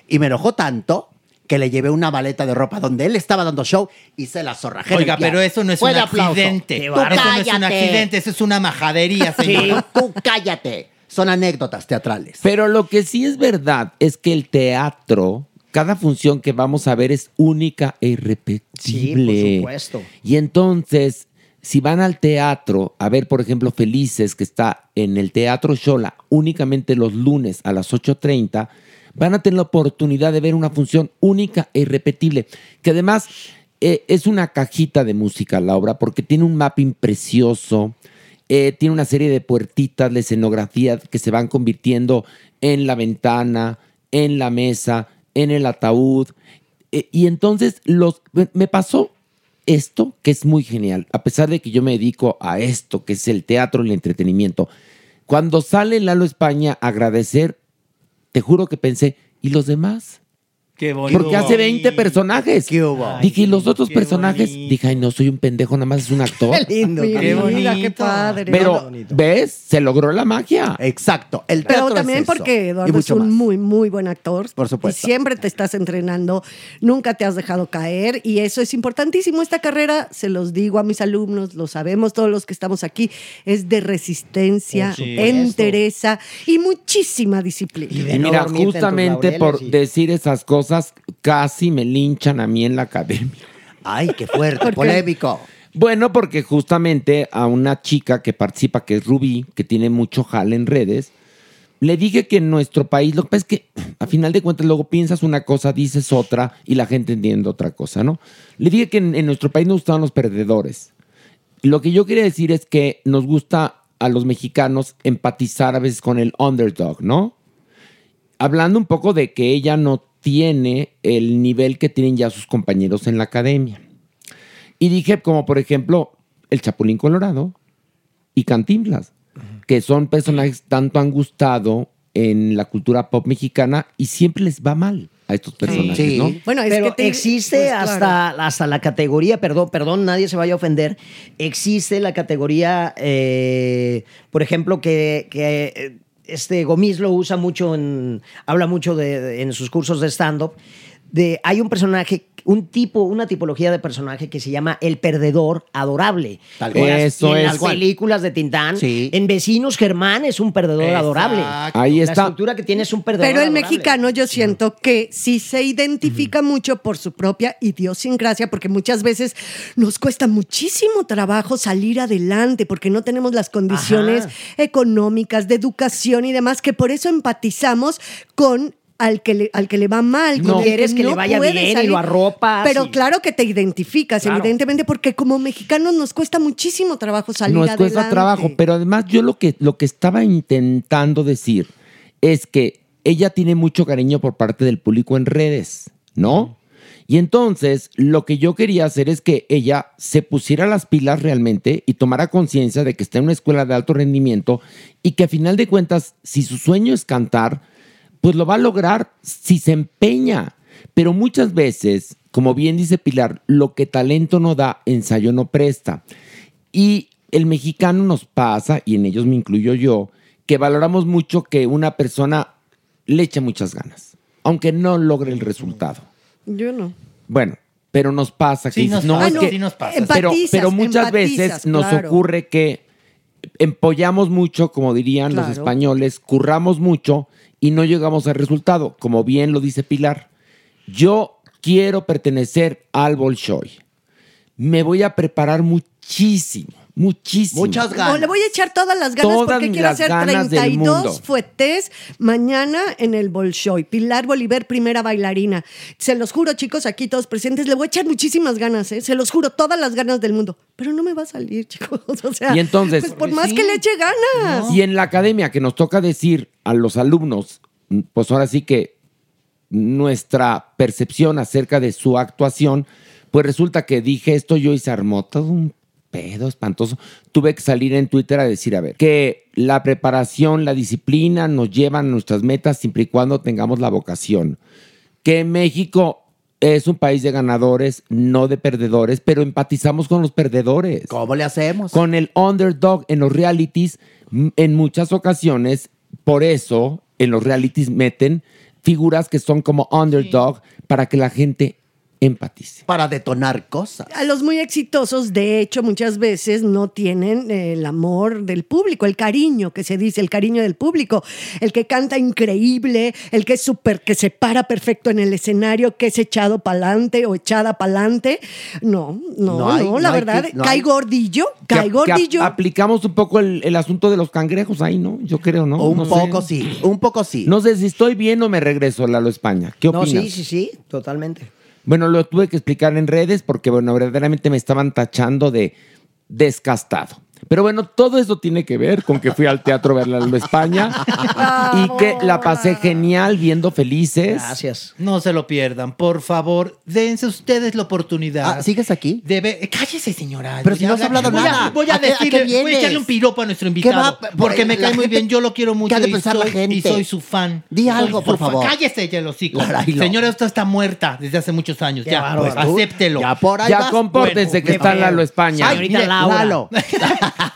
Speaker 8: Y me enojó tanto que le llevé una maleta de ropa donde él estaba dando show y se la zorrajé. en el
Speaker 6: Oiga,
Speaker 8: piano.
Speaker 6: pero eso no es
Speaker 8: Fue
Speaker 6: un
Speaker 8: de aplauso.
Speaker 6: accidente.
Speaker 8: Qué
Speaker 6: Eso
Speaker 8: bárbaro.
Speaker 6: no es un
Speaker 8: Cállate.
Speaker 6: accidente, eso es una majadería,
Speaker 8: Sí,
Speaker 6: señor.
Speaker 8: tú cállate. Son anécdotas teatrales.
Speaker 3: Pero lo que sí es verdad es que el teatro, cada función que vamos a ver es única e irrepetible.
Speaker 7: Sí, por supuesto.
Speaker 3: Y entonces, si van al teatro a ver, por ejemplo, Felices, que está en el Teatro Shola únicamente los lunes a las 8.30, van a tener la oportunidad de ver una función única e irrepetible, que además eh, es una cajita de música la obra, porque tiene un mapping precioso, eh, tiene una serie de puertitas, de escenografía que se van convirtiendo en la ventana, en la mesa, en el ataúd. Eh, y entonces los, me- me pasó esto que es muy genial, a pesar de que yo me dedico a esto, que es el teatro, el entretenimiento. Cuando sale Lalo España a agradecer, te juro que pensé, ¿y los demás?
Speaker 6: Qué bonito.
Speaker 3: Porque hace 20 personajes.
Speaker 8: ¿Qué hubo?
Speaker 3: Dije, ¿y los otros
Speaker 6: qué
Speaker 3: personajes?
Speaker 6: bonito.
Speaker 3: Dije, ay, no, soy un pendejo, nada más es un
Speaker 7: *laughs*
Speaker 3: actor.
Speaker 4: Qué lindo,
Speaker 6: Qué
Speaker 4: qué
Speaker 6: bonito.
Speaker 4: qué padre.
Speaker 3: Pero, ¿ves? Se logró la magia.
Speaker 7: Eh,
Speaker 8: Exacto. El teatro
Speaker 4: Pero
Speaker 8: es
Speaker 4: también
Speaker 8: eso.
Speaker 4: porque
Speaker 8: Y
Speaker 4: Eduardo es
Speaker 8: mucho
Speaker 4: un
Speaker 8: más.
Speaker 4: muy, muy buen actor.
Speaker 8: Por supuesto.
Speaker 4: Y siempre te estás entrenando, nunca te has dejado caer y eso es importantísimo. Esta carrera, se los digo a mis alumnos, lo sabemos todos los que estamos aquí, es de resistencia, entereza y muchísima disciplina.
Speaker 7: de no dormirte
Speaker 3: Mira,
Speaker 7: en tus
Speaker 3: justamente
Speaker 7: laureles
Speaker 3: por
Speaker 7: y-
Speaker 3: decir esas cosas, casi me linchan a mí en la academia.
Speaker 8: Ay, qué fuerte, polémico.
Speaker 3: Bueno, porque justamente a una chica que participa, que es Rubí, que tiene mucho jale en redes, le dije que en nuestro país, lo que pasa es que a final de cuentas luego piensas una cosa, dices otra y la gente entiende otra cosa, ¿no? Le dije que en, en nuestro país nos gustaban los perdedores. Lo que yo quería decir es que nos gusta a los mexicanos empatizar a veces con el underdog, ¿no? Hablando un poco de que ella no tiene el nivel que tienen ya sus compañeros en la academia. Y dije, como por ejemplo, el Chapulín Colorado y Cantinflas, que son personajes tanto han gustado en la cultura pop mexicana y siempre les va mal a estos personajes,
Speaker 8: Sí.
Speaker 3: ¿no?
Speaker 4: Bueno, es
Speaker 7: Pero
Speaker 4: que te-
Speaker 7: existe
Speaker 4: pues, claro.
Speaker 7: hasta, hasta la categoría, perdón, perdón, nadie se vaya a ofender. Existe la categoría, eh, por ejemplo, que, que, eh, este Gomis lo usa mucho en. habla mucho de, de- en sus cursos de stand-up. De, hay un personaje un tipo, una tipología de personaje que se llama el perdedor adorable.
Speaker 8: Tal cual.
Speaker 7: Y en las-
Speaker 3: Eso
Speaker 7: y en
Speaker 3: es.
Speaker 7: las películas de Tintán,
Speaker 8: Sí.
Speaker 7: en Vecinos Germán es un perdedor
Speaker 8: Exacto.
Speaker 7: adorable.
Speaker 3: Ahí
Speaker 7: La
Speaker 3: está.
Speaker 7: estructura que tiene es un perdedor
Speaker 4: Pero el
Speaker 7: adorable.
Speaker 4: mexicano yo siento que sí se identifica mucho por su propia idiosincrasia, porque muchas veces nos cuesta muchísimo trabajo salir adelante, porque no tenemos las condiciones
Speaker 7: Ajá.
Speaker 4: económicas, de educación y demás, que por eso empatizamos con... Al que, le, al que le va mal,
Speaker 7: No.
Speaker 4: con el
Speaker 7: Quieres que le vaya
Speaker 4: puede
Speaker 7: bien y lo arropas
Speaker 4: Pero
Speaker 7: y-
Speaker 4: claro que te identificas,
Speaker 7: Claro.
Speaker 4: evidentemente, porque como mexicanos nos cuesta muchísimo trabajo salir
Speaker 3: Nos
Speaker 4: adelante.
Speaker 3: cuesta trabajo, pero además yo lo que, lo que estaba intentando decir es que ella tiene mucho cariño por parte del público en redes, ¿no? Y entonces lo que yo quería hacer es que ella se pusiera las pilas realmente y tomara conciencia de que está en una escuela de alto rendimiento y que a final de cuentas, si su sueño es cantar, pues lo va a lograr si se empeña. Pero muchas veces, como bien dice Pilar, lo que talento no da, ensayo no presta. Y el mexicano nos pasa, y en ellos me incluyo yo, que valoramos mucho que una persona le eche muchas ganas, aunque no logre el resultado.
Speaker 4: Yo no.
Speaker 3: Bueno, pero nos pasa que
Speaker 6: Sí, nos
Speaker 3: dices, no,
Speaker 6: pasa,
Speaker 3: es
Speaker 6: no,
Speaker 3: que,
Speaker 6: sí nos pasa.
Speaker 3: pero,
Speaker 4: Ah, Empatizas,
Speaker 3: pero muchas
Speaker 4: empatizas,
Speaker 3: veces nos
Speaker 4: claro.
Speaker 3: ocurre que empollamos mucho, como dirían los
Speaker 4: Claro.
Speaker 3: españoles, curramos mucho y no llegamos al resultado, como bien lo dice Pilar. Yo quiero pertenecer al Bolshoi. Me voy a preparar muchísimo, muchísimo.
Speaker 8: Muchas
Speaker 4: No, le
Speaker 8: ganas.
Speaker 4: voy a echar todas las ganas
Speaker 3: Todas
Speaker 4: porque quiero
Speaker 3: las
Speaker 4: hacer
Speaker 3: ganas del
Speaker 4: 32
Speaker 3: mundo.
Speaker 4: fuetes mañana en el Bolshoi. Pilar Bolívar, primera bailarina. Se los juro, chicos, aquí todos presentes, le voy a echar muchísimas ganas, ¿eh? se los juro, todas las ganas del mundo. Pero no me va a salir, *laughs* chicos. O sea,
Speaker 3: Y entonces-
Speaker 4: pues por
Speaker 3: Porque
Speaker 4: más
Speaker 3: sí.
Speaker 4: que le eche ganas.
Speaker 3: Y en la academia que nos toca decir a los alumnos, mm, pues ahora sí que nuestra percepción acerca de su actuación, pues resulta que dije esto yo y se armó todo un pedo espantoso. Tuve que salir en Twitter a decir, a ver, que la preparación, la disciplina nos llevan a nuestras metas siempre y cuando tengamos la vocación. Que México es un país de ganadores, no de perdedores, pero empatizamos con los perdedores
Speaker 8: ¿Cómo le hacemos?
Speaker 3: con el underdog en los realities m- en muchas ocasiones. Por eso en los realities meten figuras que son como underdog para que la gente empatice.
Speaker 8: Para detonar cosas.
Speaker 4: A los muy exitosos, de hecho, muchas veces no tienen eh, el amor del público, el cariño que se dice, el cariño del público, el que canta increíble, el que es súper, que se para perfecto en el escenario, que es echado pa'lante o echada pa'lante. No, no, no,
Speaker 8: No hay-
Speaker 4: la
Speaker 8: no hay
Speaker 4: verdad,
Speaker 8: que- no
Speaker 4: cae
Speaker 8: hay.
Speaker 4: gordillo,
Speaker 3: Que
Speaker 4: cae
Speaker 3: ap- que ap-
Speaker 4: gordillo.
Speaker 3: aplicamos un poco el, el asunto de los cangrejos ahí, ¿no? Yo creo, ¿no?
Speaker 8: O un
Speaker 3: No sé.
Speaker 8: poco sí, un poco sí.
Speaker 3: No sé si estoy bien o me regreso, Lalo España. ¿Qué
Speaker 7: No,
Speaker 3: opinas?
Speaker 7: sí, sí, sí, totalmente.
Speaker 3: Bueno, lo tuve que explicar en redes porque, bueno, verdaderamente me estaban tachando de descastado. Pero bueno, todo eso tiene que ver con que fui al teatro a ver la Lalo España y que la pasé genial viendo felices.
Speaker 7: Gracias.
Speaker 6: No se lo pierdan, por favor, dense ustedes la oportunidad.
Speaker 8: Ah, ¿Sigues aquí?
Speaker 6: Debe... Cállese, señora.
Speaker 8: Pero
Speaker 6: Voy
Speaker 8: si
Speaker 6: a
Speaker 8: no has
Speaker 6: hablar-
Speaker 8: hablado
Speaker 6: voy a-
Speaker 8: nada.
Speaker 6: Voy a
Speaker 8: ¿A qué- a qué
Speaker 6: decirle, voy a
Speaker 8: vienes?
Speaker 6: echarle un piropo a nuestro invitado.
Speaker 8: ¿Qué va-
Speaker 6: Porque me
Speaker 8: la
Speaker 6: cae muy
Speaker 8: gente-
Speaker 6: bien, yo lo quiero mucho.
Speaker 8: ¿Qué ha de
Speaker 6: y
Speaker 8: pensar la
Speaker 6: soy- Y
Speaker 8: gente?
Speaker 6: soy su fan.
Speaker 8: Di
Speaker 6: Soy
Speaker 8: algo,
Speaker 6: su
Speaker 8: por
Speaker 6: fan.
Speaker 8: favor.
Speaker 6: Cállese, ya lo hocico.
Speaker 8: Ay, no.
Speaker 6: Señora, usted está muerta desde hace muchos años.
Speaker 8: Qué
Speaker 6: ya,
Speaker 8: bárbaro,
Speaker 6: pues,
Speaker 8: tú.
Speaker 6: acéptelo.
Speaker 8: Ya por ahí
Speaker 3: Ya
Speaker 8: vas.
Speaker 3: compórtense que
Speaker 8: qué
Speaker 3: está
Speaker 8: feo.
Speaker 3: Lalo España.
Speaker 8: Ay,
Speaker 7: Señorita
Speaker 8: mire,
Speaker 7: Laura. *laughs*
Speaker 8: Lalo.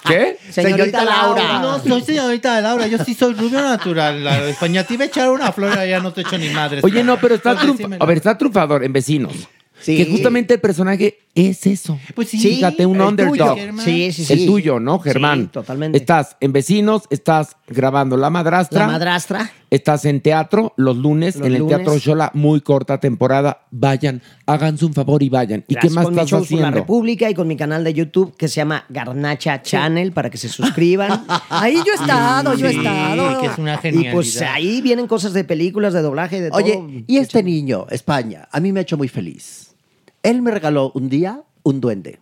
Speaker 3: ¿Qué?
Speaker 8: Señorita Laura.
Speaker 6: No, soy señorita Laura, yo sí soy rubio natural. La España te iba a echar una flor, ya no te echo ni madre.
Speaker 3: Oye, no, pero está,
Speaker 6: Entonces,
Speaker 3: triunf-
Speaker 6: sí me la-
Speaker 3: a ver, está triunfador en Vecinos.
Speaker 8: Sí.
Speaker 3: Que justamente el personaje es eso.
Speaker 6: Pues sí.
Speaker 3: Fíjate, un
Speaker 6: El
Speaker 3: underdog.
Speaker 6: tuyo.
Speaker 7: Sí, sí, sí.
Speaker 3: El tuyo, ¿no, Germán?
Speaker 7: Sí, totalmente.
Speaker 3: Estás en Vecinos, estás grabando La Madrastra.
Speaker 7: La madrastra.
Speaker 3: Estás en teatro los lunes,
Speaker 7: Los
Speaker 3: en el
Speaker 7: lunes.
Speaker 3: Teatro Xola, muy corta temporada. Vayan, háganse un favor y vayan. ¿Y qué
Speaker 7: Gracias.
Speaker 3: más
Speaker 7: con mi
Speaker 3: estás
Speaker 7: show por la
Speaker 3: haciendo?
Speaker 7: República y con mi canal de YouTube que se llama Garnacha Channel para que se suscriban.
Speaker 4: Ahí yo he estado, yo he
Speaker 6: Sí,
Speaker 4: estado.
Speaker 6: que es una
Speaker 7: y
Speaker 6: genialidad.
Speaker 7: pues ahí vienen cosas de películas, de doblaje, de todo.
Speaker 8: Oye, y este niño, España, a mí me ha hecho muy feliz. Él me regaló un día un duende.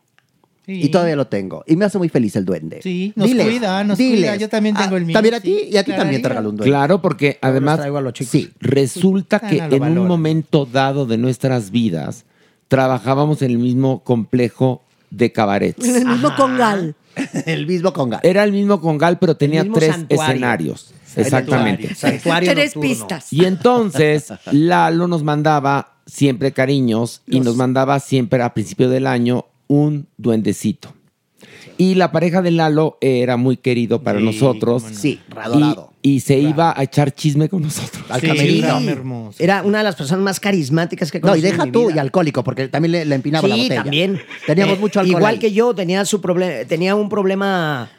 Speaker 6: Sí.
Speaker 8: Y todavía lo tengo. Y me hace muy feliz el duende. Ah,
Speaker 6: Sí, nos cuida, nos cuida. Yo también tengo el mío,
Speaker 8: También a
Speaker 6: sí.
Speaker 8: ti y a ti
Speaker 6: Claro,
Speaker 8: también te
Speaker 6: niño.
Speaker 8: regaló un duende.
Speaker 3: Claro, porque además
Speaker 7: traigo a los chicos.
Speaker 8: Sí.
Speaker 3: resulta
Speaker 6: Ah,
Speaker 3: que
Speaker 6: no lo
Speaker 3: en un
Speaker 6: valoran.
Speaker 3: momento dado de nuestras vidas trabajábamos en el mismo complejo de
Speaker 4: En *laughs*
Speaker 3: cabarets.
Speaker 4: el mismo congal.
Speaker 8: El mismo conga.
Speaker 3: Era el mismo congal, pero tenía
Speaker 7: mismo
Speaker 3: tres
Speaker 7: santuario.
Speaker 3: escenarios. Exactamente.
Speaker 7: Santuario
Speaker 4: Tres
Speaker 7: nocturno.
Speaker 4: pistas.
Speaker 6: *laughs*
Speaker 3: Y entonces Lalo nos mandaba siempre cariños y nos mandaba siempre a principio del año un duendecito. Y la pareja de Lalo era muy querido para
Speaker 6: Sí,
Speaker 3: nosotros.
Speaker 6: cómo no.
Speaker 8: Sí, adorado.
Speaker 3: y se iba a echar chisme con nosotros.
Speaker 7: Al camerino. Era una de las personas más carismáticas que
Speaker 8: No, y
Speaker 7: conocí en
Speaker 8: deja
Speaker 7: mi
Speaker 8: tú,
Speaker 7: vida.
Speaker 8: y alcohólico, porque también le, le empinaba
Speaker 7: Sí,
Speaker 8: la botella.
Speaker 7: también.
Speaker 8: Teníamos
Speaker 7: Eh,
Speaker 8: mucho alcohol.
Speaker 7: igual
Speaker 8: ahí.
Speaker 7: que yo, tenía, su problema, tenía un problema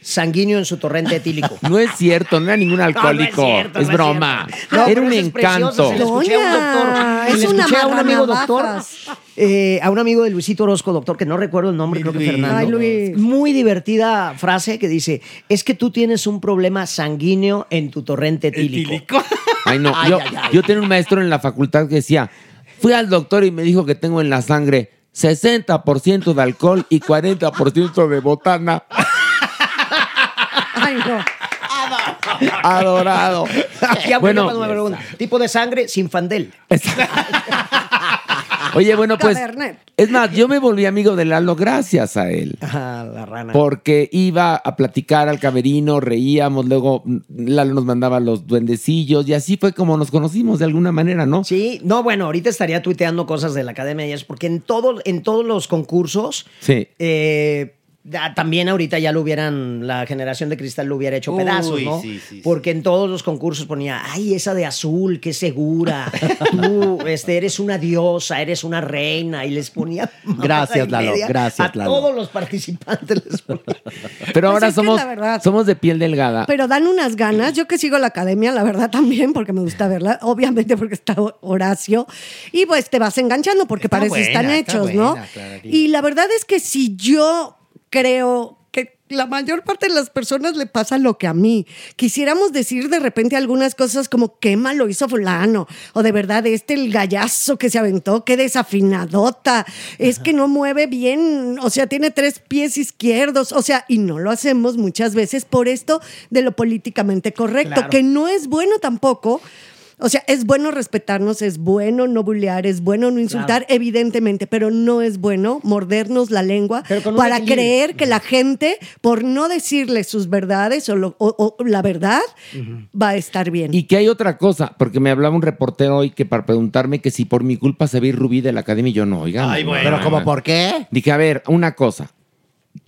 Speaker 7: sanguíneo en su torrente etílico.
Speaker 3: No es cierto, no era ningún alcohólico.
Speaker 7: No, no es
Speaker 3: es,
Speaker 7: cierto, no es
Speaker 3: broma.
Speaker 7: cierto. No,
Speaker 3: era
Speaker 7: pero
Speaker 3: un
Speaker 7: ese es precioso,
Speaker 3: encanto.
Speaker 7: se le escuché a un doctor,
Speaker 4: Doña,
Speaker 7: se le
Speaker 4: es una
Speaker 7: escuché a un amigo doctor,
Speaker 4: marranavajas.
Speaker 7: eh, a un amigo de Luisito Orozco, doctor, que no recuerdo el nombre, creo que
Speaker 9: Luis.
Speaker 7: Fernando.
Speaker 4: Ay, Luis.
Speaker 7: Muy divertida frase que dice, es que tú tienes un problema sanguíneo en tu torrente etílico.
Speaker 3: Ay, no.
Speaker 7: Ay,
Speaker 3: yo,
Speaker 7: ay, ay.
Speaker 3: yo tenía un maestro en la facultad que decía: fui al doctor y me dijo que tengo en la sangre 60% de alcohol y 40% de botana.
Speaker 4: Ay, no.
Speaker 3: Adorado.
Speaker 7: *laughs* Ya, bueno,
Speaker 3: Bueno,
Speaker 7: cuando me preguntan, tipo de sangre sin fandel.
Speaker 3: oye, bueno, pues.
Speaker 4: Cabernet.
Speaker 3: Es más, yo me volví amigo de Lalo gracias a él.
Speaker 7: Ah, la rana.
Speaker 3: Porque iba a platicar al camerino, reíamos, luego mm, Lalo nos mandaba los duendecillos y así fue como nos conocimos de alguna manera, ¿no?
Speaker 7: Sí, no, bueno, ahorita estaría tuiteando cosas de la Academia de Jazz, porque en, todo, en todos los concursos,
Speaker 3: Sí.
Speaker 7: eh, da- también ahorita ya lo hubieran, la generación de cristal lo hubiera hecho pedazos,
Speaker 9: Uy,
Speaker 7: ¿no?
Speaker 9: sí, sí, sí.
Speaker 7: porque en todos los concursos ponía, ay, esa de azul, qué segura, tú este, eres una diosa, eres una reina, y les ponía... mamada Gracias,
Speaker 8: y media
Speaker 7: a todos los participantes les ponía.
Speaker 3: Pero
Speaker 4: Pues
Speaker 3: ahora
Speaker 4: es que es
Speaker 3: somos,
Speaker 4: la verdad.
Speaker 3: somos de piel delgada.
Speaker 4: Pero dan unas ganas. Yo que sigo la academia, la verdad también, porque me gusta verla. Obviamente porque está Horacio. Y pues te vas enganchando porque
Speaker 9: Está
Speaker 4: parece
Speaker 9: buena,
Speaker 4: están
Speaker 9: está
Speaker 4: hechos,
Speaker 9: buena,
Speaker 4: ¿no?
Speaker 9: Clara, sí.
Speaker 4: y la verdad es que si yo creo que la mayor parte de las personas le pasa lo que a mí. Quisiéramos decir de repente algunas cosas como qué mal lo hizo fulano o de verdad este el gallazo que se aventó, qué desafinadota, es que no mueve bien, o sea, tiene tres pies izquierdos, o sea, y no lo hacemos muchas veces por esto de lo políticamente correcto, que no es bueno tampoco. O sea, es bueno respetarnos, es bueno no bulear, es bueno no insultar, evidentemente, pero no es bueno mordernos la lengua
Speaker 7: Pero con un
Speaker 4: para
Speaker 7: equilibrio.
Speaker 4: creer que la gente, por no decirle sus verdades o, lo- o- o la verdad, va a estar bien.
Speaker 3: Y que hay otra cosa, porque me hablaba un reportero hoy que para preguntarme que si por mi culpa se ve Rubí de la academia, y yo no, oiga.
Speaker 9: Ay,
Speaker 3: no,
Speaker 9: bueno.
Speaker 3: no,
Speaker 7: Pero
Speaker 3: no,
Speaker 7: como
Speaker 3: no.
Speaker 7: por qué?
Speaker 3: Dije, a ver, una cosa.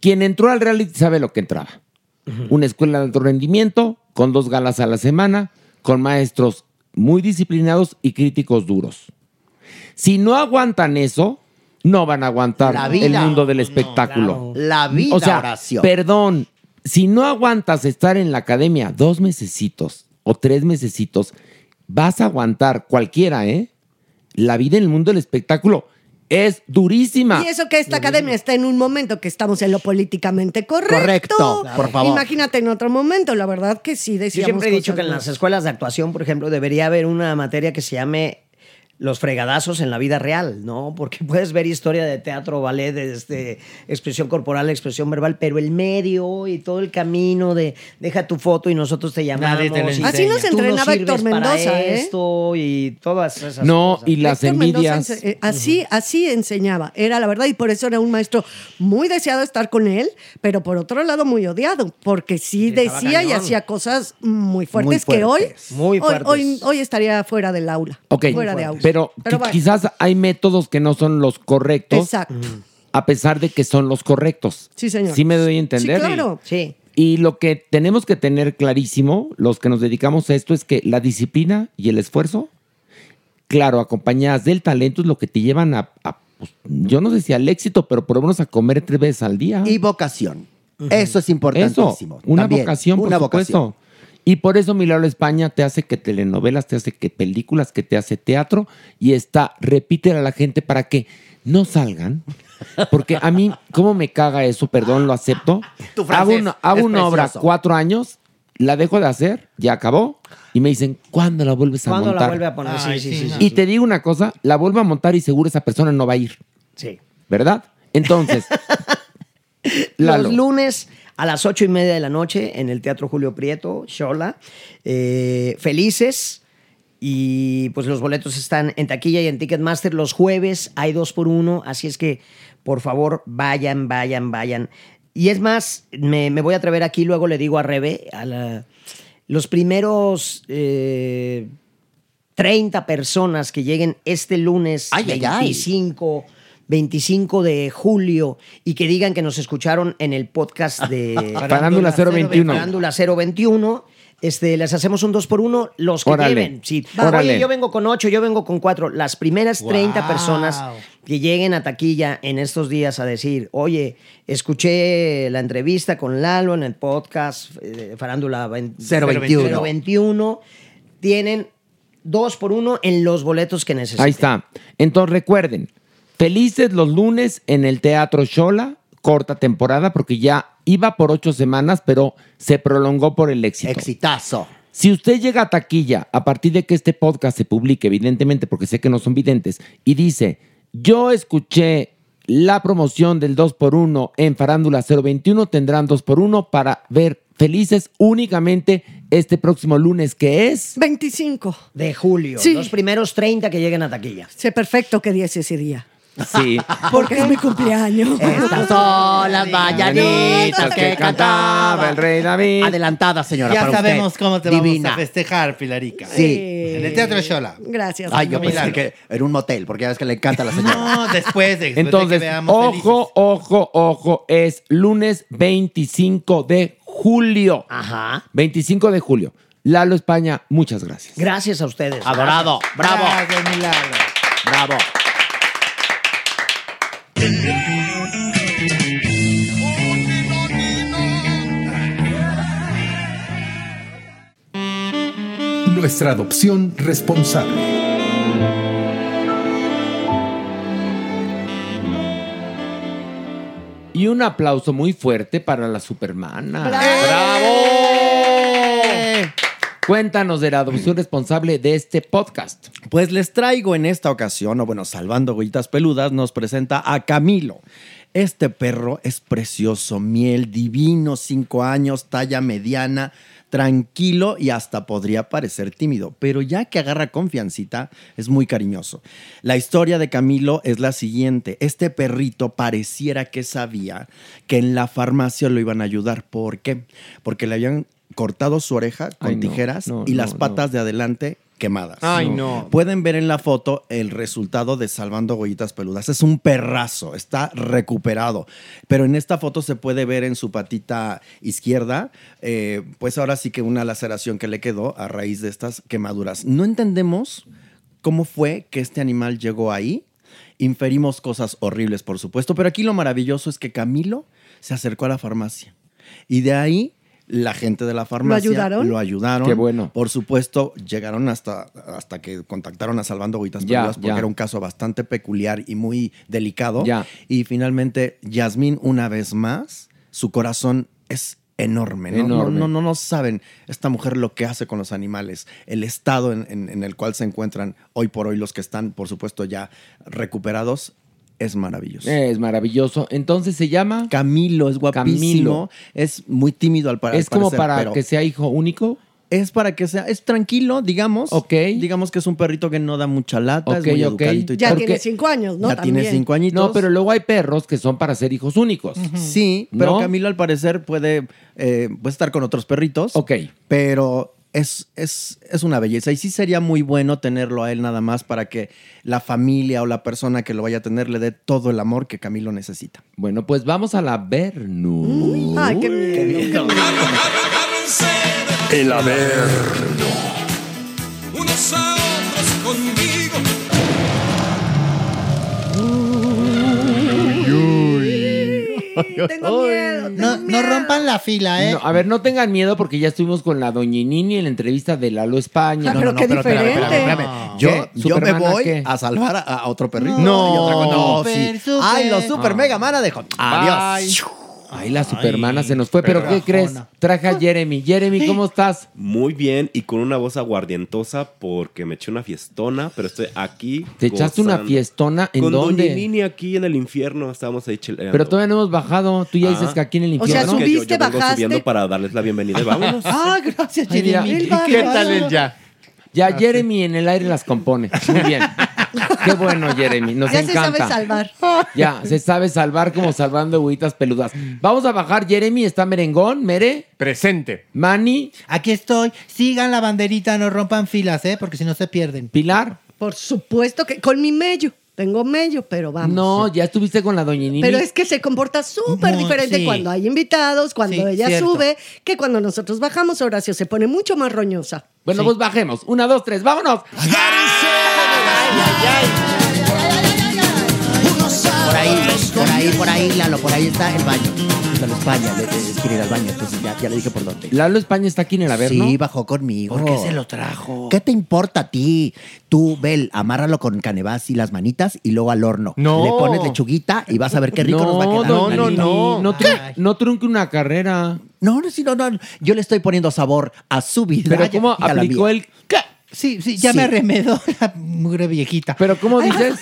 Speaker 3: Quien entró al reality sabe lo que entraba. Una escuela de alto rendimiento, con dos galas a la semana, con maestros muy disciplinados y críticos duros. Si no aguantan eso, no van a aguantar
Speaker 7: La vida.
Speaker 3: el mundo del espectáculo.
Speaker 7: La vida,
Speaker 3: O sea,
Speaker 7: Horacio.
Speaker 3: perdón, si no aguantas estar en la academia dos mesecitos o tres mesecitos, vas a aguantar cualquiera, ¿eh? La vida en el mundo del espectáculo es durísima.
Speaker 7: Ah,
Speaker 4: Y eso que esta academia está en un momento que estamos en lo políticamente correcto.
Speaker 7: Correcto, por favor.
Speaker 4: Imagínate en otro momento, la verdad que sí
Speaker 7: Yo
Speaker 4: decíamos
Speaker 7: siempre he dicho
Speaker 4: cosas
Speaker 7: que en
Speaker 4: más.
Speaker 7: las escuelas de actuación, por ejemplo, debería haber una materia que se llame los fregadazos en la vida real, ¿no? Porque *laughs* puedes ver historia de teatro, ballet, de, este, expresión corporal, expresión verbal, pero el medio y todo el camino de deja tu foto y nosotros te llamamos.
Speaker 9: Nadie te lo
Speaker 7: y
Speaker 9: enseña.
Speaker 4: Así nos
Speaker 7: tú no
Speaker 4: entrenaba Héctor
Speaker 7: sirves para
Speaker 4: Mendoza, ¿eh?
Speaker 7: esto y todas esas
Speaker 3: No,
Speaker 7: cosas.
Speaker 3: y las
Speaker 4: Héctor Mendoza
Speaker 3: envidias.
Speaker 4: ense- eh, así, así enseñaba, era la verdad, y por eso era un maestro muy deseado estar con él, pero por otro lado muy odiado, porque sí
Speaker 7: Estaba
Speaker 4: decía y
Speaker 7: cañón.
Speaker 4: hacía cosas muy fuertes, que hoy,
Speaker 7: fuertes, muy
Speaker 4: hoy,
Speaker 7: fuertes.
Speaker 4: hoy, hoy estaría fuera del aula.
Speaker 3: Ok,
Speaker 4: fuera de aula.
Speaker 3: pero, qui-
Speaker 4: bueno,
Speaker 3: quizás hay métodos que no son los correctos,
Speaker 4: Exacto.
Speaker 3: a pesar de que son los correctos.
Speaker 4: Sí, señor.
Speaker 3: Sí me doy a entender.
Speaker 4: Sí, claro.
Speaker 7: Sí.
Speaker 3: Y lo que tenemos que tener clarísimo, los que nos dedicamos a esto, es que la disciplina y el esfuerzo, claro, acompañadas del talento, es lo que te llevan a, a, pues, yo no sé si al éxito, pero por lo menos a comer tres veces al día.
Speaker 7: Y vocación.
Speaker 8: Eso es
Speaker 3: Eso,
Speaker 8: importantísimo.
Speaker 3: una
Speaker 8: también.
Speaker 3: vocación,
Speaker 8: Una
Speaker 3: por supuesto.
Speaker 8: vocación.
Speaker 3: Y por eso Milagro España te hace que telenovelas, te hace que películas, que te hace teatro y está, repite a la gente para que no salgan. Porque a mí, ¿cómo me caga eso? Perdón, lo acepto.
Speaker 8: Tu francés
Speaker 3: hago una, hago
Speaker 8: es
Speaker 3: una obra
Speaker 8: precioso.
Speaker 3: cuatro años, la dejo de hacer, ya acabó, y me dicen, ¿cuándo la vuelves a
Speaker 7: ¿Cuándo
Speaker 3: montar?
Speaker 7: la vuelve a poner?
Speaker 9: Ay,
Speaker 7: sí, sí,
Speaker 9: sí,
Speaker 7: sí,
Speaker 9: no.
Speaker 7: sí.
Speaker 3: Y te digo una cosa, la vuelvo a montar y seguro esa persona no va a ir,
Speaker 7: sí.
Speaker 3: ¿verdad? Entonces, Lalo.
Speaker 7: Los lunes a las ocho y media de la noche en el Teatro Julio Prieto, Xola. Eh, felices. Y pues los boletos están en taquilla y en Ticketmaster. Los jueves hay dos por uno. Así es que, por favor, vayan, vayan, vayan. Y es más, me, me voy a atrever aquí. Luego le digo a Rebe, a la- los primeros eh, 30 personas que lleguen este lunes
Speaker 8: Ay, ay, ay.
Speaker 7: 25, 25 de julio y que
Speaker 8: *laughs*
Speaker 7: digan que nos escucharon en el podcast de
Speaker 3: Farándula 021.
Speaker 7: Farándula 021. Este, les hacemos un 2 por 1 los que
Speaker 3: Órale.
Speaker 7: lleven. Sí.
Speaker 3: Va. Órale.
Speaker 7: Oye, yo vengo con 8, yo vengo con 4. Las primeras 30
Speaker 6: Wow.
Speaker 7: personas que lleguen a taquilla en estos días a decir, oye, escuché la entrevista con Lalo en el podcast eh, Farándula
Speaker 8: 021.
Speaker 7: 021, tienen 2 por 1 en los boletos que necesitan.
Speaker 3: Ahí está. Entonces recuerden, felices los lunes en el Teatro Shola, corta temporada porque ya iba por ocho semanas, pero se prolongó por el éxito.
Speaker 8: Exitazo.
Speaker 3: Si usted llega a taquilla a partir de que este podcast se publique, evidentemente, porque sé que no son videntes, y dice, yo escuché la promoción del 2x1 en Farándula 021, tendrán 2x1 para ver felices únicamente este próximo lunes que es...
Speaker 4: 25.
Speaker 7: De julio,
Speaker 4: Sí.
Speaker 7: los primeros 30 que lleguen a taquilla.
Speaker 4: Sé perfecto que dices ese día.
Speaker 3: Sí.
Speaker 4: Porque es mi cumpleaños.
Speaker 8: Estas son las mañanitas que cantaba el rey.
Speaker 3: David.
Speaker 8: Adelantada, señora.
Speaker 6: Ya
Speaker 8: para usted.
Speaker 6: sabemos cómo te
Speaker 8: Divina.
Speaker 6: vamos a festejar, Pilarica.
Speaker 8: Sí.
Speaker 6: En el Teatro Shola.
Speaker 4: Gracias.
Speaker 8: Ay, yo
Speaker 6: Milagro.
Speaker 8: pensé que en un motel, porque ya ves que le encanta a la señora.
Speaker 6: No, después de, después de
Speaker 3: Entonces,
Speaker 6: que veamos
Speaker 3: ojo,
Speaker 6: felices.
Speaker 3: ojo, ojo, es lunes 25 de julio.
Speaker 4: Ah.
Speaker 7: Ajá.
Speaker 3: 25 de julio. Lalo España, muchas gracias.
Speaker 7: Gracias a ustedes.
Speaker 8: Adorado. Bravo.
Speaker 6: Gracias, Milagro.
Speaker 8: Bravo.
Speaker 2: Nuestra adopción responsable.
Speaker 3: Y un aplauso muy fuerte para la Supermana.
Speaker 10: Eh,
Speaker 3: Cuéntanos de la adopción responsable de este podcast.
Speaker 10: Pues les traigo en esta ocasión, o bueno, salvando huellitas peludas, nos presenta a Camilo. Este perro es precioso, miel, divino, cinco años, talla mediana, tranquilo y hasta podría parecer tímido, pero ya que agarra confiancita, es muy cariñoso. La historia de Camilo es la siguiente. Este perrito pareciera que sabía que en la farmacia lo iban a ayudar. ¿Por qué? Porque le habían cortado su oreja con
Speaker 3: Ay, no,
Speaker 10: tijeras
Speaker 3: no,
Speaker 10: y las
Speaker 3: no, no.
Speaker 10: patas de adelante quemadas.
Speaker 5: Ay, no.
Speaker 10: Pueden ver en la foto el resultado de Salvando Goyitas Peludas. Es un perrazo, está recuperado. Pero en esta foto se puede ver en su patita izquierda, eh, pues ahora sí que una laceración que le quedó a raíz de estas quemaduras. No entendemos cómo fue que este animal llegó ahí. Inferimos cosas horribles, por supuesto, pero aquí lo maravilloso es que Camilo se acercó a la farmacia. Y de ahí la gente de la farmacia
Speaker 4: ayudaron?
Speaker 10: Lo ayudaron.
Speaker 3: Qué bueno.
Speaker 10: Por supuesto, llegaron hasta, hasta que contactaron a Salvando Goitas
Speaker 3: Ya,
Speaker 10: Peludas porque
Speaker 3: ya.
Speaker 10: era un caso bastante peculiar y muy delicado.
Speaker 3: Ya.
Speaker 10: Y finalmente, Yasmín, una vez más, su corazón es enorme. ¿no?
Speaker 3: Enorme.
Speaker 10: No, no, no, no saben esta mujer lo que hace con los animales, el estado en, en- en el cual se encuentran hoy por hoy los que están, por supuesto, ya recuperados, es maravilloso.
Speaker 3: Es maravilloso. Entonces se llama.
Speaker 10: Camilo es guapísimo,
Speaker 3: Camilo.
Speaker 10: es muy tímido al, para- al
Speaker 3: es como
Speaker 10: parecer,
Speaker 3: para
Speaker 10: pero-
Speaker 3: que sea hijo único.
Speaker 10: es para que sea, es tranquilo, digamos.
Speaker 3: Ok.
Speaker 10: Digamos que es un perrito que no da mucha lata,
Speaker 3: Ok,
Speaker 10: es muy
Speaker 3: ok.
Speaker 10: educadito y
Speaker 4: ya
Speaker 10: tal.
Speaker 3: porque-
Speaker 4: tiene cinco años, ¿no?
Speaker 10: ya tiene
Speaker 4: También.
Speaker 10: cinco añitos.
Speaker 3: No, pero luego hay perros que son para ser hijos únicos.
Speaker 10: Sí, pero
Speaker 3: ¿No?
Speaker 10: Camilo al parecer puede, eh, puede estar con otros perritos.
Speaker 3: Ok.
Speaker 10: Pero es, es, es una belleza. Y sí sería muy bueno tenerlo a él nada más para que la familia o la persona que lo vaya a tener le dé todo el amor que Camilo necesita.
Speaker 3: Bueno, pues vamos a la Vernu.
Speaker 4: Ay, qué miedo, qué miedo.
Speaker 11: El Averno. Unos a otros conmigo.
Speaker 4: Tengo miedo.
Speaker 6: No, no rompan la fila, ¿eh?
Speaker 3: No, a ver, no tengan miedo porque ya estuvimos con la doñinini en la entrevista de Lalo España.
Speaker 4: Ah, pero qué
Speaker 10: espérame, espérame,
Speaker 4: diferente.
Speaker 10: espérame. Yo,
Speaker 3: ¿Qué?
Speaker 10: yo me
Speaker 3: ¿Supermana
Speaker 10: voy
Speaker 3: qué?
Speaker 10: a salvar a, a otro perrito.
Speaker 3: No.
Speaker 10: Y otra cosa. no,
Speaker 6: Super,
Speaker 10: sí.
Speaker 6: super.
Speaker 10: Ay, los
Speaker 6: Ah.
Speaker 10: super mega mana dejó.
Speaker 3: Ah,
Speaker 10: Adiós.
Speaker 3: Ay, Ay, la supermana se nos fue. Pero, ¿qué crees? Traje a Jeremy. Jeremy, ¿cómo estás?
Speaker 11: Muy bien, y con una voz aguardientosa porque me eché una fiestona, pero estoy aquí.
Speaker 3: ¿Te echaste una
Speaker 11: gozando.
Speaker 3: fiestona? ¿En
Speaker 11: con
Speaker 3: dónde?
Speaker 11: Doña Nini aquí en el infierno estábamos ahí chileando.
Speaker 3: Pero todavía no hemos bajado. Tú ya dices
Speaker 11: Ah.
Speaker 3: que aquí en el
Speaker 4: O sea,
Speaker 3: infierno.
Speaker 11: Es que yo-
Speaker 4: subiste,
Speaker 11: yo, vengo
Speaker 4: bajaste.
Speaker 11: subiendo para darles la bienvenida
Speaker 6: *laughs*
Speaker 11: y vámonos.
Speaker 10: Ah, gracias,
Speaker 3: Ay, mira.
Speaker 10: Jeremy.
Speaker 4: Él va,
Speaker 5: ¿Qué
Speaker 4: él va.
Speaker 5: tal el ya?
Speaker 3: Ya
Speaker 4: Ah,
Speaker 3: Jeremy en el aire las compone. Muy
Speaker 4: *laughs*
Speaker 3: bien. Qué bueno, Jeremy. Nos
Speaker 4: Ya se
Speaker 3: encanta.
Speaker 4: sabe salvar.
Speaker 3: Ya, se sabe salvar como salvando huitas peludas. Vamos a bajar, Jeremy. Está merengón, mere,
Speaker 5: Presente.
Speaker 3: Manny,
Speaker 6: Aquí estoy. Sigan la banderita, no rompan filas, ¿eh? Porque si no se pierden.
Speaker 3: Pilar.
Speaker 4: Por supuesto que con mi mello. Tengo mello, pero vamos.
Speaker 3: No, ya estuviste con la doña Nini.
Speaker 4: Pero es que se comporta súper
Speaker 3: Muy,
Speaker 4: diferente
Speaker 3: sí.
Speaker 4: cuando hay invitados, cuando
Speaker 3: Sí,
Speaker 4: ella
Speaker 3: cierto.
Speaker 4: sube, que cuando nosotros bajamos, Horacio se pone mucho más roñosa.
Speaker 3: Bueno, pues bajemos. Una, dos, tres, vámonos.
Speaker 8: Por ahí, por ahí, por ahí, Lalo, por ahí está el baño. Lalo España, le, le- quiere ir al baño, entonces ya, ya le dije por dónde. Oh.
Speaker 3: Lalo España está aquí en el averno.
Speaker 8: Sí, bajó conmigo.
Speaker 3: ¿Por
Speaker 6: Oh.
Speaker 3: qué se lo
Speaker 8: trajo? ¿Qué te importa a ti? Tú, Bel, amárralo con canevas y las manitas y luego al horno.
Speaker 3: No.
Speaker 8: Le pones lechuguita y vas a ver qué rico nos va a quedar.
Speaker 3: doña Nini, No, tru- no trunque una carrera.
Speaker 8: No, no, sí, no, no. Yo le estoy poniendo sabor a su vida.
Speaker 3: Pero
Speaker 8: Ya-
Speaker 3: ¿cómo
Speaker 8: ya la
Speaker 3: aplicó
Speaker 8: mía.
Speaker 3: el qué?
Speaker 6: Sí, sí, ya me arremedó la mugre viejita.
Speaker 3: Pero ¿cómo dices?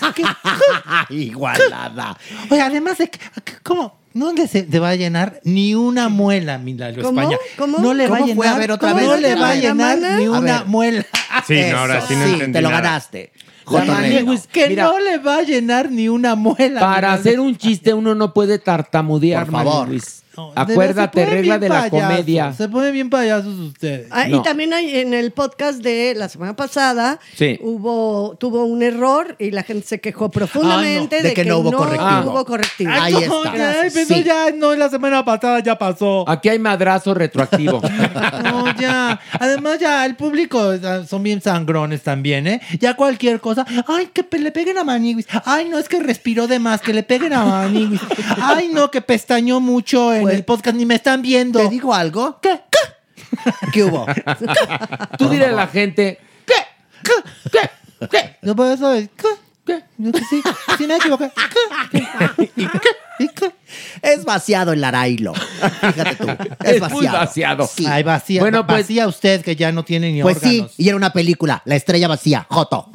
Speaker 6: Igualada. pues, Oye, además de que, que- ¿cómo? No le se te va a llenar ni una muela, mi Lalo
Speaker 4: ¿Cómo?
Speaker 6: España.
Speaker 4: ¿Cómo?
Speaker 6: No le va a
Speaker 8: ¿Cómo fue?
Speaker 6: llenar.
Speaker 8: A ver, otra vez.
Speaker 6: No le va a
Speaker 8: A ver,
Speaker 6: llenar
Speaker 8: mana.
Speaker 6: ni
Speaker 8: A
Speaker 6: una
Speaker 8: ver.
Speaker 6: muela.
Speaker 5: Sí, no, ahora
Speaker 8: Eso
Speaker 5: sí no entendí
Speaker 8: Te lo
Speaker 5: nada.
Speaker 8: ganaste.
Speaker 3: La
Speaker 8: Joto
Speaker 3: María
Speaker 8: negro.
Speaker 3: Luis,
Speaker 6: Que
Speaker 3: mira,
Speaker 6: no le va a llenar ni una muela.
Speaker 3: Para
Speaker 6: mi Lalo.
Speaker 3: hacer un chiste uno no puede tartamudear,
Speaker 8: Por
Speaker 3: María
Speaker 8: favor.
Speaker 3: Luis.
Speaker 6: No, de verdad, se
Speaker 3: Acuérdate,
Speaker 6: ponen
Speaker 3: regla
Speaker 6: bien
Speaker 3: de la
Speaker 6: payasos,
Speaker 3: comedia.
Speaker 6: Se ponen bien payasos ustedes.
Speaker 4: Ah,
Speaker 3: No.
Speaker 4: Y también hay, en el podcast de la semana pasada
Speaker 3: Sí.
Speaker 4: hubo tuvo un error y la gente se quejó profundamente
Speaker 8: Ah, no, de que no hubo correctivo.
Speaker 4: hubo correctivo.
Speaker 8: Ahí
Speaker 6: Ay,
Speaker 8: está.
Speaker 6: Ay, pero
Speaker 8: Sí.
Speaker 6: ya, no, la semana pasada ya pasó.
Speaker 3: Aquí hay
Speaker 4: *laughs*
Speaker 3: madrazo retroactivo.
Speaker 6: *laughs* No, ya. Además, ya el público ah, son bien sangrones también, ¿eh? Ya cualquier cosa. Ay, que pe- le peguen a Maniguis. Ay, no, es que respiró de más. Que le peguen a Maniguis. Ay, no, que pestañó mucho en el podcast. Ni me están viendo.
Speaker 8: ¿Te digo algo?
Speaker 6: ¿Qué?
Speaker 8: ¿Qué
Speaker 6: *laughs*
Speaker 8: hubo?
Speaker 3: Tú dile a la gente, ¿qué? ¿Qué? ¿Qué?
Speaker 6: No puedo saber. ¿Qué? ¿Qué? Yo que sí. Sí, me equivoqué. ¿Qué? ¿Qué? *laughs* ¿Y qué? ¿Y qué?
Speaker 8: Es vaciado el arailo. Fíjate tú. Es,
Speaker 3: Es
Speaker 8: vaciado.
Speaker 3: muy vaciado.
Speaker 8: Sí.
Speaker 6: Ay, vacía.
Speaker 3: Bueno, pues-
Speaker 6: vacía usted que ya no tiene ni
Speaker 8: Pues sí,
Speaker 6: órganos.
Speaker 8: y era una película, La estrella vacía, Joto.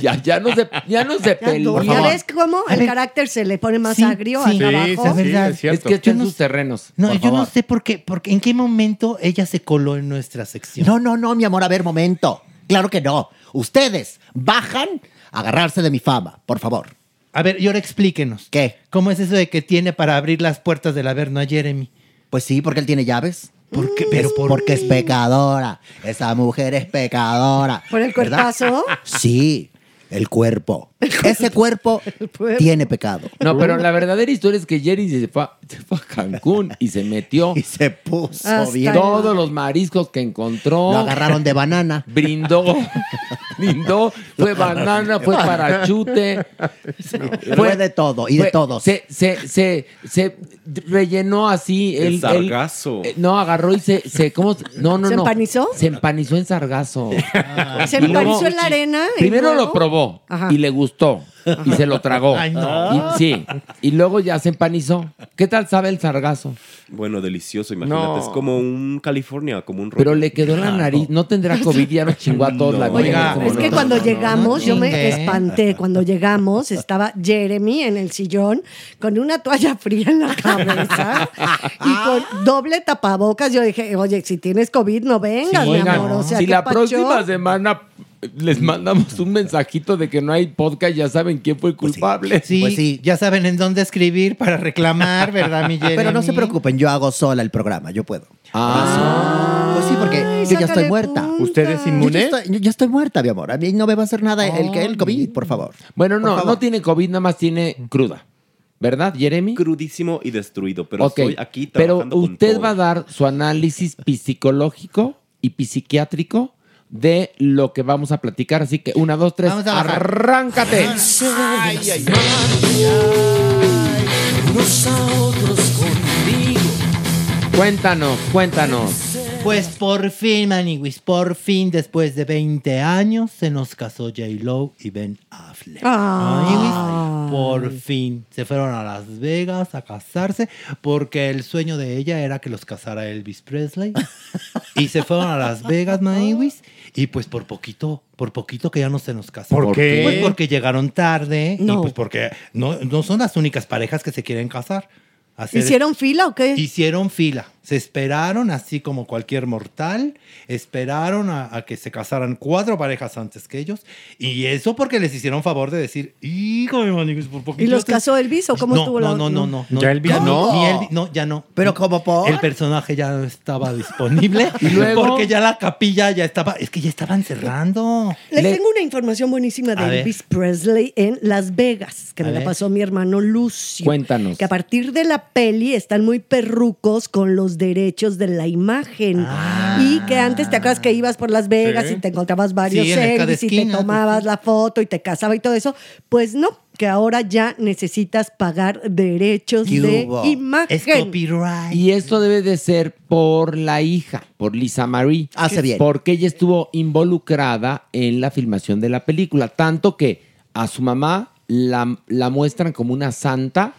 Speaker 3: Ya, ya no se, ya no se
Speaker 4: Ya,
Speaker 3: peló.
Speaker 4: ¿Ya ves cómo el carácter se le pone más
Speaker 6: Sí,
Speaker 4: agrio
Speaker 6: sí.
Speaker 4: acá
Speaker 6: Sí,
Speaker 4: abajo?
Speaker 6: sí, verdad.
Speaker 5: es
Speaker 3: Es
Speaker 5: cierto.
Speaker 3: que está
Speaker 6: Yo
Speaker 3: en
Speaker 6: no
Speaker 3: sus
Speaker 6: sé.
Speaker 3: terrenos.
Speaker 6: No,
Speaker 3: por
Speaker 6: yo no
Speaker 3: favor.
Speaker 6: sé por qué, porque en qué momento ella se coló en nuestra sección.
Speaker 8: No, no, no, mi amor, a ver, momento. Claro que no. Ustedes bajan a agarrarse de mi fama, por favor.
Speaker 6: A ver, y ahora explíquenos.
Speaker 8: ¿Qué?
Speaker 6: ¿Cómo es eso de que tiene para abrir las puertas del averno a Jeremy?
Speaker 8: Pues sí, porque él tiene llaves.
Speaker 6: ¿Por qué? Pero
Speaker 8: Es
Speaker 6: por-
Speaker 8: porque es pecadora. Esa mujer es pecadora.
Speaker 4: ¿Por el
Speaker 8: ¿Verdad?
Speaker 4: cuerpazo?
Speaker 8: Sí, el cuerpo. Ese cuerpo
Speaker 4: cuerpo.
Speaker 8: tiene pecado.
Speaker 3: No, pero la verdadera historia es que Jerry se fue, a- se fue a Cancún y se
Speaker 6: *laughs*
Speaker 3: metió
Speaker 8: Y se puso
Speaker 4: Hasta
Speaker 8: bien.
Speaker 3: todos los mariscos que encontró.
Speaker 8: Lo agarraron de banana.
Speaker 3: brindó, brindó, fue banana, fue parachute,
Speaker 6: *laughs*
Speaker 8: Fue de todo y de
Speaker 3: fue-
Speaker 8: todos.
Speaker 3: Se, se, se, se rellenó así
Speaker 11: El
Speaker 3: el,
Speaker 11: sargazo.
Speaker 3: eh, no, agarró y se, se ¿cómo? se- No, no,
Speaker 4: ¿Se
Speaker 3: no.
Speaker 4: empanizó?
Speaker 3: Se empanizó en sargazo.
Speaker 4: Se
Speaker 3: Y luego-
Speaker 4: empanizó en la arena. y
Speaker 3: Primero
Speaker 4: luego-
Speaker 3: lo probó
Speaker 4: Ajá.
Speaker 3: y le gustó y se lo tragó.
Speaker 6: Ay, no.
Speaker 3: Y- sí. Y luego ya se empanizó. ¿Qué tal sabe el sargazo?
Speaker 11: Bueno, delicioso, imagínate.
Speaker 3: No.
Speaker 11: Es como un California, como un rollo.
Speaker 3: Pero le quedó la nariz. No tendrá COVID, ya nos chingó a todos la
Speaker 11: Oiga,
Speaker 3: vida.
Speaker 4: Es que
Speaker 11: No,
Speaker 4: cuando
Speaker 11: no, no,
Speaker 4: llegamos,
Speaker 6: no,
Speaker 4: yo me
Speaker 6: chingue.
Speaker 4: espanté. Cuando llegamos, estaba Jeremy en el sillón con una toalla fría en la cabeza y con doble tapabocas. Yo dije, oye, si tienes COVID, no vengas,
Speaker 3: Sí,
Speaker 4: mi
Speaker 3: oigan,
Speaker 4: amor. O sea,
Speaker 3: si
Speaker 4: ¿qué
Speaker 3: la
Speaker 4: pacho?
Speaker 3: próxima semana les mandamos un mensajito de que no hay podcast, ya saben quién fue el culpable.
Speaker 6: Sí,
Speaker 8: Pues sí.
Speaker 6: ya saben en dónde escribir para reclamar, ¿verdad, mi
Speaker 8: *laughs*
Speaker 6: Jeremy?
Speaker 8: Pero no se preocupen, yo hago sola el programa, yo puedo.
Speaker 6: Ah.
Speaker 8: Pues sí, porque
Speaker 4: Ay,
Speaker 8: yo ya estoy
Speaker 4: sácale
Speaker 8: muerta.
Speaker 4: punta.
Speaker 5: ¿Usted es
Speaker 8: Yo ya
Speaker 5: inmune?
Speaker 8: estoy, yo ya estoy muerta, mi amor. A mí no me va a hacer nada el, que el COVID, por favor.
Speaker 3: Bueno,
Speaker 8: Por
Speaker 3: no,
Speaker 8: favor.
Speaker 3: no tiene COVID, nada más tiene cruda. ¿Verdad, Jeremy?
Speaker 11: Crudísimo y destruido, pero
Speaker 3: Ok.
Speaker 11: estoy aquí
Speaker 3: Pero
Speaker 11: trabajando con
Speaker 3: usted
Speaker 11: todo.
Speaker 3: va a dar su análisis psicológico y psiquiátrico de lo que vamos a platicar. Así que, una, dos, tres,
Speaker 6: Vamos a bajar.
Speaker 3: arráncate. Cuéntanos, cuéntanos.
Speaker 6: Pues por fin, Maniwis, por fin, después de 20 años, se nos casó J-Lo y Ben Affleck.
Speaker 4: Ah.
Speaker 6: Maniwis, por fin, se fueron a Las Vegas a casarse porque el sueño de ella era que los casara Elvis
Speaker 4: *laughs*
Speaker 6: Presley. y se fueron a Las Vegas, Maniwis, y pues por poquito, por poquito que ya no se nos casó.
Speaker 5: ¿Por qué?
Speaker 6: Pues porque llegaron tarde
Speaker 4: No.
Speaker 6: y pues porque no, no son las únicas parejas que se quieren casar. hacer-
Speaker 4: ¿Hicieron fila o qué?
Speaker 6: Hicieron fila. Se esperaron, así como cualquier mortal, esperaron a, a que se casaran cuatro parejas antes que ellos. Y eso porque les hicieron favor de decir, hijo de manigos, por poquito.
Speaker 4: ¿Y los
Speaker 6: te-
Speaker 4: casó Elvis o cómo
Speaker 6: no,
Speaker 4: estuvo
Speaker 6: no,
Speaker 4: la
Speaker 6: no, no, no, no.
Speaker 5: ¿Ya Elvis
Speaker 6: Ya no.
Speaker 5: no?
Speaker 6: ni Elvis- no, ya no.
Speaker 8: Pero como por.
Speaker 6: El personaje ya no estaba disponible porque ya la capilla ya estaba, es que ya estaban cerrando.
Speaker 4: Les tengo una información buenísima de
Speaker 6: A ver.
Speaker 4: Elvis Presley en Las Vegas, que
Speaker 6: A
Speaker 4: me la
Speaker 6: ver.
Speaker 4: pasó mi hermano Lucio.
Speaker 3: Cuéntanos.
Speaker 4: Que a partir de la peli están muy perrucos con los derechos de la imagen. Y que antes te acuerdas que ibas por Las Vegas
Speaker 5: Sí.
Speaker 4: y te encontrabas varios
Speaker 6: Sí, en cada
Speaker 4: Elvis y te
Speaker 6: esquina,
Speaker 4: tomabas
Speaker 6: pues,
Speaker 4: la foto y te casaba y todo eso. Pues no, que ahora ya necesitas pagar derechos
Speaker 6: ¿Qué
Speaker 4: de
Speaker 6: hubo?
Speaker 4: imagen.
Speaker 6: Es copyright.
Speaker 3: Y esto debe de ser por la hija, por Lisa Marie.
Speaker 4: Ah,
Speaker 8: Hace bien.
Speaker 3: Porque ella estuvo involucrada en la filmación de la película. Tanto que a su mamá la, la muestran como una santa.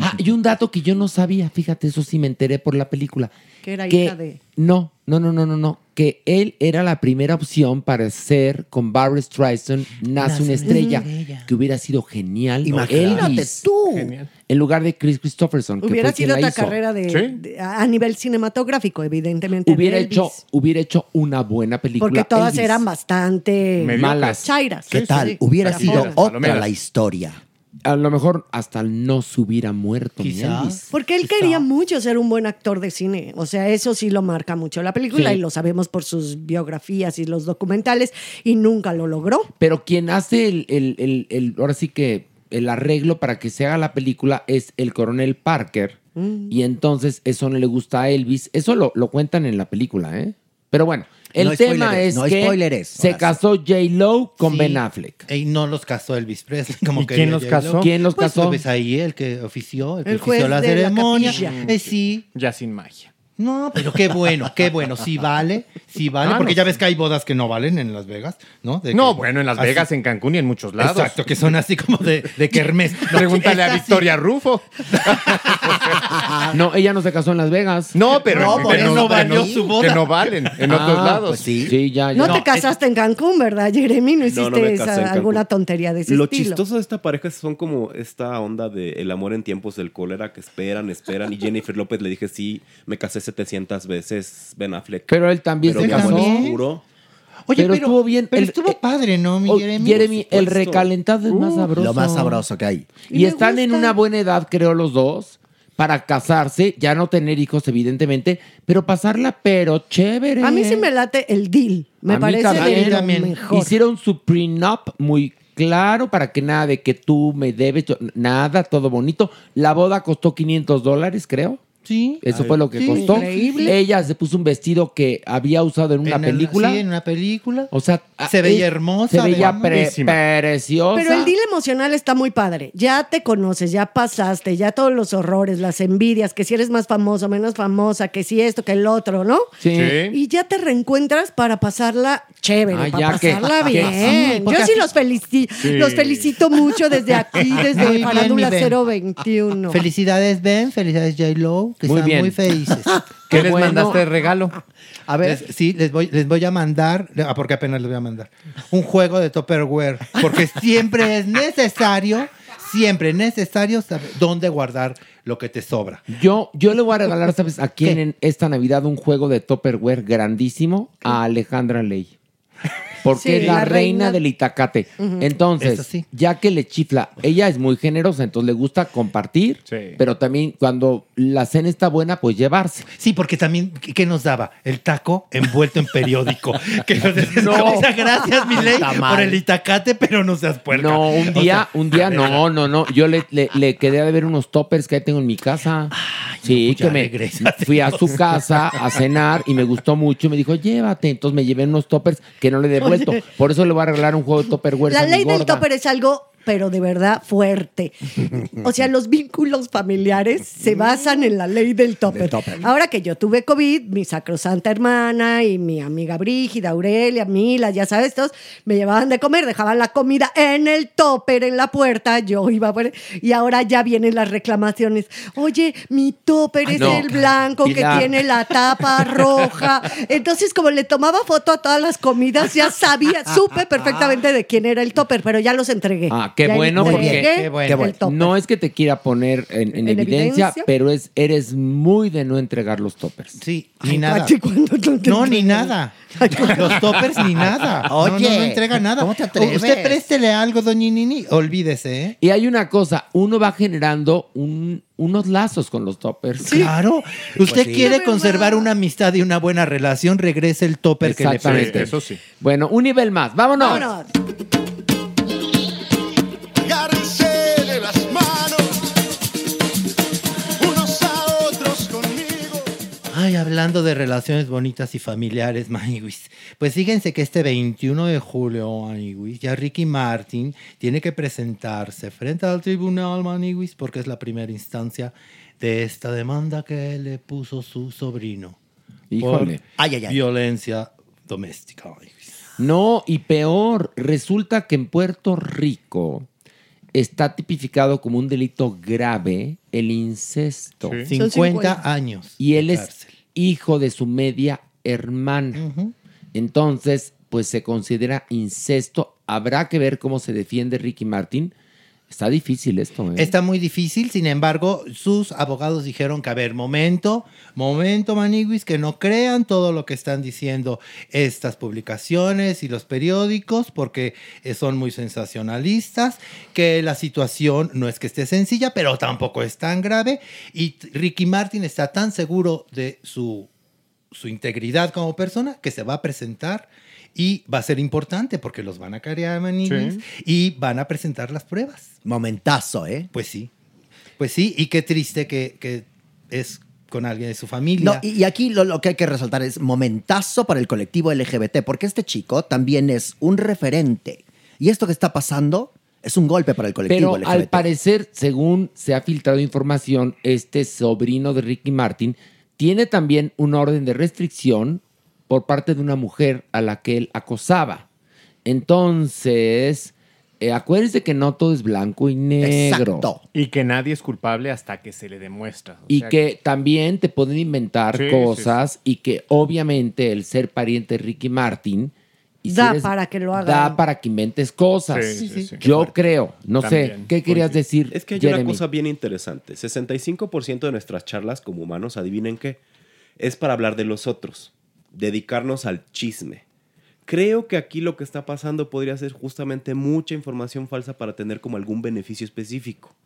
Speaker 3: Ah, y un dato que yo no sabía, fíjate, eso sí me enteré por la película.
Speaker 4: Que era hija de-
Speaker 3: No, no, no, no, no, no. Que él era la primera opción para ser con Barry Streisand Nace una estrella. Que hubiera sido genial.
Speaker 8: Imagínate
Speaker 3: Elvis,
Speaker 8: tú.
Speaker 5: Genial.
Speaker 3: En lugar de Chris Christopherson. que
Speaker 4: Uh, Hubiera
Speaker 3: fue quien
Speaker 4: sido otra
Speaker 3: la hizo.
Speaker 4: carrera de,
Speaker 5: Sí.
Speaker 4: de- a a nivel cinematográfico, evidentemente. de
Speaker 3: hubiera
Speaker 4: Elvis.
Speaker 3: hecho, hubiera hecho una buena película.
Speaker 4: Porque todas
Speaker 3: Elvis.
Speaker 4: eran bastante
Speaker 5: Mediocres.
Speaker 3: Malas.
Speaker 4: chairas.
Speaker 8: ¿Qué
Speaker 5: Sí,
Speaker 8: tal?
Speaker 5: sí.
Speaker 8: Hubiera
Speaker 5: Para
Speaker 8: sido
Speaker 5: pobres,
Speaker 8: otra
Speaker 5: palomeras.
Speaker 8: la historia.
Speaker 3: A lo mejor hasta no se hubiera muerto. mi
Speaker 6: Quizá.
Speaker 3: Elvis.
Speaker 4: Porque él quería mucho ser un buen actor de cine. O sea, eso sí lo marca mucho la película
Speaker 3: Sí.
Speaker 4: y lo sabemos por sus biografías y los documentales y nunca lo logró.
Speaker 3: Pero quien hace el, el- el- el- ahora sí que el arreglo para que se haga la película es el coronel Parker.
Speaker 4: Mm.
Speaker 3: Y entonces eso no le gusta a Elvis. Eso lo, lo cuentan en la película, ¿eh? Pero bueno, el
Speaker 8: No
Speaker 3: tema
Speaker 8: spoileres,
Speaker 3: es
Speaker 8: no
Speaker 3: que
Speaker 8: spoileres.
Speaker 3: se
Speaker 8: Ahora sí.
Speaker 3: casó J. Lo con
Speaker 6: Sí.
Speaker 3: Ben Affleck.
Speaker 6: Y no los casó Elvis Presley. Como
Speaker 5: ¿Y
Speaker 6: quería
Speaker 5: quién los
Speaker 6: J-Lo.
Speaker 5: casó?
Speaker 3: ¿Quién los
Speaker 6: ¿Eh? Pues,
Speaker 3: casó?
Speaker 6: pues, ahí el que ofició, el que
Speaker 4: El juez
Speaker 6: ofició la
Speaker 4: de la
Speaker 6: ceremonia.
Speaker 4: capilla.
Speaker 6: Eh, sí.
Speaker 5: Ya sin magia.
Speaker 6: No, pero qué bueno, qué bueno. Sí vale, sí vale.
Speaker 5: Ah,
Speaker 6: porque
Speaker 5: no.
Speaker 6: ya ves que hay bodas que no valen en Las Vegas, ¿no? De
Speaker 5: No,
Speaker 6: que-
Speaker 5: bueno, en Las
Speaker 6: así-
Speaker 5: Vegas, en Cancún y en muchos lados.
Speaker 6: Exacto, que son así como de, de
Speaker 5: *laughs*
Speaker 6: kermés. No,
Speaker 5: Pregúntale a
Speaker 6: esta *laughs* sí.
Speaker 5: Victoria Rufo.
Speaker 3: *laughs* No, ella no se casó en Las Vegas.
Speaker 5: No, pero
Speaker 6: No, por
Speaker 5: que
Speaker 6: eso
Speaker 5: no-
Speaker 6: valió
Speaker 5: que no-
Speaker 6: su boda.
Speaker 5: Que no valen en otros
Speaker 3: Ah,
Speaker 5: lados.
Speaker 3: pues sí. Sí, ya, ya.
Speaker 4: No, te casaste en Cancún, ¿verdad, Jeremy? No hiciste
Speaker 11: No, no me casé
Speaker 4: esa-
Speaker 11: en Cancún.
Speaker 4: alguna tontería de ese
Speaker 11: Lo
Speaker 4: estilo.
Speaker 11: chistoso de esta pareja son como esta onda de el amor en tiempos del cólera que esperan, esperan. Y Jennifer López le dije, sí, me casé 700 veces, Ben Affleck.
Speaker 3: Pero él también
Speaker 11: Pero
Speaker 3: se
Speaker 11: mi amor
Speaker 3: casó.
Speaker 11: es puro.
Speaker 6: Oye,
Speaker 3: Pero
Speaker 6: pero,
Speaker 3: estuvo bien.
Speaker 6: pero
Speaker 3: El-
Speaker 6: estuvo
Speaker 3: eh,
Speaker 6: padre, ¿no, mi
Speaker 3: Oh,
Speaker 6: Jeremy?
Speaker 3: Jeremy,
Speaker 11: Por
Speaker 3: el
Speaker 11: supuesto.
Speaker 3: recalentado es más sabroso.
Speaker 8: Lo más sabroso que hay.
Speaker 3: Y
Speaker 4: Me
Speaker 3: están en
Speaker 4: gusta.
Speaker 3: una buena edad, creo, los dos, para casarse, ya no tener hijos, evidentemente, pero pasarla, pero chévere.
Speaker 4: A mí sí me late el deal. Me
Speaker 3: A mí
Speaker 4: parece
Speaker 3: también.
Speaker 4: de lo
Speaker 6: También.
Speaker 4: mejor.
Speaker 3: Hicieron su prenup muy claro para que nada de que tú me debes, yo- nada, todo bonito. La boda costó 500 dólares, creo.
Speaker 6: Sí.
Speaker 3: Eso fue lo que
Speaker 6: sí,
Speaker 3: costó.
Speaker 6: increíble.
Speaker 3: Ella se puso un vestido que había usado en una
Speaker 6: En el-
Speaker 3: película.
Speaker 6: sí, en una película.
Speaker 3: O sea,
Speaker 6: Se
Speaker 3: ah,
Speaker 6: veía
Speaker 3: eh,
Speaker 6: hermosa,
Speaker 3: Se veía
Speaker 6: además.
Speaker 3: pre-
Speaker 5: Guapísima.
Speaker 3: preciosa.
Speaker 4: Pero el deal emocional está muy padre. Ya te conoces, ya pasaste, ya todos los horrores, las envidias, que si eres más famoso, menos famosa, que si esto, que el otro, ¿no?
Speaker 3: Sí.
Speaker 4: Y ya te reencuentras para pasarla chévere,
Speaker 3: Ah,
Speaker 4: para
Speaker 3: ya que-
Speaker 4: pasarla
Speaker 3: que-
Speaker 4: bien.
Speaker 6: sí, porque
Speaker 4: Yo sí
Speaker 6: así-
Speaker 4: los, felicito, los felicito mucho desde aquí,
Speaker 6: Muy
Speaker 4: desde
Speaker 6: bien,
Speaker 4: Farándula
Speaker 6: mi Ben.
Speaker 4: 021.
Speaker 6: Felicidades, Ben. Felicidades, J-Lo. Que
Speaker 3: Muy
Speaker 6: sean
Speaker 3: bien.
Speaker 6: muy felices.
Speaker 5: ¿Qué
Speaker 3: Qué
Speaker 5: les
Speaker 3: bueno.
Speaker 5: mandaste de regalo?
Speaker 6: A ver. *laughs* Les- sí, les voy, les voy a mandar, ah, porque apenas les voy a mandar, un juego de Tupperware. Porque siempre es necesario, siempre es necesario saber dónde guardar lo que te sobra.
Speaker 3: Yo, yo le voy a regalar, ¿sabes? A quién en esta Navidad un juego de Topperware grandísimo a Alejandra Ley. Porque
Speaker 4: Sí,
Speaker 3: es la,
Speaker 4: la
Speaker 3: reina,
Speaker 4: reina.
Speaker 3: del Itacate.
Speaker 6: Eso
Speaker 3: Entonces,
Speaker 6: sí.
Speaker 3: ya que le chifla, ella es muy generosa, entonces le gusta compartir,
Speaker 5: Sí.
Speaker 3: pero también cuando la cena está buena, pues llevarse.
Speaker 6: Sí, porque también, ¿qué qué nos daba? El taco envuelto en periódico. que nos decía, o sea, gracias, mi ley, por el itacate, pero no seas puerca.
Speaker 3: No, un día,
Speaker 6: O sea,
Speaker 3: un día, no, no, no. Yo le, le, le quedé de ver unos toppers que ahí tengo en mi casa. sí,
Speaker 6: no, ya
Speaker 3: que me
Speaker 6: *laughs* regrésate.
Speaker 3: fui a su casa a cenar y me gustó mucho. Y me dijo, llévate. Entonces me llevé unos toppers que no le he devuelto. Por eso le voy a regalar un juego de topperware.
Speaker 4: La
Speaker 3: a mi
Speaker 4: ley del
Speaker 3: gorda.
Speaker 4: topper es algo, pero de verdad fuerte. O sea, los vínculos familiares se basan en la ley del topper. Ahora que yo tuve COVID, mi sacrosanta hermana y mi amiga Brígida, Aurelia, Mila, ya sabes, todos me llevaban de comer, dejaban la comida en el topper, en la puerta, yo iba a poner, y ahora ya vienen las reclamaciones. Oye, mi topper
Speaker 3: Ah,
Speaker 4: es
Speaker 3: no.
Speaker 4: el blanco
Speaker 3: Pilar.
Speaker 4: que tiene la tapa roja. Entonces, como le tomaba foto a todas las comidas, ya sabía, supe perfectamente de quién era el topper, pero ya los entregué.
Speaker 3: Ah, Qué
Speaker 4: Ya
Speaker 3: bueno
Speaker 4: llegué
Speaker 3: porque
Speaker 4: Qué bueno. del topper.
Speaker 3: no es que te quiera poner en, en
Speaker 4: ¿En
Speaker 3: evidencia,
Speaker 4: evidencia?
Speaker 3: pero es eres muy de no entregar los toppers.
Speaker 6: Sí,
Speaker 3: ni
Speaker 6: nada. Pati, No, ni
Speaker 3: *laughs*
Speaker 6: nada. Los toppers ni nada. Oye. No, no entrega nada.
Speaker 3: ¿cómo te atreves?
Speaker 6: Usted préstele algo, doña Nini. Olvídese, ¿eh?
Speaker 3: Y hay una cosa, uno va generando un- unos lazos con los toppers.
Speaker 6: Claro.
Speaker 3: Pues
Speaker 6: Usted
Speaker 3: sí.
Speaker 6: quiere conservar una amistad y una buena relación, regrese el topper que le
Speaker 3: Exactamente.
Speaker 6: preste.
Speaker 3: Eso sí. Bueno, un nivel más. ¡Vámonos!
Speaker 9: Agárrense de las manos unos a otros conmigo.
Speaker 6: Ay, hablando de relaciones bonitas y familiares, *laughs* Maniwis. Pues fíjense que este 21 de julio, Maniwis, ya Ricky Martin tiene que presentarse frente al tribunal, Maniwis, porque es la primera instancia de esta demanda que le puso su sobrino.
Speaker 3: Híjole.
Speaker 6: Ay, ay, ay. Violencia doméstica, Maniwis.
Speaker 3: No, y peor, resulta que en Puerto Rico está tipificado como un delito grave el incesto.
Speaker 6: Sí. 50 Son 50 años
Speaker 3: Y él es hijo de su media
Speaker 6: Mm.
Speaker 3: hermana. Entonces, pues se considera incesto. Habrá que ver cómo se defiende Ricky Martin. Está difícil esto, ¿eh?
Speaker 6: Está muy difícil, sin embargo, sus abogados dijeron que, a ver, momento, momento, Maniguis, que no crean todo lo que están diciendo estas publicaciones y los periódicos, porque eh, son muy sensacionalistas, que la situación no es que esté sencilla, pero tampoco es tan grave, y t- Ricky Martin está tan seguro de su, su integridad como persona que se va a presentar. Y va a ser importante porque los van a carear, Maniguis,
Speaker 10: Sí.
Speaker 6: y van a presentar las pruebas.
Speaker 10: Momentazo, ¿eh?
Speaker 6: Pues sí. Pues sí, y qué triste que, que es con alguien de su familia.
Speaker 10: No, y, y aquí lo, lo que hay que resaltar es momentazo para el colectivo LGBT, porque este chico también es un referente. Y esto que está pasando es un golpe para el colectivo
Speaker 3: Pero
Speaker 10: LGBT.
Speaker 3: al parecer, según se ha filtrado información, este sobrino de Ricky Martin tiene también una orden de restricción por parte de una mujer a la que él acosaba. Entonces, eh, acuérdense que no todo es blanco y negro.
Speaker 5: Y que nadie es culpable hasta que se le demuestra. O
Speaker 3: Y
Speaker 5: sea,
Speaker 3: que también te pueden inventar
Speaker 5: Sí, sí,
Speaker 3: cosas y que obviamente el ser pariente de Ricky Martin y si
Speaker 4: Da
Speaker 3: eres-
Speaker 4: para que lo hagan.
Speaker 3: da para que inventes cosas.
Speaker 11: Sí, sí, sí.
Speaker 3: Yo creo, no sé, ¿qué querías
Speaker 11: Oye,
Speaker 3: decir?
Speaker 11: Es que hay
Speaker 3: Jeremy?
Speaker 11: una cosa bien interesante. 65% de nuestras charlas como humanos, adivinen qué, es para hablar de los otros, dedicarnos al chisme. Creo que aquí lo que está pasando podría ser justamente mucha información falsa para tener como algún beneficio específico.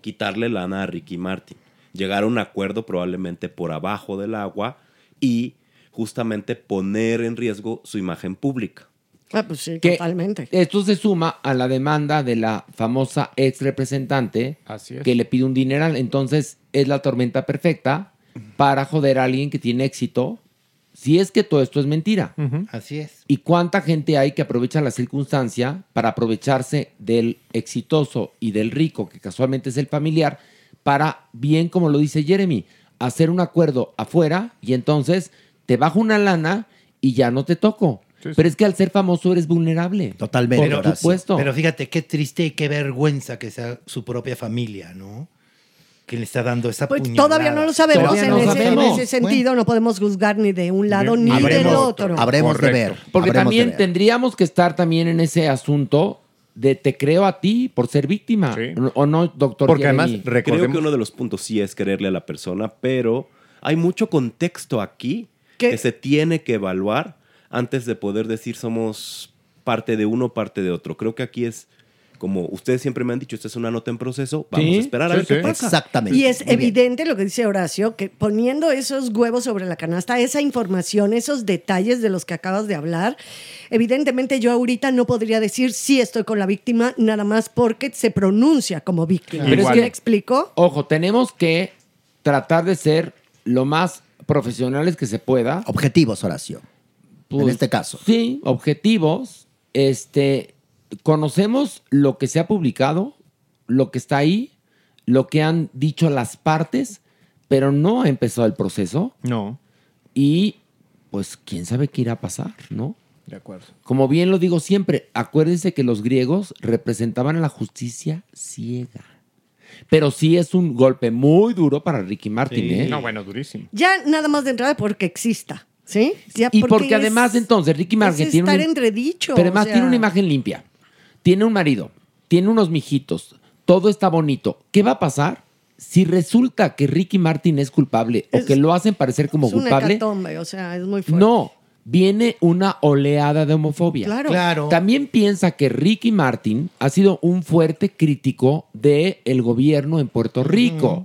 Speaker 11: Quitarle lana a Ricky Martin, llegar a un acuerdo probablemente por abajo del agua y justamente poner en riesgo su imagen pública.
Speaker 4: Ah, pues sí,
Speaker 3: Que-
Speaker 4: totalmente.
Speaker 3: Esto se suma a la demanda de la famosa ex representante
Speaker 5: es.
Speaker 3: que le pide un dineral. Entonces es la tormenta perfecta para joder a alguien que tiene éxito. Si es que todo esto es mentira.
Speaker 6: Mm. Así es.
Speaker 3: ¿Y cuánta gente hay que aprovecha la circunstancia para aprovecharse del exitoso y del rico, que casualmente es el familiar, para, bien como lo dice Jeremy, hacer un acuerdo afuera y entonces te bajo una lana y ya no te toco?
Speaker 6: Sí, sí.
Speaker 3: Pero es que al ser famoso eres vulnerable.
Speaker 6: Totalmente.
Speaker 3: Por
Speaker 6: Pero,
Speaker 3: supuesto.
Speaker 6: pero fíjate qué triste y qué vergüenza que sea su propia familia, ¿no? Que le está dando esa
Speaker 4: Pues
Speaker 6: puñalada.
Speaker 4: todavía no lo sabemos.
Speaker 6: Todavía
Speaker 4: en,
Speaker 6: no
Speaker 4: ese, en
Speaker 6: sabemos.
Speaker 4: ese sentido no podemos juzgar ni de un lado ni del otro.
Speaker 3: Porque
Speaker 10: habremos de
Speaker 3: también
Speaker 10: ver.
Speaker 3: tendríamos que estar también en ese asunto de te creo a ti por ser víctima. ¿O no, doctor? Jeremy?
Speaker 11: Creo que uno de los puntos sí es creerle a la persona, pero hay mucho contexto aquí
Speaker 4: ¿Qué?
Speaker 11: que se tiene que evaluar antes de poder decir somos parte de uno, parte de otro. Creo que aquí es como ustedes siempre me han dicho, esta es una nota en proceso, vamos
Speaker 10: Sí,
Speaker 11: a esperar a
Speaker 10: sí,
Speaker 11: ver qué
Speaker 10: sí.
Speaker 11: pasa.
Speaker 10: Exactamente.
Speaker 4: Y es evidente lo que dice Horacio, que poniendo esos huevos sobre la canasta, esa información, esos detalles de los que acabas de hablar, evidentemente yo ahorita no podría decir sí estoy con la víctima, nada más porque se pronuncia como víctima.
Speaker 3: Pero es
Speaker 4: ¿Sí
Speaker 3: que-
Speaker 4: ¿Me explico?
Speaker 3: Ojo, tenemos que tratar de ser lo más profesionales que se pueda.
Speaker 10: Objetivos, Horacio. en
Speaker 3: Pues,
Speaker 10: este caso.
Speaker 3: Sí, objetivos. Este, conocemos lo que se ha publicado, lo que está ahí, lo que han dicho las partes, pero no ha empezado el proceso.
Speaker 5: No.
Speaker 3: Y pues quién sabe qué irá a pasar, ¿no?
Speaker 5: De acuerdo.
Speaker 3: Como bien lo digo siempre, acuérdense que los griegos representaban a la justicia ciega. Pero sí es un golpe muy duro para Ricky Martin, ¿eh?
Speaker 5: No, bueno, durísimo.
Speaker 4: Ya nada más de entrada porque exista, ¿sí? Ya
Speaker 3: Y porque,
Speaker 4: Ah, es-
Speaker 3: además entonces Ricky
Speaker 4: es
Speaker 3: Martin tiene
Speaker 4: estar
Speaker 3: una,
Speaker 4: entredicho.
Speaker 3: pero
Speaker 4: o
Speaker 3: además
Speaker 4: sea,
Speaker 3: tiene una imagen limpia. Tiene un marido tiene unos mijitos, todo está bonito. ¿Qué va a pasar si resulta que Ricky Martin es culpable o que lo hacen parecer como
Speaker 4: es una
Speaker 3: culpable?
Speaker 4: hecatombe, o sea, es muy fuerte.
Speaker 3: No, viene una oleada de homofobia.
Speaker 4: Claro. Claro.
Speaker 3: También piensa que Ricky Martin ha sido un fuerte crítico del el gobierno en Puerto Rico.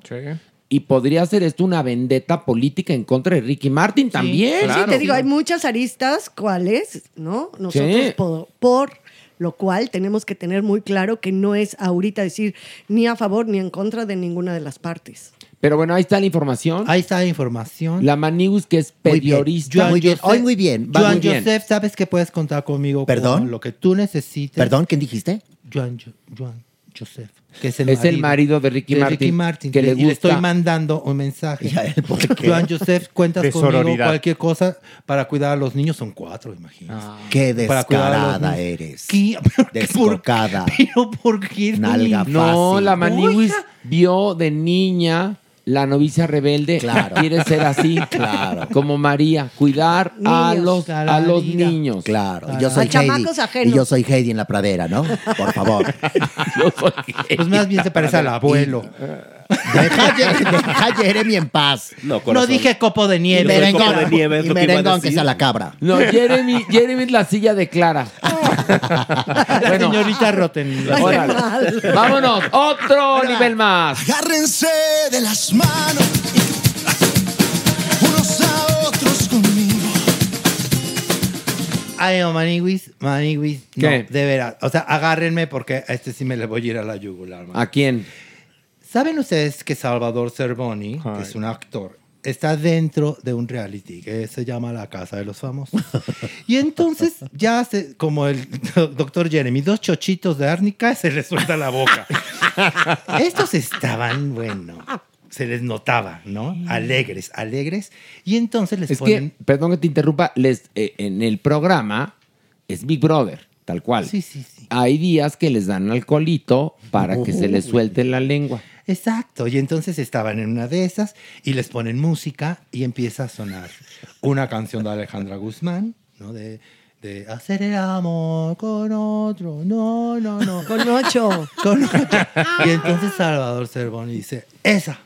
Speaker 3: Y podría ser esto una vendetta política en contra de Ricky Martin también.
Speaker 4: Sí, te digo, hay muchas aristas, ¿cuáles? ¿No? Nosotros
Speaker 3: Sí.
Speaker 4: po- por, lo cual tenemos que tener muy claro que no es ahorita decir ni a favor ni en contra de ninguna de las partes.
Speaker 3: Pero bueno, ahí está la información. Ahí
Speaker 6: está la información.
Speaker 3: La Manigus, que es
Speaker 6: Muy bien.
Speaker 3: periodista.
Speaker 6: Joan Joseph- Joan
Speaker 3: Muy bien.
Speaker 6: Joseph, sabes que puedes contar conmigo.
Speaker 3: Perdón.
Speaker 6: con lo que tú necesites.
Speaker 3: Perdón,
Speaker 6: ¿quién dijiste? Joan, Jo- Joan Joseph. Que es el,
Speaker 3: Es el marido de Ricky Martin, que
Speaker 6: Que le,
Speaker 3: le
Speaker 6: y le
Speaker 3: gusta-
Speaker 6: estoy mandando un mensaje.
Speaker 3: qué?
Speaker 6: Joan Joseph, cuentas
Speaker 3: De
Speaker 6: conmigo
Speaker 3: sororidad.
Speaker 6: cualquier cosa para cuidar a los niños. Son cuatro, imagínate.
Speaker 3: Ah.
Speaker 12: Qué
Speaker 6: Para cuidar a los
Speaker 12: descarada
Speaker 6: niños.
Speaker 12: eres.
Speaker 6: *laughs* ¿Qué?
Speaker 12: Descocada.
Speaker 6: ¿Pero por qué?
Speaker 12: Nalga
Speaker 3: No,
Speaker 12: fácil.
Speaker 3: la Maniwis vio de niña la novicia rebelde.
Speaker 12: Claro.
Speaker 3: Quiere ser así.
Speaker 12: Claro.
Speaker 3: Como María. Cuidar a
Speaker 12: Niños.
Speaker 3: los, a los niños.
Speaker 12: Claro. Y yo soy
Speaker 4: A
Speaker 12: Heidi.
Speaker 4: chamacos
Speaker 12: Y
Speaker 4: ajenos.
Speaker 12: yo soy Heidi en la pradera, ¿no? Por
Speaker 9: *laughs*
Speaker 12: favor.
Speaker 6: Pues más bien se parece
Speaker 3: *laughs*
Speaker 6: al abuelo.
Speaker 12: Deja, a Jere- deja a Jeremy en paz.
Speaker 6: No dije copo de nieve.
Speaker 12: Y merengón. Y merengón, que sea la cabra.
Speaker 3: No, Jeremy, Jeremy es la silla de Clara.
Speaker 6: *laughs* La señorita
Speaker 3: *laughs*
Speaker 6: Rotten.
Speaker 3: Órale. Vámonos, otro nivel más.
Speaker 9: Agárrense de las manos, unos a otros conmigo.
Speaker 6: Ay, no, Maniwis, Maniwis. No,
Speaker 3: ¿Qué?
Speaker 6: de veras. O sea, agárrenme porque a este sí me le voy a ir a la yugular. man.
Speaker 3: ¿A quién?
Speaker 6: ¿Saben ustedes que Salvador Cervoni, que es un actor, está dentro de un reality que se llama La Casa de los
Speaker 3: *laughs*
Speaker 6: Famosos? y entonces ya hace, como el *laughs* doctor Jeremy, dos chochitos de árnica y se le suelta la
Speaker 3: *laughs*
Speaker 6: boca. Estos estaban, bueno, se les notaba, ¿no? Alegres, alegres. Y entonces les
Speaker 3: Mm. Es
Speaker 6: ponen...
Speaker 3: que, perdón que te interrumpa, les, eh, en el programa es Big Brother, tal cual.
Speaker 6: Sí, sí, sí.
Speaker 3: Hay días que les dan alcoholito para que se les
Speaker 6: Uy.
Speaker 3: suelte la lengua.
Speaker 6: Exacto, y entonces estaban en una de esas y les ponen música y empieza a sonar una canción de Alejandra Guzmán, ¿no? De, de hacer el amor con otro, no, no, no.
Speaker 4: Con ocho.
Speaker 6: Con ocho. Y entonces Salvador Cervón dice, esa,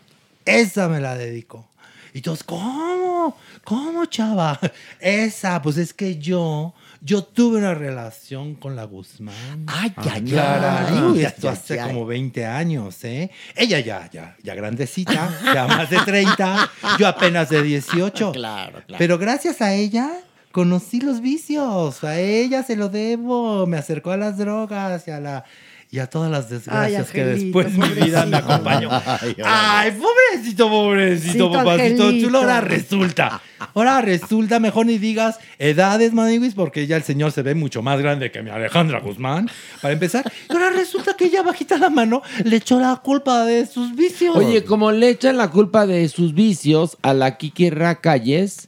Speaker 6: esa me la dedico. Y todos, ¿cómo? ¿Cómo, chava? Esa, pues es que yo, yo tuve una relación con la Guzmán. Ay,
Speaker 12: ay,
Speaker 6: Clara,
Speaker 12: ay,
Speaker 6: uy,
Speaker 12: ay,
Speaker 6: esto
Speaker 12: ay,
Speaker 6: hace
Speaker 12: ay.
Speaker 6: como 20 años, ¿eh? Ella ya, ya, ya grandecita, ya más de 30, yo apenas de 18.
Speaker 12: *laughs* Claro, claro.
Speaker 6: Pero gracias a ella conocí los vicios, a ella se lo debo, me acercó a las drogas y a la y a todas las desgracias que
Speaker 12: Angelito,
Speaker 6: después mi vida me
Speaker 12: pobrecito.
Speaker 6: acompañó.
Speaker 12: *laughs* Ay,
Speaker 6: Ay, pobrecito, pobrecito,
Speaker 12: Cito
Speaker 6: papacito
Speaker 12: Angelito.
Speaker 6: chulo, ahora resulta. Ahora resulta, mejor ni digas edades, maniguis, porque ya el señor se ve mucho más grande que mi Alejandra Guzmán, para empezar. Y ahora resulta que ella bajita la mano le echó la culpa de sus vicios.
Speaker 3: Oye, como le echan la culpa de sus vicios a la Kiki Racalles,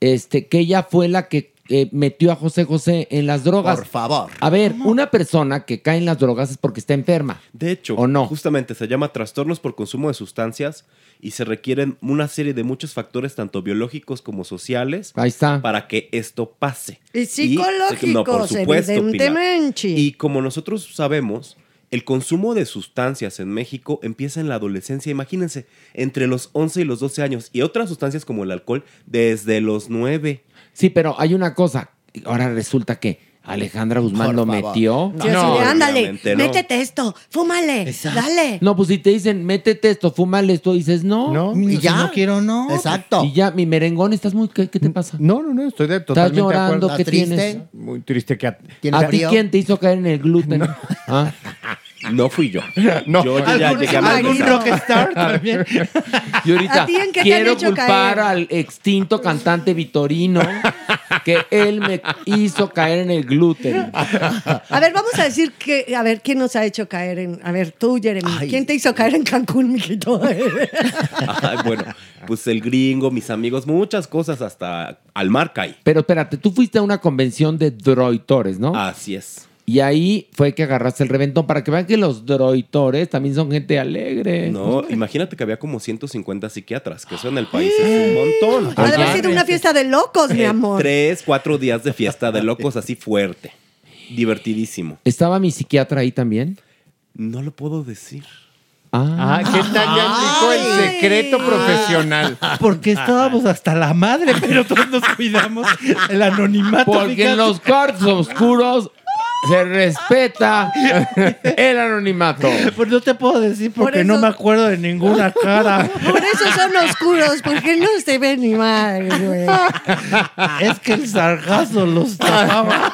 Speaker 3: este, que ella fue la que eh, metió a José José en las drogas.
Speaker 12: Por favor.
Speaker 3: A ver, una persona que cae en las drogas es porque está enferma.
Speaker 11: De hecho, justamente se llama trastornos por consumo de sustancias y se requieren una serie de muchos factores, tanto biológicos como sociales,
Speaker 3: Ahí está.
Speaker 11: para que esto pase.
Speaker 4: Y
Speaker 11: no, por
Speaker 4: psicológicos,
Speaker 11: supuesto, Pilar.
Speaker 4: evidentemente.
Speaker 11: Y como nosotros sabemos, el consumo de sustancias en México empieza en la adolescencia, imagínense, entre los 11 y los 12 años, y otras sustancias como el alcohol desde los 9.
Speaker 3: Sí, pero hay una cosa. Ahora resulta que Alejandra Guzmán
Speaker 11: Por
Speaker 3: lo
Speaker 11: favor.
Speaker 3: metió.
Speaker 11: Sí, así de,
Speaker 4: Ándale,
Speaker 3: Ah, obviamente no.
Speaker 4: métete esto, fúmale, dale.
Speaker 3: No, pues si te dicen, métete esto, fúmale esto, dices, no. No,
Speaker 6: y ya. no quiero, no.
Speaker 3: Exacto. Y ya, mi merengón, ¿estás muy. ¿Qué, qué te pasa?
Speaker 13: No, no, no, estoy de, totalmente
Speaker 3: ¿Estás
Speaker 13: de acuerdo.
Speaker 3: llorando? ¿Qué tienes?
Speaker 13: Muy triste que... A,
Speaker 3: ¿A ti quién te hizo caer en el gluten? ¿Ah?
Speaker 11: No fui yo.
Speaker 13: *laughs* No.
Speaker 11: Yo ya
Speaker 13: ¿Algún-
Speaker 11: llegué a mi
Speaker 13: algún
Speaker 11: adolescencia.
Speaker 13: rockstar también?
Speaker 3: Y ahorita
Speaker 13: ¿A ti en qué te
Speaker 3: quiero
Speaker 13: han hecho
Speaker 3: culpar
Speaker 13: caer?
Speaker 3: al extinto cantante Vitorino que él me hizo caer en el gluten.
Speaker 4: A ver, vamos a decir que, a ver, ¿quién nos ha hecho caer en, a ver, tú, Jeremy, ¿quién te hizo caer en
Speaker 12: *laughs*
Speaker 4: Cancún, mijito?
Speaker 11: Ay, bueno, pues el gringo, mis amigos, muchas cosas hasta al mar caí.
Speaker 3: Pero espérate, tú fuiste a una convención de droitores, ¿no?
Speaker 11: Así es.
Speaker 3: Y ahí fue que agarraste el reventón para que vean que los droitores también son gente alegre.
Speaker 11: No, imagínate que había como 150 psiquiatras, que eso en el país es un montón.
Speaker 4: Ha de haber sido una fiesta de locos, mi
Speaker 11: Eh,
Speaker 4: amor.
Speaker 11: Tres, cuatro días de fiesta de locos así fuerte. Divertidísimo.
Speaker 3: ¿Estaba mi psiquiatra ahí también?
Speaker 11: No lo puedo decir.
Speaker 5: Ah, ¿qué tal? Ya aplicó el secreto profesional.
Speaker 6: Porque estábamos hasta la madre, pero todos nos cuidamos el anonimato.
Speaker 3: Porque en los cuartos oscuros se respeta *laughs* el anonimato.
Speaker 6: Pues no te puedo decir porque no me acuerdo de
Speaker 4: *laughs*
Speaker 6: ninguna cara.
Speaker 4: Por eso son oscuros, porque no se ve ni madre, güey.
Speaker 6: Es que el sargazo los tapaba.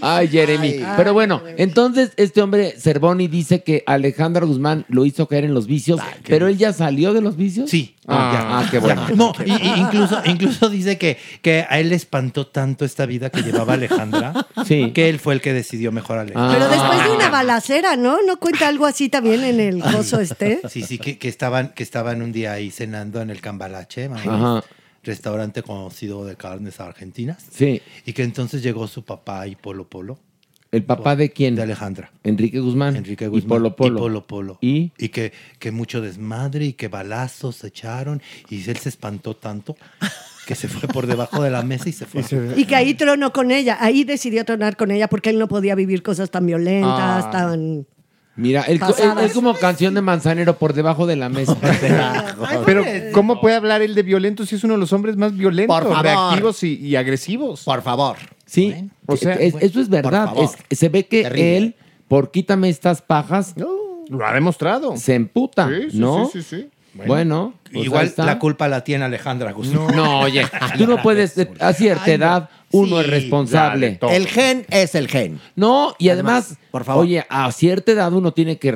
Speaker 3: Ay, Jeremy. Pero bueno, entonces este hombre, Cervoni, dice que Alejandra Guzmán lo hizo caer en los vicios, pero él ya salió de los vicios.
Speaker 6: Sí.
Speaker 3: Ah, ya. Ah, qué bueno.
Speaker 6: No, y- y incluso, incluso dice que, que a él le espantó tanto esta vida que llevaba Alejandra que él fue el que decidió mejor a Alejandra.
Speaker 4: Pero después de una balacera, ¿no? ¿No cuenta algo así también en el coso este?
Speaker 6: Ah. Sí, sí, que, que estaban, que estaban un día ahí cenando en el Cambalache, mamá,
Speaker 3: Ajá.
Speaker 6: restaurante conocido de carnes argentinas.
Speaker 3: Sí.
Speaker 6: Y que entonces llegó su papá y Polo Polo.
Speaker 3: ¿El papá de quién?
Speaker 6: De Alejandra.
Speaker 3: Enrique Guzmán.
Speaker 6: Enrique
Speaker 3: Y
Speaker 6: Guzmán.
Speaker 3: Polo Polo.
Speaker 6: Y Polo Polo.
Speaker 3: ¿Y?
Speaker 6: que, que mucho desmadre y que balazos se echaron. Y él se espantó tanto que se fue por debajo de la mesa y se fue.
Speaker 4: Y que ahí tronó con ella, ahí decidió tronar con ella porque él no podía vivir cosas tan violentas,
Speaker 3: Ah.
Speaker 4: tan...
Speaker 3: Mira, él-
Speaker 4: Pasadas.
Speaker 3: es- es como canción de Manzanero por debajo de
Speaker 6: *laughs*
Speaker 3: la mesa.
Speaker 5: Pero, ¿cómo puede hablar él de violento si es uno de los hombres más violentos,
Speaker 3: Por favor.
Speaker 5: reactivos y, y agresivos?
Speaker 12: Por favor.
Speaker 6: ¿eh?
Speaker 3: Sí,
Speaker 5: O sea,
Speaker 3: es- eso es verdad.
Speaker 5: por favor.
Speaker 3: Es- se ve que
Speaker 5: Terrible.
Speaker 3: él, por quítame estas pajas,
Speaker 5: lo ha demostrado.
Speaker 3: Se emputa,
Speaker 5: Sí, sí,
Speaker 3: ¿no?
Speaker 5: sí, sí, sí.
Speaker 3: Bueno, pues ahí
Speaker 6: Igual
Speaker 3: está.
Speaker 6: la culpa la tiene Alejandra Guzmán.
Speaker 3: No, oye, tú no puedes, a cierta
Speaker 6: Ay, no.
Speaker 3: edad, uno
Speaker 6: Sí,
Speaker 3: es responsable.
Speaker 6: dale, todo. El
Speaker 12: gen es el gen.
Speaker 3: No, y además,
Speaker 12: por favor.
Speaker 3: oye, a cierta edad uno tiene que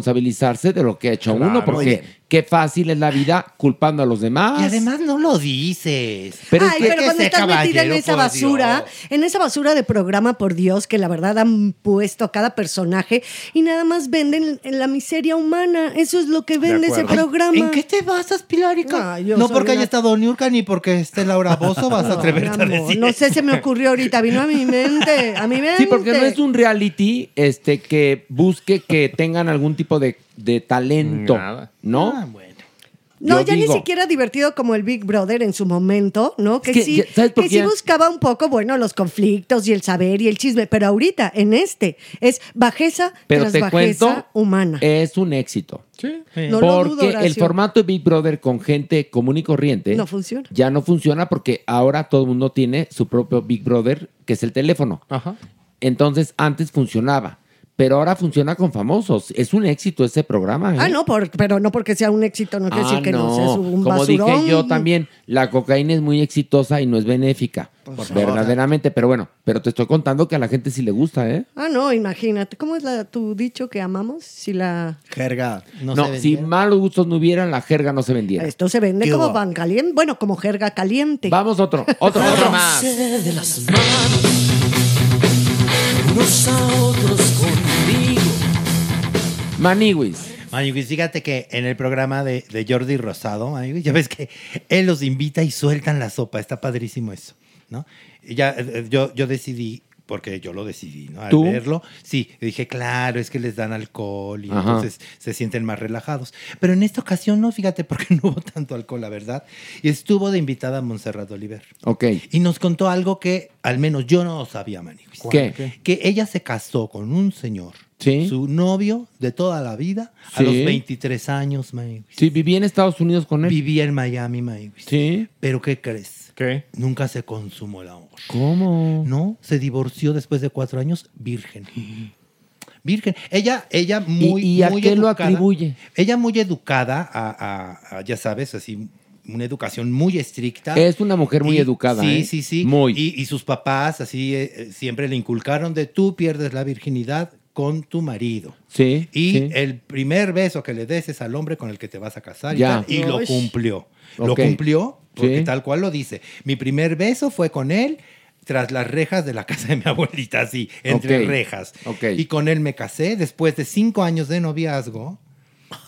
Speaker 3: responsabilizarse de lo que ha hecho
Speaker 6: Claro.
Speaker 3: uno,
Speaker 6: Muy
Speaker 3: porque
Speaker 6: bien.
Speaker 3: qué fácil es la vida culpando a los demás.
Speaker 6: Y además no lo dices.
Speaker 3: Pero es
Speaker 4: Ay,
Speaker 3: que-
Speaker 4: pero cuando
Speaker 3: Déjese,
Speaker 4: estás metida en
Speaker 3: caballero,
Speaker 4: esa
Speaker 3: por
Speaker 4: basura, en esa basura de programa, por Dios, que la verdad han puesto a cada personaje y nada más venden la miseria humana. Eso es lo que vende ese
Speaker 6: acuerdo. Ay,
Speaker 4: programa.
Speaker 6: ¿en qué te basas, Pilarica? no porque haya estado Niurka ni porque esté Laura Bozo vas a atreverte a decir.
Speaker 4: No sé, se me ocurrió ahorita, vino a mi mente, a mi mente.
Speaker 3: Sí, porque no es un reality este, que busque que tengan algún tipo de, de talento, ¿no?
Speaker 4: Ah, No,
Speaker 3: Yo
Speaker 4: ya
Speaker 3: digo.
Speaker 4: ni siquiera divertido como el Big Brother en su momento, ¿no? Que,
Speaker 3: Es que
Speaker 4: sí,
Speaker 3: ya- ¿sabes por
Speaker 4: que
Speaker 3: qué
Speaker 4: sí
Speaker 3: ya-
Speaker 4: buscaba un poco, bueno, los conflictos y el saber y el chisme, pero ahorita, en este, es bajeza
Speaker 3: Pero
Speaker 4: tras
Speaker 3: te
Speaker 4: bajeza
Speaker 3: cuento,
Speaker 4: humana.
Speaker 3: es un éxito.
Speaker 4: No lo dudo,
Speaker 3: porque
Speaker 4: Horacio.
Speaker 3: el formato de Big Brother con gente común y corriente
Speaker 4: No funciona.
Speaker 3: ya no funciona porque ahora todo el mundo tiene su propio Big Brother, que es el teléfono. Entonces, antes funcionaba, pero ahora funciona con famosos. Es un éxito ese programa. ¿eh?
Speaker 4: Ah, no, por- pero no porque sea un éxito, no quiere
Speaker 3: Ah,
Speaker 4: decir que no,
Speaker 3: no.
Speaker 4: sea un
Speaker 3: Como
Speaker 4: basurón.
Speaker 3: dije yo también, la cocaína es muy exitosa y no es benéfica. verdaderamente, pero bueno, pero te estoy contando que a la gente sí le gusta, ¿eh?
Speaker 4: Ah, no, imagínate. ¿Cómo es la, tu dicho que amamos? Si la...
Speaker 12: Jerga.
Speaker 3: No, si malos gustos no hubieran, la jerga no se vendiera.
Speaker 4: Esto se vende
Speaker 3: ¿Qué
Speaker 4: como
Speaker 3: hubo?
Speaker 4: pan caliente, bueno, como jerga caliente.
Speaker 3: Vamos otro,
Speaker 4: *laughs*
Speaker 3: otro, otro más.
Speaker 9: de las manos, unos a otros conmigo.
Speaker 3: Maniwis.
Speaker 6: Maniwis, fíjate que en el programa de, de Jordi Rosado, Maniwis, ya ves que él los invita y sueltan la sopa. Está padrísimo eso, ¿no? Y ya, eh, yo, yo decidí, porque yo lo decidí, ¿no? Al
Speaker 3: ¿Tú?
Speaker 6: verlo, sí, dije, claro, es que les dan alcohol y
Speaker 3: Ajá.
Speaker 6: entonces se sienten más relajados. Pero en esta ocasión no, fíjate, *laughs* porque no hubo tanto alcohol, la verdad. Y estuvo de invitada Montserrat Oliver.
Speaker 3: Ok.
Speaker 6: Y nos contó algo que al menos yo no sabía, Maniwis.
Speaker 3: ¿Qué? ¿Qué?
Speaker 6: Que ella se casó con un señor, su novio de toda la vida, a
Speaker 3: Sí.
Speaker 6: los 23 años, Maniwis.
Speaker 3: Sí, viví en Estados Unidos con él.
Speaker 6: Vivía en Miami, Maniwis.
Speaker 3: Sí.
Speaker 6: Pero ¿qué crees? ¿Qué? Nunca se consumó el amor.
Speaker 3: ¿Cómo?
Speaker 6: No, se divorció después de cuatro años, virgen. Virgen. Ella, ella muy.
Speaker 3: ¿Y- y a
Speaker 6: muy
Speaker 3: qué lo
Speaker 6: educada-
Speaker 3: atribuye?
Speaker 6: Ella muy educada, a, a- a, ya sabes, así, una educación muy estricta.
Speaker 3: Es una mujer muy
Speaker 6: Y-
Speaker 3: educada,
Speaker 6: Sí,
Speaker 3: ¿eh?
Speaker 6: sí, sí. Y, y sus papás, así, eh, eh, siempre le inculcaron de tú pierdes la virginidad con tu marido.
Speaker 3: Sí.
Speaker 6: Y
Speaker 3: sí.
Speaker 9: eh,
Speaker 6: el primer beso que le des es al hombre con el que te vas a casar. y
Speaker 3: Ya.
Speaker 6: tal, Y, lo
Speaker 3: Ush.
Speaker 6: cumplió. Lo
Speaker 3: Ok.
Speaker 6: cumplió, porque
Speaker 3: Sí.
Speaker 6: tal cual lo dice. Mi primer beso fue con él tras las rejas de la casa de mi *laughs* abuelita, así, entre
Speaker 3: Ok.
Speaker 6: rejas.
Speaker 3: Ok.
Speaker 6: Y con él me casé después de cinco años de noviazgo.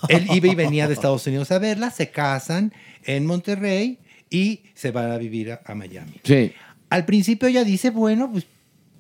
Speaker 6: Él iba y venía de Estados Unidos a verla, se casan en Monterrey y se van a vivir a- a Miami.
Speaker 3: Sí.
Speaker 6: Al principio ella dice, bueno, pues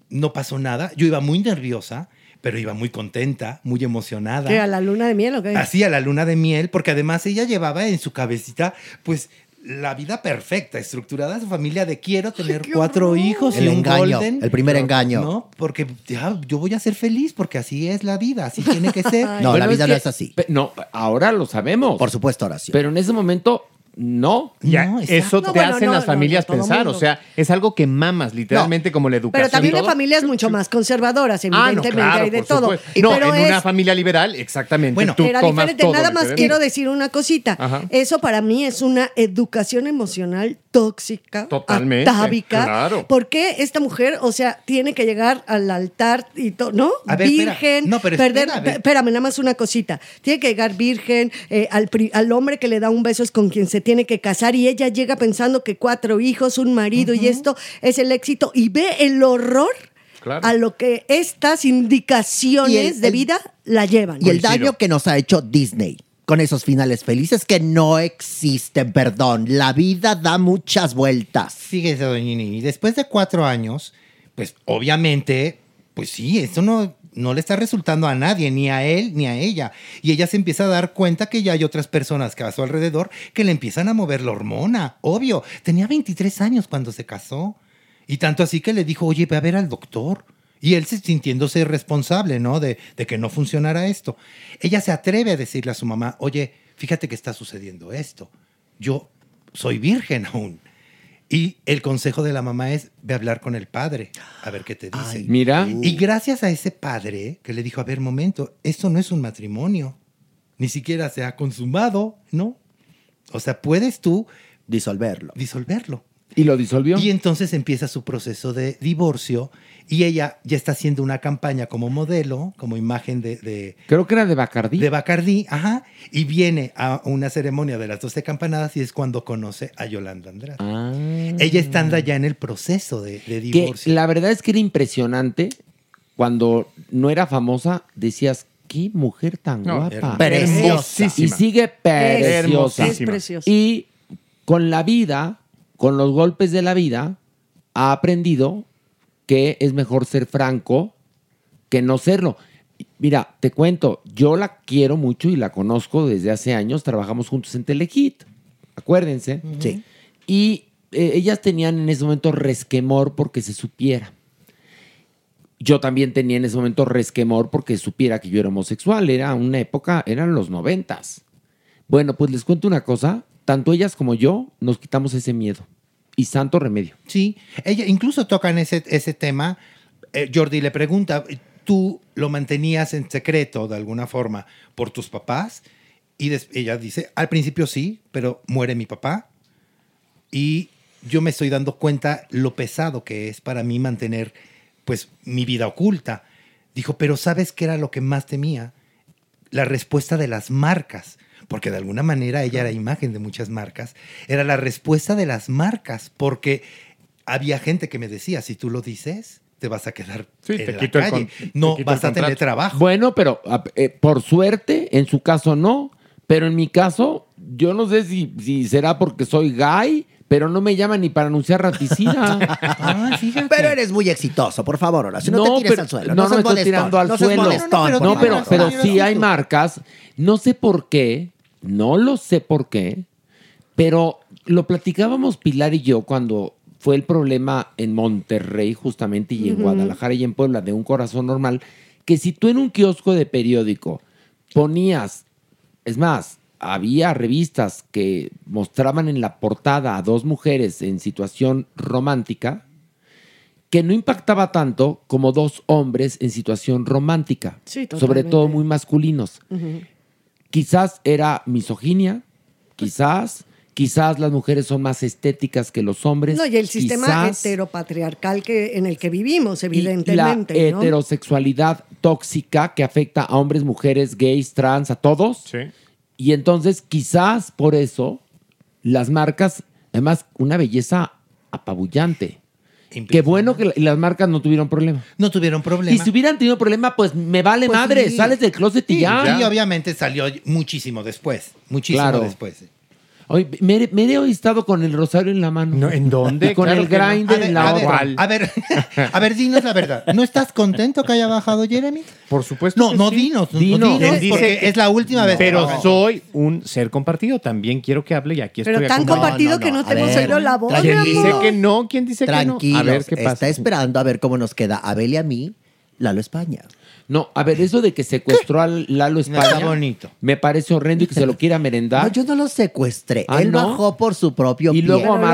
Speaker 6: no pasó nada. Yo iba muy nerviosa, pero iba muy contenta, muy emocionada.
Speaker 4: ¿Qué, a la luna de miel o qué?
Speaker 6: Así a la luna de miel, porque además ella llevaba en su cabecita, pues, la vida perfecta, estructurada su familia de quiero tener cuatro hijos y
Speaker 12: El
Speaker 6: un
Speaker 12: engaño,
Speaker 6: golden.
Speaker 12: el primer engaño.
Speaker 6: No, porque ya, yo voy a ser feliz porque así es la vida, así tiene que ser.
Speaker 12: No, la vida no es
Speaker 3: así. No, ahora lo sabemos. Por
Speaker 12: supuesto, ahora sí.
Speaker 3: Pero en ese momento, no.
Speaker 5: Ya, eso te hacen las familias pensar, o sea, es algo que mamas, literalmente, como la educación.
Speaker 4: Pero también hay
Speaker 5: Todo.
Speaker 4: familias mucho más conservadoras,
Speaker 5: Ah, no,
Speaker 4: evidentemente,
Speaker 5: claro,
Speaker 4: hay de
Speaker 5: por
Speaker 4: todo.
Speaker 5: supuesto. No,
Speaker 4: pero
Speaker 5: en
Speaker 4: es,
Speaker 5: una familia liberal, exactamente.
Speaker 4: Bueno,
Speaker 5: tú
Speaker 4: era
Speaker 5: tomas
Speaker 4: diferente.
Speaker 5: todo
Speaker 4: Nada más
Speaker 5: diferente.
Speaker 4: quiero decir una cosita.
Speaker 5: Ajá.
Speaker 4: Eso para mí es una educación emocional tóxica,
Speaker 5: Totalmente,
Speaker 4: atávica.
Speaker 5: claro.
Speaker 4: ¿Por qué esta mujer, o sea, tiene que llegar al altar y todo, ¿no?
Speaker 6: A ver, espera.
Speaker 4: virgen,
Speaker 6: No, pero
Speaker 4: perder,
Speaker 6: espera, a ver.
Speaker 4: espérame, nada más una cosita. Tiene que llegar virgen, eh, al, pri- al hombre que le da un beso es con quien se tiene que casar y ella llega pensando que cuatro hijos, un marido y esto es el éxito y ve el horror
Speaker 12: Claro.
Speaker 4: a lo que estas indicaciones
Speaker 12: Y el-
Speaker 4: de
Speaker 12: el-
Speaker 4: vida la llevan.
Speaker 12: Y el daño que nos ha hecho Disney con esos finales felices que no existen, perdón. La vida da muchas vueltas.
Speaker 6: Sigue eso, Doñini. Y después de cuatro años, pues obviamente, pues sí, esto no, no le está resultando a nadie, ni a él ni a ella. Y ella se empieza a dar cuenta que ya hay otras personas que a su alrededor que le empiezan a mover la hormona. Obvio, tenía 23 años cuando se casó. Y tanto así que le dijo, oye, ve a ver al doctor. Y él se- sintiéndose responsable, ¿no? De, de que no funcionara esto. Ella se atreve a decirle a su mamá, oye, fíjate que está sucediendo esto. Yo soy virgen aún. Y el consejo de la mamá es, ve a hablar con el padre, a ver qué te dice.
Speaker 3: Mira.
Speaker 6: Y gracias a ese padre que le dijo, a ver, momento, esto no es un matrimonio, ni siquiera se ha consumado, ¿no? O sea, puedes tú
Speaker 12: disolverlo.
Speaker 6: Disolverlo.
Speaker 3: Mm. Y lo disolvió.
Speaker 6: Y entonces empieza su proceso de divorcio y ella ya está haciendo una campaña como modelo, como imagen de... de-
Speaker 3: Creo que era de Bacardí.
Speaker 6: De Bacardí, ajá. Y viene a una ceremonia de las 12 campanadas y es cuando conoce a Yolanda Andrade. Ella estando ya en el proceso de, de
Speaker 3: Ah. Que
Speaker 6: divorcio.
Speaker 3: la verdad es que era impresionante cuando no era famosa, decías, qué mujer tan
Speaker 6: No,
Speaker 3: guapa.
Speaker 6: hermosísima. Hermosísima.
Speaker 3: Y sigue preciosa.
Speaker 6: Es preciosa.
Speaker 3: Y con la vida, con los golpes de la vida, ha aprendido que es mejor ser franco que no serlo. Y Mira, te cuento, yo la quiero mucho y la conozco desde hace años, trabajamos juntos en Telehit, acuérdense.
Speaker 12: Sí.
Speaker 3: Y eh, ellas tenían en ese momento resquemor porque se supiera. Yo también tenía en ese momento resquemor porque supiera que yo era homosexual. Era una época, eran los noventas. Bueno, pues les cuento una cosa. Tanto ellas como yo nos quitamos ese miedo. Y santo remedio.
Speaker 6: Sí, ella incluso tocan ese, ese tema. Eh, Jordi le pregunta, ¿tú lo mantenías en secreto de alguna forma por tus papás? Y des- ella dice, al principio sí, pero muere mi papá. Y yo me estoy dando cuenta lo pesado que es para mí mantener pues mi vida oculta. Dijo, pero ¿sabes qué era lo que más temía? La respuesta de las marcas, porque de alguna manera ella era imagen de muchas marcas, era la respuesta de las marcas, porque había gente que me decía, si tú lo dices, te vas a quedar
Speaker 5: Sí,
Speaker 6: en
Speaker 5: te
Speaker 6: la
Speaker 5: quito el
Speaker 6: calle,
Speaker 5: con- te
Speaker 6: no
Speaker 5: quito el
Speaker 6: vas a tener
Speaker 5: contrato.
Speaker 6: trabajo. *laughs*
Speaker 3: Bueno, pero a- eh, por suerte, en su caso no. Pero en mi caso, yo no sé si, si será porque soy gay, pero no me llaman ni para anunciar
Speaker 6: *laughs*
Speaker 3: raticida.
Speaker 6: Ah,
Speaker 12: Pero eres muy exitoso, por favor, Horacio. No, te tires
Speaker 3: pero-
Speaker 12: al suelo.
Speaker 3: No, no,
Speaker 12: seas
Speaker 3: me estoy
Speaker 12: molestón,
Speaker 3: tirando al
Speaker 12: no seas
Speaker 3: suelo.
Speaker 12: molestón,
Speaker 3: no,
Speaker 12: por
Speaker 3: no, pero,
Speaker 12: favor.
Speaker 3: pero sí hay marcas. No sé por qué, no lo sé por qué, pero lo platicábamos Pilar y yo cuando fue el problema en Monterrey justamente y en
Speaker 13: Ujú.
Speaker 3: Guadalajara y en Puebla de un corazón normal, que si tú en un kiosco de periódico ponías, es más, había revistas que mostraban en la portada a dos mujeres en situación romántica, que no impactaba tanto como dos hombres en situación romántica,
Speaker 13: Sí,
Speaker 3: sobre
Speaker 13: totalmente.
Speaker 3: todo muy masculinos. Quizás era misoginia, quizás, quizás las mujeres son más estéticas que los hombres.
Speaker 4: No, y el sistema
Speaker 3: quizás
Speaker 4: heteropatriarcal que, en el que vivimos,
Speaker 3: la
Speaker 4: evidentemente. ¿no?
Speaker 3: heterosexualidad tóxica que afecta a hombres, mujeres, gays, trans, a todos. Y entonces quizás por eso las marcas, además una belleza apabullante. Qué bueno que la- las marcas no tuvieron problema.
Speaker 6: No tuvieron problema.
Speaker 3: Y si hubieran tenido problema, pues me vale
Speaker 6: Pues
Speaker 3: madre,
Speaker 6: sí.
Speaker 3: sales del closet y
Speaker 6: Sí,
Speaker 3: ya.
Speaker 6: Y obviamente salió muchísimo después, muchísimo
Speaker 3: Claro.
Speaker 6: después.
Speaker 3: Hoy, me, me he estado con el rosario en la mano.
Speaker 5: ¿En dónde?
Speaker 3: Y con el grinder en la
Speaker 6: a ver,
Speaker 3: otra.
Speaker 6: a ver, *laughs* a ver, dinos la verdad. ¿No estás contento que haya bajado Jeremy?
Speaker 5: Por supuesto.
Speaker 6: No,
Speaker 5: que
Speaker 6: no
Speaker 5: sí.
Speaker 6: dinos, no dinos,
Speaker 5: Él dice-
Speaker 6: porque es la última vez que
Speaker 5: Pero
Speaker 6: baja.
Speaker 5: soy un ser compartido. También quiero que hable y aquí
Speaker 4: Pero
Speaker 5: estoy.
Speaker 4: tan
Speaker 5: acompañado.
Speaker 4: compartido que no te hemos oído la voz, mi
Speaker 5: ¿Quién dice
Speaker 4: amor.
Speaker 5: que no? ¿Quién dice que no?
Speaker 8: Tranquilos,
Speaker 5: A ver qué pasa.
Speaker 8: está esperando a ver cómo nos queda a Abel y a mí, Lalo España.
Speaker 3: No, a ver, eso de que secuestró al Lalo España.
Speaker 8: está bonito.
Speaker 3: Me parece horrendo y que se lo quiera merendar.
Speaker 8: No, yo no lo secuestré.
Speaker 3: Ah,
Speaker 8: Él
Speaker 3: ¿no?
Speaker 8: bajó por su propio
Speaker 3: Y
Speaker 8: pie.
Speaker 3: luego Pero luego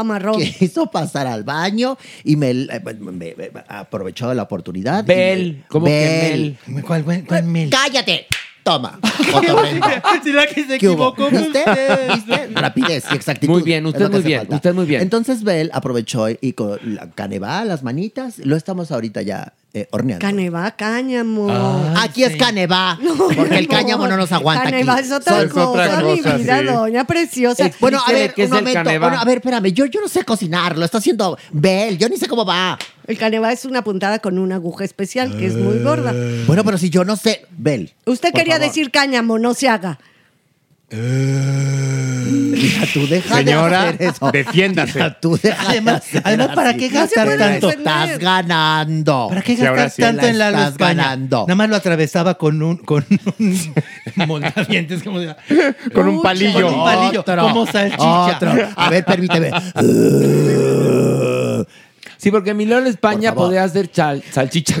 Speaker 3: amarrarlo- usted
Speaker 8: Quiso
Speaker 3: lo
Speaker 8: pasar al baño y me, me- me- me- aprovechó la oportunidad.
Speaker 3: Bel, ¿cómo que
Speaker 6: ¿Cuál, cuál, cuál Mel?
Speaker 8: ¡Cállate! Toma.
Speaker 6: *laughs*
Speaker 8: Otorrento.
Speaker 6: Será que se
Speaker 8: ¿Qué hubo?
Speaker 6: equivocó.
Speaker 8: ¿Viste? ¿Viste? Rapidez y exactitud.
Speaker 3: Muy bien,
Speaker 8: Es
Speaker 3: usted
Speaker 8: lo que
Speaker 3: muy
Speaker 8: hace
Speaker 3: bien,
Speaker 8: falta.
Speaker 3: usted muy bien.
Speaker 8: Entonces Bel aprovechó y con la canevá, las manitas, lo estamos ahorita ya eh, horneando.
Speaker 4: Canevá, cáñamo.
Speaker 8: aquí es
Speaker 4: *laughs*
Speaker 8: canevá, porque el cáñamo no nos aguanta aquí.
Speaker 4: Canevá es otra
Speaker 8: Son- es
Speaker 4: cosa,
Speaker 8: otra cosa,
Speaker 4: mi vida,
Speaker 8: sí.
Speaker 4: doña preciosa.
Speaker 8: Eh, bueno, a ver, un momento. Bueno, a ver, espérame. Yo, yo no sé cocinar. Lo está haciendo Bel. Yo ni sé cómo va.
Speaker 4: El canevá es una puntada con una aguja especial que es muy gorda.
Speaker 8: Bueno, pero si yo no sé. Bel.
Speaker 4: Usted
Speaker 8: por
Speaker 4: quería
Speaker 8: favor.
Speaker 4: decir cáñamo, no se haga.
Speaker 8: Hija, tú deja
Speaker 5: Señora,
Speaker 8: de hacer eso.
Speaker 5: defiéndase.
Speaker 8: Hija, tú deja
Speaker 6: Además-
Speaker 8: de hacer
Speaker 6: además, ¿para
Speaker 8: así.
Speaker 6: qué gastar
Speaker 8: Pero
Speaker 6: tanto?
Speaker 8: Estás ganando. ¿Para
Speaker 6: qué gastar tanto en Lalo
Speaker 8: Estás
Speaker 6: España?
Speaker 8: ganando.
Speaker 6: Nada más lo atravesaba con un, con un *laughs* mondadientes, como se llama?
Speaker 5: Con un palillo.
Speaker 6: Con un palillo,
Speaker 5: Otro.
Speaker 6: como salchicha.
Speaker 3: Otro.
Speaker 8: A ver, permíteme.
Speaker 3: Sí, porque mi Lalo España podía hacer chal- salchicha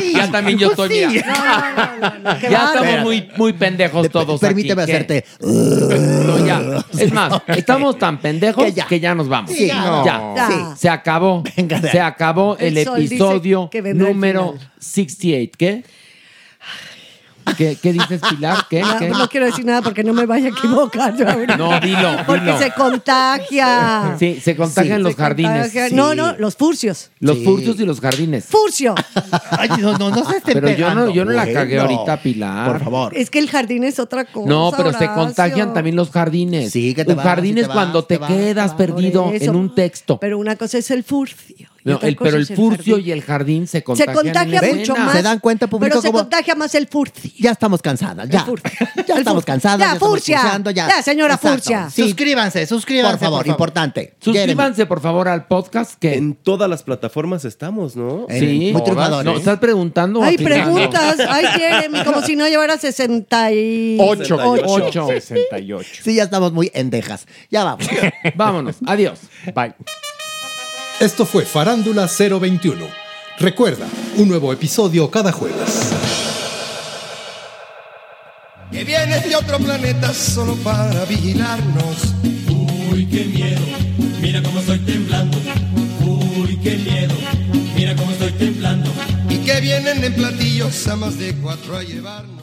Speaker 8: *laughs* Sí,
Speaker 3: ya también yo
Speaker 8: pues
Speaker 3: estoy
Speaker 8: sí.
Speaker 3: mira.
Speaker 8: qué
Speaker 3: ya
Speaker 8: bárbaro.
Speaker 3: estamos muy, muy pendejos todos
Speaker 8: permíteme
Speaker 3: aquí. ¿Qué?
Speaker 8: hacerte.
Speaker 3: *laughs* No, ya. Es más, estamos tan pendejos que ya, nos vamos.
Speaker 8: Sí, ya, no.
Speaker 3: ya.
Speaker 8: Ya.
Speaker 3: Sí. Se acabó.
Speaker 8: Venga de ahí.
Speaker 3: Se acabó el,
Speaker 8: El sol dice
Speaker 3: episodio
Speaker 8: que vendrá el
Speaker 3: número 68. ¿Qué? ¿Qué, qué dices, Pilar? ¿Qué?
Speaker 4: No,
Speaker 3: ¿Qué?
Speaker 4: no quiero decir nada porque no me vaya a equivocar. yo ahorita.
Speaker 3: No, dilo,
Speaker 4: Porque
Speaker 3: dilo.
Speaker 4: se contagia.
Speaker 3: Sí, se contagian
Speaker 4: Sí,
Speaker 3: los
Speaker 4: se
Speaker 3: jardines.
Speaker 4: contagia.
Speaker 3: Sí.
Speaker 4: No, no, los furcios.
Speaker 3: Los
Speaker 4: Sí.
Speaker 3: furcios y los jardines.
Speaker 4: Furcio.
Speaker 6: Ay, no, no, no se estén
Speaker 3: Pero yo
Speaker 6: pegando.
Speaker 3: no, yo no la cagué
Speaker 6: Bueno.
Speaker 3: ahorita, Pilar. Por favor.
Speaker 4: Es que el jardín es otra cosa.
Speaker 3: No, pero se
Speaker 4: Horacio.
Speaker 3: contagian también los jardines. Sí, que
Speaker 4: te
Speaker 3: Los
Speaker 4: vas, y
Speaker 3: jardines
Speaker 4: te vas,
Speaker 3: cuando
Speaker 4: te
Speaker 3: te
Speaker 4: vas,
Speaker 3: quedas perdido
Speaker 4: Por eso.
Speaker 3: en un texto.
Speaker 4: Pero una cosa es el furcio. y
Speaker 3: No,
Speaker 4: otra
Speaker 3: el-
Speaker 4: cosa
Speaker 3: pero el
Speaker 4: es
Speaker 3: furcio
Speaker 4: jardín.
Speaker 3: y el jardín se
Speaker 4: Se
Speaker 3: contagian.
Speaker 4: contagia
Speaker 3: en
Speaker 4: mucho
Speaker 3: escena.
Speaker 4: más. Pero se contagia más el furcio.
Speaker 8: Ya estamos cansadas, ya. *laughs* Ya estamos cansadas.
Speaker 4: Ya,
Speaker 8: Ya, estamos
Speaker 4: furcia.
Speaker 8: furciando, ya.
Speaker 4: Ya, señora furcia.
Speaker 6: Suscríbanse,
Speaker 8: Por favor,
Speaker 6: suscríbanse.
Speaker 11: por favor.
Speaker 8: importante.
Speaker 3: Suscríbanse, por favor, al podcast que...
Speaker 11: En todas las plataformas estamos, ¿no?
Speaker 3: Sí, no, estás preguntando. o
Speaker 4: Hay
Speaker 8: *laughs*
Speaker 3: afirmando?
Speaker 4: preguntas. Ay, Jeremy, como si no llevara 68.
Speaker 3: Ocho, ocho.
Speaker 5: 68.
Speaker 8: Sí, ya estamos muy endejas. Ya vamos.
Speaker 3: Vámonos. Adiós.
Speaker 5: Bye.
Speaker 14: Esto fue Farándula 021. Recuerda, un nuevo episodio cada jueves.
Speaker 15: que vienes de otro planeta solo para vigilarnos. Uy, qué miedo, mira cómo estoy temblando. Uy, qué miedo, mira cómo estoy temblando. Y que vienen en platillos a más de cuatro a llevarnos.